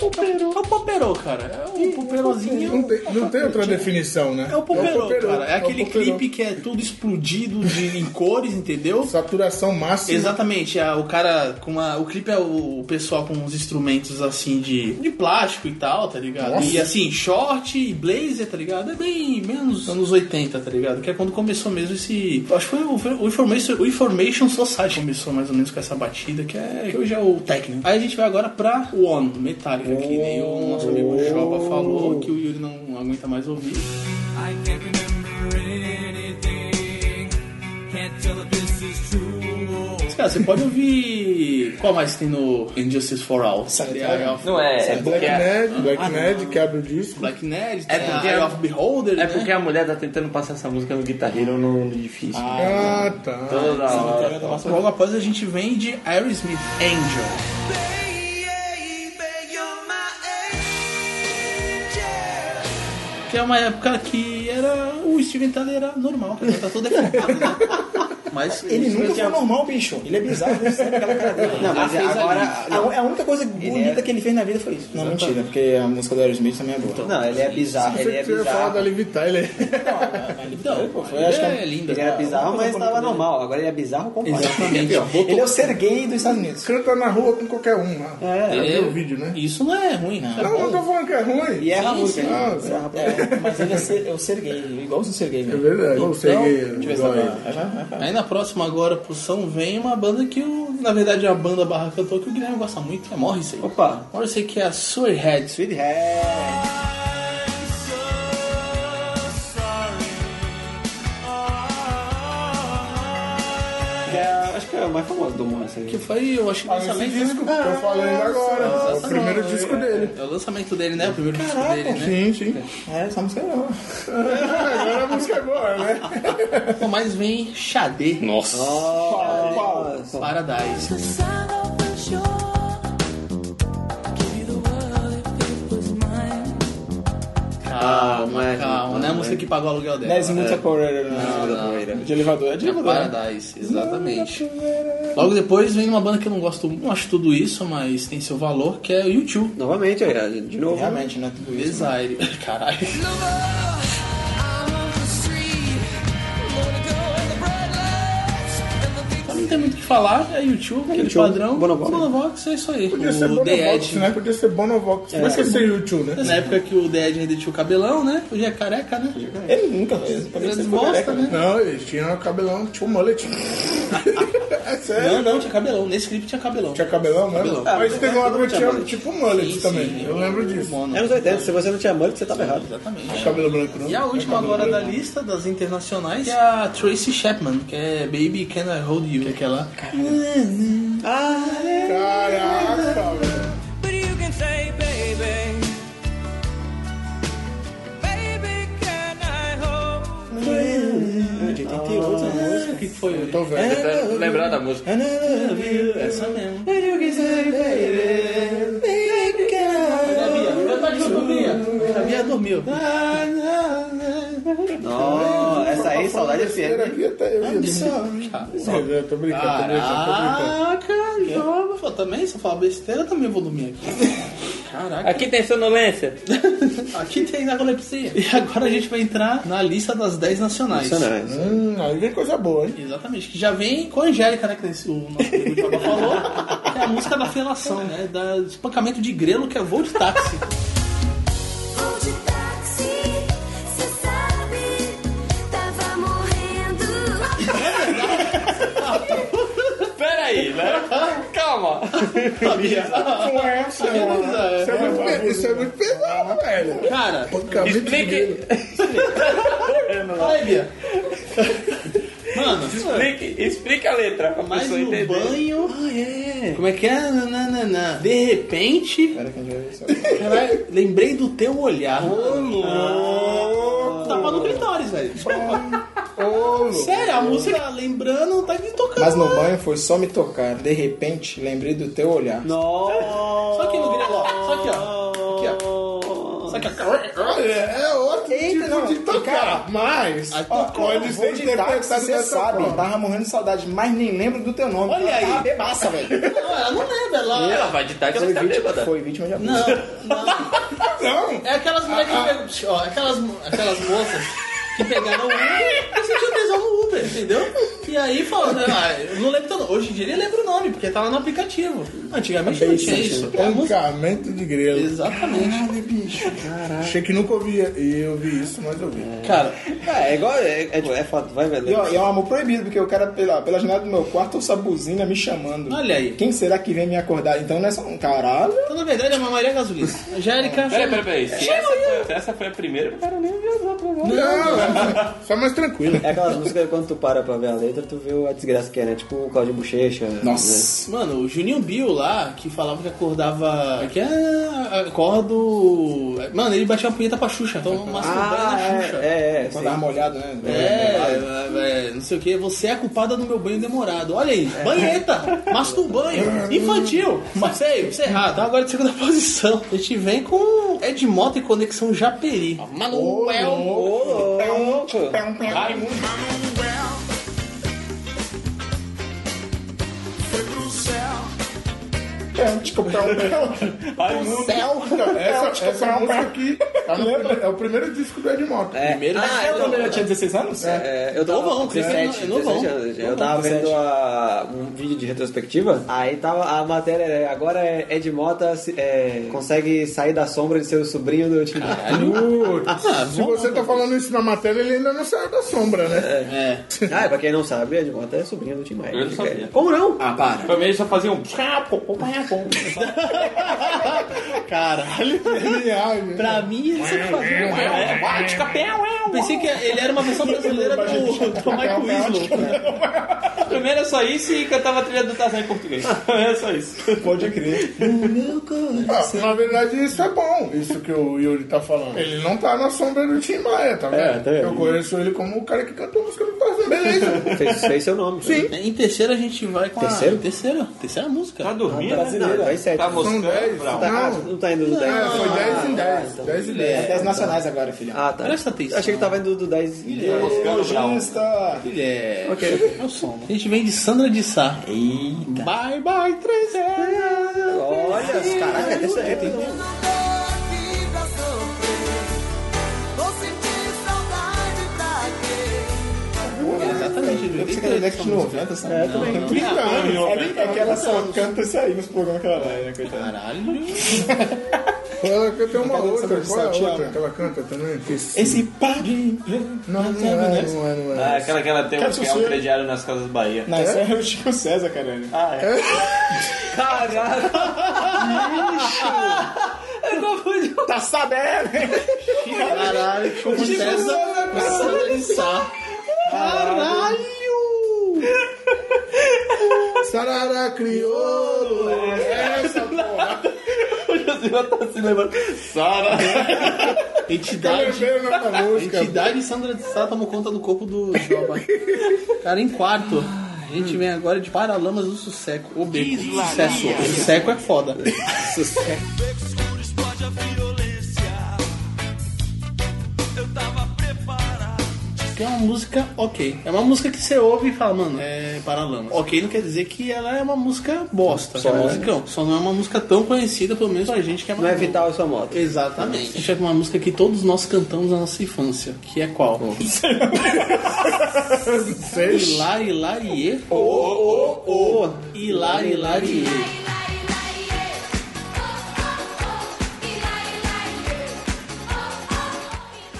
Speaker 3: Poperô. É o poperô, cara. É o
Speaker 4: Não
Speaker 3: poperôzinho.
Speaker 4: tem, não tem outra definição, né?
Speaker 3: É o poperô,
Speaker 4: poperô,
Speaker 3: cara. É
Speaker 4: o
Speaker 3: aquele
Speaker 4: poperô.
Speaker 3: clipe que é tudo explodido de em cores, entendeu?
Speaker 4: Saturação máxima.
Speaker 3: Exatamente, a- o cara com uma, o clipe é o, o pessoal com uns instrumentos assim de, de plástico e tal, tá ligado?
Speaker 4: Nossa.
Speaker 3: E assim, short e blazer, tá ligado? É bem menos anos 80, tá ligado? Que é quando começou mesmo esse. Acho que foi o, foi o Information, o Information Society começou mais ou menos com essa batida, que é que hoje é o técnico. Aí a gente vai agora pra One, Metallica, que nem o nosso amigo Joba falou, que o Yuri não aguenta mais ouvir.
Speaker 8: I can't remember anything. Can't tell if this is true.
Speaker 3: Cara, você pode ouvir. Qual mais tem no Injustice for All?
Speaker 5: Não é, é
Speaker 4: Black
Speaker 5: porque a,
Speaker 4: Ned, Black Ned, que abre o disco.
Speaker 3: Black Nerd,
Speaker 5: É
Speaker 3: tem a
Speaker 5: porque-
Speaker 3: Eye of Beholder,
Speaker 5: é
Speaker 3: né?
Speaker 5: porque a mulher tá tentando passar essa música no
Speaker 1: Tá
Speaker 5: Guitar Hero
Speaker 1: né?
Speaker 5: no, no difícil.
Speaker 4: Ah, tá.
Speaker 5: Toda hora.
Speaker 3: Logo após a gente vem de Aerosmith Angel. Que é uma época que era. O Steven Tyler era normal, cara, tá todo deformado. né? Mas
Speaker 2: Ele nunca foi normal, bicho. Ele é bizarro,
Speaker 1: né?
Speaker 2: você sabe aquela cara dele.
Speaker 1: Não, mas
Speaker 3: fez
Speaker 1: agora.
Speaker 2: A, a única coisa bonita
Speaker 1: é
Speaker 2: que ele fez na vida foi isso. Não, mentira, porque a música do Aerosmith também é boa.
Speaker 1: Não, ele é bizarro.
Speaker 4: Achei
Speaker 1: Ele é
Speaker 4: que você ia falar da
Speaker 1: bizarro.
Speaker 4: Liv Tyler.
Speaker 3: Então,
Speaker 2: eu acho
Speaker 3: ele
Speaker 2: que
Speaker 3: é linda.
Speaker 1: Ele era bizarro, mas tava normal. Agora ele é bizarro com
Speaker 3: Exatamente.
Speaker 1: um
Speaker 3: ó.
Speaker 2: Ele é o ser gay dos Estados Unidos.
Speaker 4: Canta na rua com qualquer um lá.
Speaker 1: É.
Speaker 4: Cadê o vídeo, né?
Speaker 3: Isso não é ruim, não.
Speaker 4: Não, não tô falando que é ruim.
Speaker 1: E erra a
Speaker 3: Sim,
Speaker 1: música.
Speaker 3: sim.
Speaker 1: né?
Speaker 4: Ah,
Speaker 1: Erra pra-
Speaker 2: É, mas ele é, ser, é o ser gay, igualzinho o ser gay
Speaker 4: É
Speaker 2: mesmo.
Speaker 4: verdade. Não sei.
Speaker 2: Deixa eu ver se ela-
Speaker 4: Dói.
Speaker 2: vai, vai, vai, vai.
Speaker 3: Aí na próxima agora pro São vem uma banda que o. Na verdade é a banda barra cantor que o Guilherme gosta muito. É Morrissey.
Speaker 1: Opa.
Speaker 3: Morrissey que é a Sweathead.
Speaker 1: Sweet Head. Que é, acho que é o mais famosa do mundo, essa aí.
Speaker 3: Que foi, eu acho que o
Speaker 4: Ah, esse
Speaker 3: lançamento. Ah,
Speaker 4: disco que eu tô falando agora. É o primeiro
Speaker 3: Exatamente.
Speaker 4: disco dele.
Speaker 3: É o lançamento dele, né? O primeiro
Speaker 4: Caraca,
Speaker 3: disco dele,
Speaker 4: sim,
Speaker 3: né?
Speaker 4: sim.
Speaker 2: É, essa música é boa.
Speaker 4: Agora a música é boa, né?
Speaker 3: Pô, Mas vem Xadê.
Speaker 5: Nossa.
Speaker 4: Qual, qual?
Speaker 3: Paradise. Calma,
Speaker 1: mas-
Speaker 3: calma. Não é a música que pagou o aluguel dela.
Speaker 2: 10 minutos a poeira.
Speaker 3: Não, não.
Speaker 2: De elevador é de
Speaker 3: É
Speaker 2: elevador. né?
Speaker 3: Paradise, exatamente. Logo depois vem uma banda que eu não gosto, não acho tudo isso, mas tem seu valor, que é o YouTube.
Speaker 1: Novamente, aí, de novo.
Speaker 2: Realmente, né? Tudo isso.
Speaker 3: Desire. Caralho. Então Não tem muito o que falar, é YouTube, aquele
Speaker 1: U2,
Speaker 3: padrão.
Speaker 1: Bonovox.
Speaker 3: Bonovox, é isso aí.
Speaker 4: Podia ser
Speaker 3: o The
Speaker 4: Bonovox,
Speaker 3: Edge.
Speaker 4: né? Podia ser Bonovox. Podia ser ser YouTube, né?
Speaker 3: Na época que o The Edge ainda tinha o cabelão, né? Hoje é careca, né?
Speaker 2: Ele nunca fez. pra mim,
Speaker 3: Grande
Speaker 2: sempre foi
Speaker 3: bosta,
Speaker 2: careca,
Speaker 3: né?
Speaker 4: Não, eles tinham cabelão, tipo mullet. é
Speaker 2: né?
Speaker 4: sério.
Speaker 3: Não, não, tinha cabelão. Nesse clipe tinha cabelão.
Speaker 4: Tinha cabelão mesmo?
Speaker 3: Cabelão.
Speaker 4: Mas teve uma hora que
Speaker 1: tinha
Speaker 4: tinha
Speaker 1: mullet.
Speaker 4: tipo mullet
Speaker 3: Sim,
Speaker 4: também.
Speaker 3: sim,
Speaker 4: eu lembro disso.
Speaker 3: Mono.
Speaker 1: Anos 80, se você não tinha mullet, você tava errado.
Speaker 3: Exatamente.
Speaker 4: Cabelo branco, não.
Speaker 3: E a última agora da lista das internacionais é a Tracy Chapman, que é Baby Can I Hold You, que é aquela.
Speaker 4: Caraca, velho.
Speaker 1: De 88, essa música.
Speaker 3: Ah, O que foi?
Speaker 4: Tô
Speaker 3: É?
Speaker 4: velho.
Speaker 5: Até lembrar da música.
Speaker 3: Essa mesmo. A Bia dormiu.
Speaker 1: Não, essa aí, é saudade
Speaker 4: Era
Speaker 1: FM.
Speaker 4: aqui até eu ia dormir. Eu Tô brincando, tô
Speaker 3: Ah,
Speaker 4: brincando, tô brincando.
Speaker 3: Caraca, jovem. Pô, Também, se eu falar besteira, eu também vou dormir aqui. Caraca.
Speaker 5: Aqui tem sonolência.
Speaker 3: Aqui tem narcolepsia. E agora a gente vai entrar na lista das 10 nacionais.
Speaker 1: Nacionais.
Speaker 4: Hum, aí vem coisa boa, hein?
Speaker 3: Exatamente, que já vem com a Angélica, né? Que nesse- o nosso amigo Thiago falou, que é a música da felação, né? Da do espancamento de grelo, que é voo de táxi.
Speaker 11: Vou de táxi, cê sabe, tava morrendo.
Speaker 5: Pera aí, né?
Speaker 3: Ah,
Speaker 5: Calma.
Speaker 4: Isso é muito pe- isso é muito pesado, velho.
Speaker 3: Cara,
Speaker 4: Cabelo de grilo.
Speaker 5: Explique,
Speaker 3: olha, Bia. Mano,
Speaker 5: explique, explique a letra pra
Speaker 3: mais
Speaker 5: pessoa
Speaker 3: no
Speaker 5: entender.
Speaker 3: banho. Como é que é? Nananana. De repente. Caralho, lembrei do teu olhar. Ah, Tava no clitóris, velho.
Speaker 4: Ô, louco.
Speaker 3: Sério, a música lembrando, tá me tocando.
Speaker 2: Mas no
Speaker 3: lá.
Speaker 2: banho foi só me tocar. De repente, lembrei do teu olhar.
Speaker 1: Nossa.
Speaker 3: Só aqui no grelo, ó. Só aqui, ó. Aqui, ó. Só aqui, ó.
Speaker 4: É é outro tipo
Speaker 2: não,
Speaker 4: de tocar, mas
Speaker 3: Aí
Speaker 4: ó,
Speaker 3: tocou,
Speaker 4: pode
Speaker 2: Vou
Speaker 4: ser
Speaker 2: de táxi,
Speaker 4: interpretado
Speaker 2: você
Speaker 4: Tá dessa
Speaker 2: sabe.
Speaker 4: forma.
Speaker 2: Tava morrendo de saudade, mas nem lembro do teu nome. Tá
Speaker 3: Olha aí.
Speaker 2: Tava bebaça, velho.
Speaker 3: Não, ela não lembra, ela.
Speaker 5: Ela vai de táxi,
Speaker 2: Foi
Speaker 5: ela tá
Speaker 2: vítima,
Speaker 5: bêbada.
Speaker 2: foi vítima de abuso.
Speaker 3: Não, não.
Speaker 4: Não,
Speaker 3: É aquelas mulheres
Speaker 5: Ah,
Speaker 3: que pegam. Psh, Ó, aquelas, mo- aquelas moças que pegaram o Uber e sentiam tesão no Uber, entendeu? E aí falando, ah, eu não lembro teu nome. Hoje em dia ele lembra o nome, porque tá lá no aplicativo. Antigamente não tinha isso. É a música- Ah.
Speaker 4: Pancamento de grelo.
Speaker 3: Exatamente.
Speaker 4: Achei que nunca ouvia. E eu vi isso, mas eu vi.
Speaker 3: Cara,
Speaker 1: É, é igual. É, é, é foda, vai ver.
Speaker 2: E ó, e é um amor proibido, porque o cara, pela, pela janela do meu quarto, ouça a buzina me chamando.
Speaker 3: Olha aí.
Speaker 2: Quem será que vem me acordar? Então não é só um caralho.
Speaker 3: então na verdade é uma Maria Gasolista. Angélica.
Speaker 5: Peraí, peraí, peraí. Se essa foi, se essa foi a primeira, eu quero nem ver as outras. não.
Speaker 4: Não, só mais tranquilo.
Speaker 1: É aquelas músicas que quando tu para pra ver a letra, tu vê a desgraça que é, né? Tipo o Claudio Bochecha. Né?
Speaker 2: Nossa.
Speaker 3: Mano, o Juninho Bill lá, que falava que acordava. Que é. Acordo. Mano, ele batia uma punheta pra Xuxa, então masturbando
Speaker 1: Ah,
Speaker 3: na Xuxa.
Speaker 1: é, é, é.
Speaker 2: Quando tava
Speaker 1: sim.
Speaker 2: molhado, né?
Speaker 3: É, é, não sei o que, você é a culpada do meu banho demorado. Olha aí, banheta, masturbanho, infantil. Mas aí, você errado. Então agora de segunda posição, a gente vem com Ed Mota e Conexão Japeri. Manuel.
Speaker 1: Ô, louco.
Speaker 2: É, tipo, pra um céu.
Speaker 4: Então,
Speaker 2: É um tipo,
Speaker 4: Essa, essa música aqui tá no primeiro- é o primeiro disco do Ed Mota.
Speaker 1: É.
Speaker 3: Primeiro
Speaker 1: ah,
Speaker 3: eu-
Speaker 1: eu,
Speaker 2: Quando ele tinha 16 anos? É.
Speaker 1: é, eu tava
Speaker 3: Novão, clipe
Speaker 1: 17,
Speaker 3: no- é novão.
Speaker 1: 17 anos. Eu tava vendo a- um vídeo de retrospectiva, aí tava a matéria era, agora é Ed Mota se- é, consegue sair da sombra de seu sobrinho do time.
Speaker 4: Se você tá falando isso na matéria, ele ainda não saiu da sombra, né?
Speaker 3: É.
Speaker 1: Ah, pra quem não sabe, Ed Mota é sobrinho do Tim Maia.
Speaker 5: Eu um não sabia.
Speaker 1: Como não?
Speaker 3: Ah, para.
Speaker 5: Pra mim, eles só faziam.
Speaker 3: Pom. Caralho. pra mim, ele sempre fazia. É, bate, capel, é, Pensei que ele era uma versão brasileira do, do Michael Winslow.
Speaker 5: Primeiro é só isso e cantava a trilha do Tarzan em português. É só isso.
Speaker 4: Pode crer. Ah, na verdade, isso é bom, isso que o Yuri tá falando. Ele não tá na sombra do Tim Maia, tá vendo?
Speaker 1: tá vendo?
Speaker 4: Eu conheço ele como o cara que cantou a música do Tarzan, beleza.
Speaker 1: Fez, fez seu nome.
Speaker 4: Sim.
Speaker 3: Em terceira a gente vai com
Speaker 1: Terceiro?
Speaker 3: a... Terceira? Terceira música.
Speaker 5: Tá dormindo?
Speaker 1: Brasileiro,
Speaker 5: né?
Speaker 1: vai sete.
Speaker 5: Tá
Speaker 4: São
Speaker 5: moscando,
Speaker 4: 10.
Speaker 5: Brau?
Speaker 4: Não,
Speaker 1: Não tá indo do 10.
Speaker 4: é, foi 10 em 10. 10 em 10.
Speaker 2: É 10 nacionais agora, filhão.
Speaker 1: Ah, tá.
Speaker 3: Presta atenção.
Speaker 1: Achei que tava indo do 10.
Speaker 5: Tá moscando, Brau?
Speaker 2: Está.
Speaker 3: Ele é...
Speaker 1: Ok.
Speaker 3: É o som, né? A gente vem de Sandra de Sá. Eita. Bye, bye, três é.
Speaker 1: Olha, os caraca, essa é.
Speaker 3: Exatamente.
Speaker 2: Eu pensei que era década de 90, sabe? É, também.
Speaker 3: não.
Speaker 2: 30
Speaker 3: Ah,
Speaker 2: anos.
Speaker 3: não,
Speaker 2: É bem- É que ela só canta isso aí nos programas que ela vai, né, coitada?
Speaker 3: Caralho.
Speaker 4: Ela canta uma
Speaker 2: Cadê
Speaker 4: outra,
Speaker 2: essa
Speaker 4: qual é a
Speaker 2: versão?
Speaker 4: outra que ela canta também?
Speaker 2: Esse pá de...
Speaker 4: Não, não é, não é, não
Speaker 5: Ah,
Speaker 4: é.
Speaker 5: aquela que ela tem um,
Speaker 2: Quero
Speaker 5: que é um
Speaker 2: ser-
Speaker 5: crediário nas Casas Bahia.
Speaker 2: Não, esse é o Chico César, caralho.
Speaker 5: Ah, é. Caralho.
Speaker 2: Tá sabendo, hein?
Speaker 3: Caralho, como César. com Sandra de Sá.
Speaker 4: Sarará crioulo. Essa porra. Eu
Speaker 3: Entidade.
Speaker 4: lembrei o nome da música.
Speaker 3: Entidade Sandra de Sá tomou conta do corpo do Joba. Cara, em quarto. A gente vem agora de Paralamas do Suceco. O beco. Sucesso. Suceco é foda. Que é uma música ok. É uma música que você ouve e fala, mano, é Paralamas. Ok não quer dizer que ela é uma música bosta. é um musicão. Só não é uma música tão conhecida, pelo menos pra gente que é
Speaker 1: Não é
Speaker 3: mais novo.
Speaker 1: vital essa moto.
Speaker 3: Exatamente. Deixa eu ver uma música que todos nós cantamos na nossa infância, que é qual? Ilá, ilá, iê. Oh, oh, oh. Ilá, ilá, iê.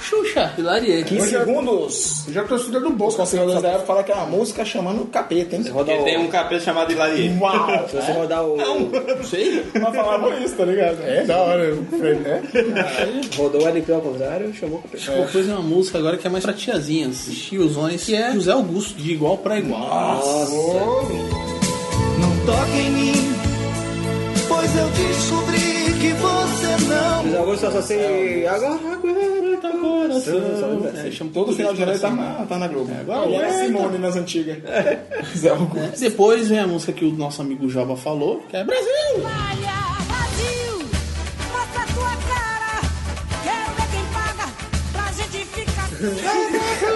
Speaker 3: Xuxa, Hilarie.
Speaker 2: Que segundos.
Speaker 4: é Já torcida do
Speaker 2: Os
Speaker 4: Boca.
Speaker 2: conservadores da época falam que é uma música chamando o capeta, hein?
Speaker 1: Rodar
Speaker 5: Porque tem
Speaker 1: o.
Speaker 5: um capeta chamado Hilarie.
Speaker 2: Uau!
Speaker 1: Se você rodar o.
Speaker 3: Não sei.
Speaker 2: Vai falar por isso, tá ligado?
Speaker 4: É da hora, eu falei, né?
Speaker 1: Rodou o LP ao contrário, chamou o
Speaker 3: Tipo, Depois é uma música agora que é mais pra tiazinhas, tiozões, que é José Augusto, de igual pra igual.
Speaker 1: José Augusto, eu só sei. Agora, aguenta o coração.
Speaker 3: É, chama
Speaker 2: Todo
Speaker 3: tudo
Speaker 2: final
Speaker 3: isso
Speaker 2: de ano
Speaker 3: pra
Speaker 2: ele tá
Speaker 3: cima.
Speaker 2: na, tá na Globo. É, era Simone nas antigas. Zé Augusto.
Speaker 3: Depois vem a música que o nosso amigo Joba falou, que é Brasil.
Speaker 11: Malha, Brasil, mostra a tua cara. Quero ver quem paga pra gente ficar.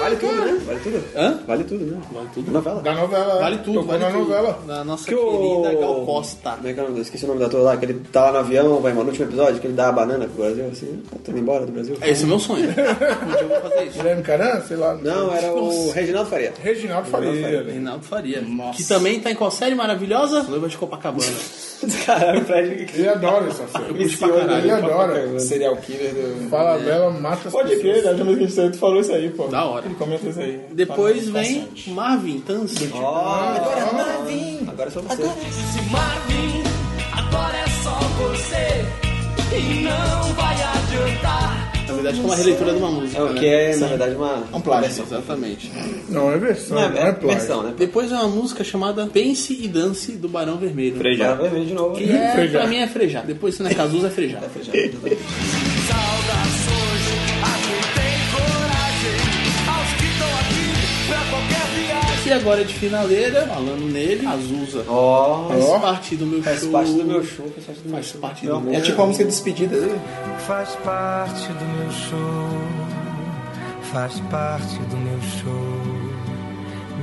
Speaker 1: Vale tudo, né? Vale tudo.
Speaker 3: Hã?
Speaker 1: Vale tudo, né? Vale tudo. Novela.
Speaker 4: Da novela.
Speaker 3: Vale tudo,
Speaker 4: Tocou
Speaker 3: vale
Speaker 4: na
Speaker 3: tudo.
Speaker 4: novela.
Speaker 3: Da nossa
Speaker 1: Que o-
Speaker 3: querida Gal Costa.
Speaker 1: Como é que é o nome dele? Esqueci o nome da ator lá, que ele tá lá no avião, vai, mano, no último episódio, que ele dá a banana pro Brasil, assim, tá indo embora do Brasil.
Speaker 3: Esse é o meu sonho. Um dia eu vou fazer isso.
Speaker 4: Guilherme Caran, sei lá.
Speaker 1: Não, era o Reginaldo Faria.
Speaker 4: Reginaldo Faria. velho.
Speaker 3: Reinaldo Faria. Que também tá em qual série maravilhosa? Noiva de Copacabana.
Speaker 1: Caralho, Fred, que
Speaker 4: Ele adora essa série. Ele adora.
Speaker 2: Serial killer do...
Speaker 4: Fala bela, mata as
Speaker 2: Pode
Speaker 4: pessoas.
Speaker 2: crer, da última vez que a gente saiu, tu falou isso aí, pô.
Speaker 3: Da hora.
Speaker 2: Ele comenta isso aí.
Speaker 3: Depois vem Marvin Tanzi.
Speaker 1: Agora Marvin! Agora é só você.
Speaker 8: Disse Marvin, agora é só você. E não vai adiantar.
Speaker 3: Na verdade, é uma releitura de uma música.
Speaker 1: É o
Speaker 3: né?
Speaker 1: que é, na verdade, uma.
Speaker 2: Um plástico.
Speaker 3: Exatamente.
Speaker 4: Não, é versão, não é, plágio.
Speaker 1: versão, né?
Speaker 3: Depois é uma música chamada Pense e Dance do Barão Vermelho.
Speaker 1: Já
Speaker 5: Frejar.
Speaker 1: vai ver de novo. né?
Speaker 3: Que é,
Speaker 4: Frejar.
Speaker 3: pra mim é frejar. Depois se não é Cazuza, é frejar.
Speaker 8: Saudações a quem tem coragem. Aos que estão aqui pra qualquer viagem.
Speaker 3: E agora de finaleira, falando nele, Azusa.
Speaker 1: Ó,
Speaker 3: Faz parte do meu
Speaker 1: faz
Speaker 3: show.
Speaker 1: parte do meu show, faz parte do meu
Speaker 3: Faz
Speaker 1: show.
Speaker 3: parte do meu
Speaker 2: É tipo a música de despedida dele.
Speaker 12: Faz parte do meu show, faz parte do meu show,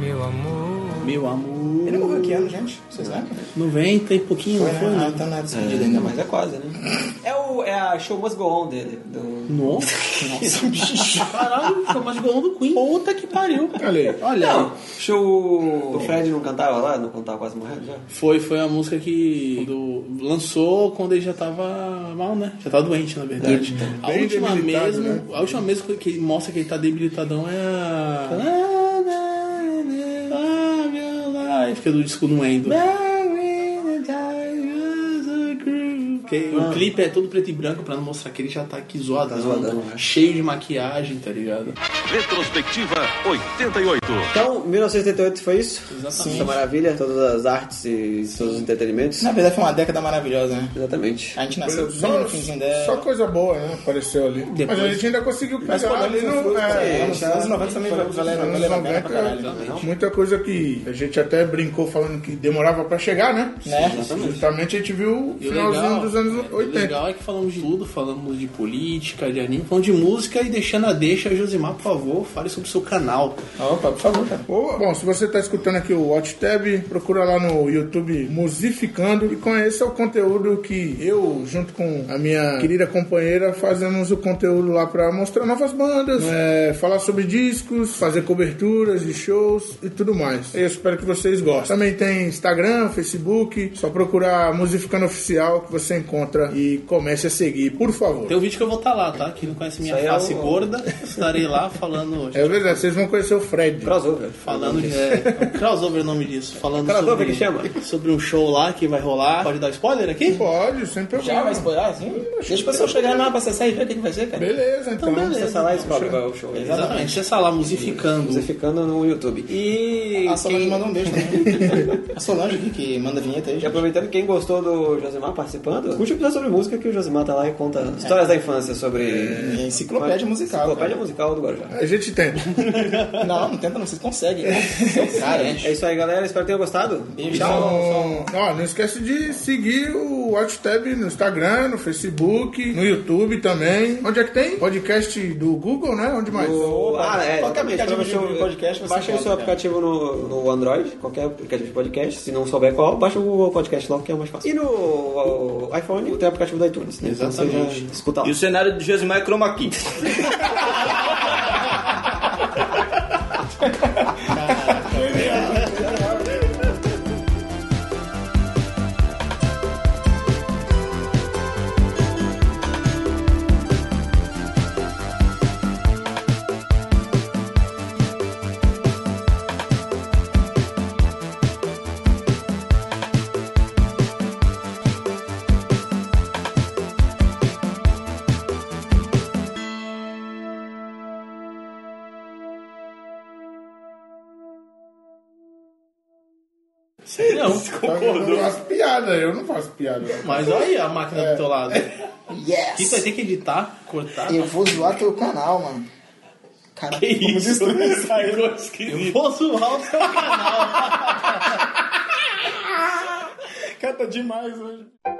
Speaker 12: meu amor.
Speaker 3: Meu amor.
Speaker 2: Ele morreu que ano, gente? Vocês lembram?
Speaker 3: 90 e pouquinho, não foi?
Speaker 2: Ah,
Speaker 3: Né?
Speaker 2: tá na despedida ainda mais.
Speaker 1: Mas é quase, né? É, o, é a Show Must Go On dele. Do...
Speaker 3: Nossa, nossa, bicho. Caralho, ficou mais golão do Queen. Puta que pariu.
Speaker 4: Olha aí.
Speaker 3: Olha,
Speaker 1: Não, show. O Fred não cantava lá, não cantava quase morrendo já?
Speaker 3: foi, foi a música que quando lançou quando ele já tava mal, né? Já tá doente, na verdade. A
Speaker 4: Bem
Speaker 3: última
Speaker 4: debilitado,
Speaker 3: mesmo,
Speaker 4: né?
Speaker 3: a última mesmo que- que mostra que ele tá debilitadão é a. Ah, meu lá. Aí fica do disco no Endo. feio. O clipe é todo preto e branco pra não mostrar que ele já tá aqui zoadão,
Speaker 1: Tá zoadão,
Speaker 3: né? cheio de maquiagem, tá ligado?
Speaker 6: Retrospectiva 88.
Speaker 1: Então, 1988 foi isso?
Speaker 3: Exatamente.
Speaker 1: Essa maravilha, todas as artes e todos os entretenimentos.
Speaker 2: Na verdade foi uma década maravilhosa, né?
Speaker 1: Exatamente.
Speaker 2: A gente nasceu
Speaker 4: Só-
Speaker 2: bem no finzinho dela.
Speaker 4: Só coisa boa, né? Apareceu ali.
Speaker 2: Depois-
Speaker 4: Mas a gente ainda conseguiu pegar
Speaker 2: Mas pô,
Speaker 4: ali
Speaker 2: não
Speaker 4: no.
Speaker 2: foi,
Speaker 4: é,
Speaker 2: é, nos anos 90 também vai- vai levar- vai
Speaker 4: anos
Speaker 2: levar merda pra
Speaker 4: 90,
Speaker 2: caralho.
Speaker 4: Muita coisa que a gente até brincou falando que demorava pra chegar, né?
Speaker 2: Né?
Speaker 4: Justamente a gente viu o
Speaker 3: E o
Speaker 4: finalzinho
Speaker 3: legal-
Speaker 4: dos anos
Speaker 3: O
Speaker 4: 80.
Speaker 3: legal é que falamos de tudo, falamos de política, de anime, falamos de música e deixando a deixa, Josimar, por favor, fale sobre o seu canal.
Speaker 2: Opa, por favor, cara.
Speaker 4: Boa. Bom, se você está escutando aqui o Watch Tab, procura lá no YouTube Musificando e conheça o conteúdo que eu, junto com a minha querida companheira, fazemos o conteúdo lá para mostrar novas bandas, é, falar sobre discos, fazer coberturas de shows e tudo mais. Eu espero que vocês gostem. Também tem Instagram, Facebook, só procurar Musificando Oficial que você encontra e comece a seguir, por favor.
Speaker 3: Tem um vídeo que eu vou estar lá, tá? Quem não conhece minha
Speaker 4: Isso aí é
Speaker 3: face
Speaker 4: o-
Speaker 3: gorda, estarei lá falando.
Speaker 4: É verdade, vocês vão conhecer o Fred.
Speaker 1: Crossover.
Speaker 3: Falando de. É, crossover é o nome disso. Falando
Speaker 1: Crossover
Speaker 3: sobre,
Speaker 1: que chama.
Speaker 3: sobre um show lá que vai rolar. Pode dar spoiler aqui?
Speaker 4: Pode, sem problema.
Speaker 2: Já vai spoiler assim? Deixa o pessoal chegar lá pra acessar e ver o que que vai ser, cara.
Speaker 4: Beleza, então.
Speaker 3: Então, beleza.
Speaker 1: Acessa lá e descobre qual é o show.
Speaker 3: Exatamente. Você está lá musificando.
Speaker 1: Musificando no YouTube. E.
Speaker 2: A Solange
Speaker 1: quem-
Speaker 2: mandou um beijo também. A Solange aqui, que manda a vinheta aí.
Speaker 1: E aproveitando, quem gostou do Josimar participando, escute o episódio sobre música que o Josimar tá lá e conta histórias da infância sobre.
Speaker 2: É enciclopédia musical.
Speaker 1: Enciclopédia musical do Guarujá.
Speaker 4: A gente tenta.
Speaker 2: cara. Não, não tenta não, vocês conseguem. né? Seu cara, hein?
Speaker 1: É isso aí, galera. Espero que tenham gostado.
Speaker 2: Beijo.
Speaker 4: Então, ó, não esquece de seguir o WhatsApp no Instagram, no Facebook, no YouTube também. Onde é que tem? Podcast do Google, né? Onde mais?
Speaker 1: Ah, é,
Speaker 2: Qualquer
Speaker 1: exatamente. Pra
Speaker 2: aplicativo
Speaker 1: você-
Speaker 2: de podcast você né?
Speaker 1: Baixa o seu
Speaker 2: encontra, cara.
Speaker 1: aplicativo no, no Android, qualquer aplicativo de podcast. Se não souber qual, baixa o Google Podcast logo que é mais fácil. E no o iPhone tem o aplicativo do iTunes, né? Então você já escuta lá.
Speaker 5: E o cenário do Josimar é chroma key.
Speaker 3: Sei não.
Speaker 4: Eu não faço piada, eu não faço piada.
Speaker 3: Mas olha aí a máquina
Speaker 4: É.
Speaker 3: do teu lado. Yes! Isso vai ter que editar, cortar.
Speaker 2: Eu vou zoar teu canal, mano. Cara,
Speaker 3: Que
Speaker 2: como
Speaker 3: isso?
Speaker 2: destruir isso?
Speaker 3: Ficou esquisito. Eu vou zoar o seu canal.
Speaker 2: Cara, tá demais hoje.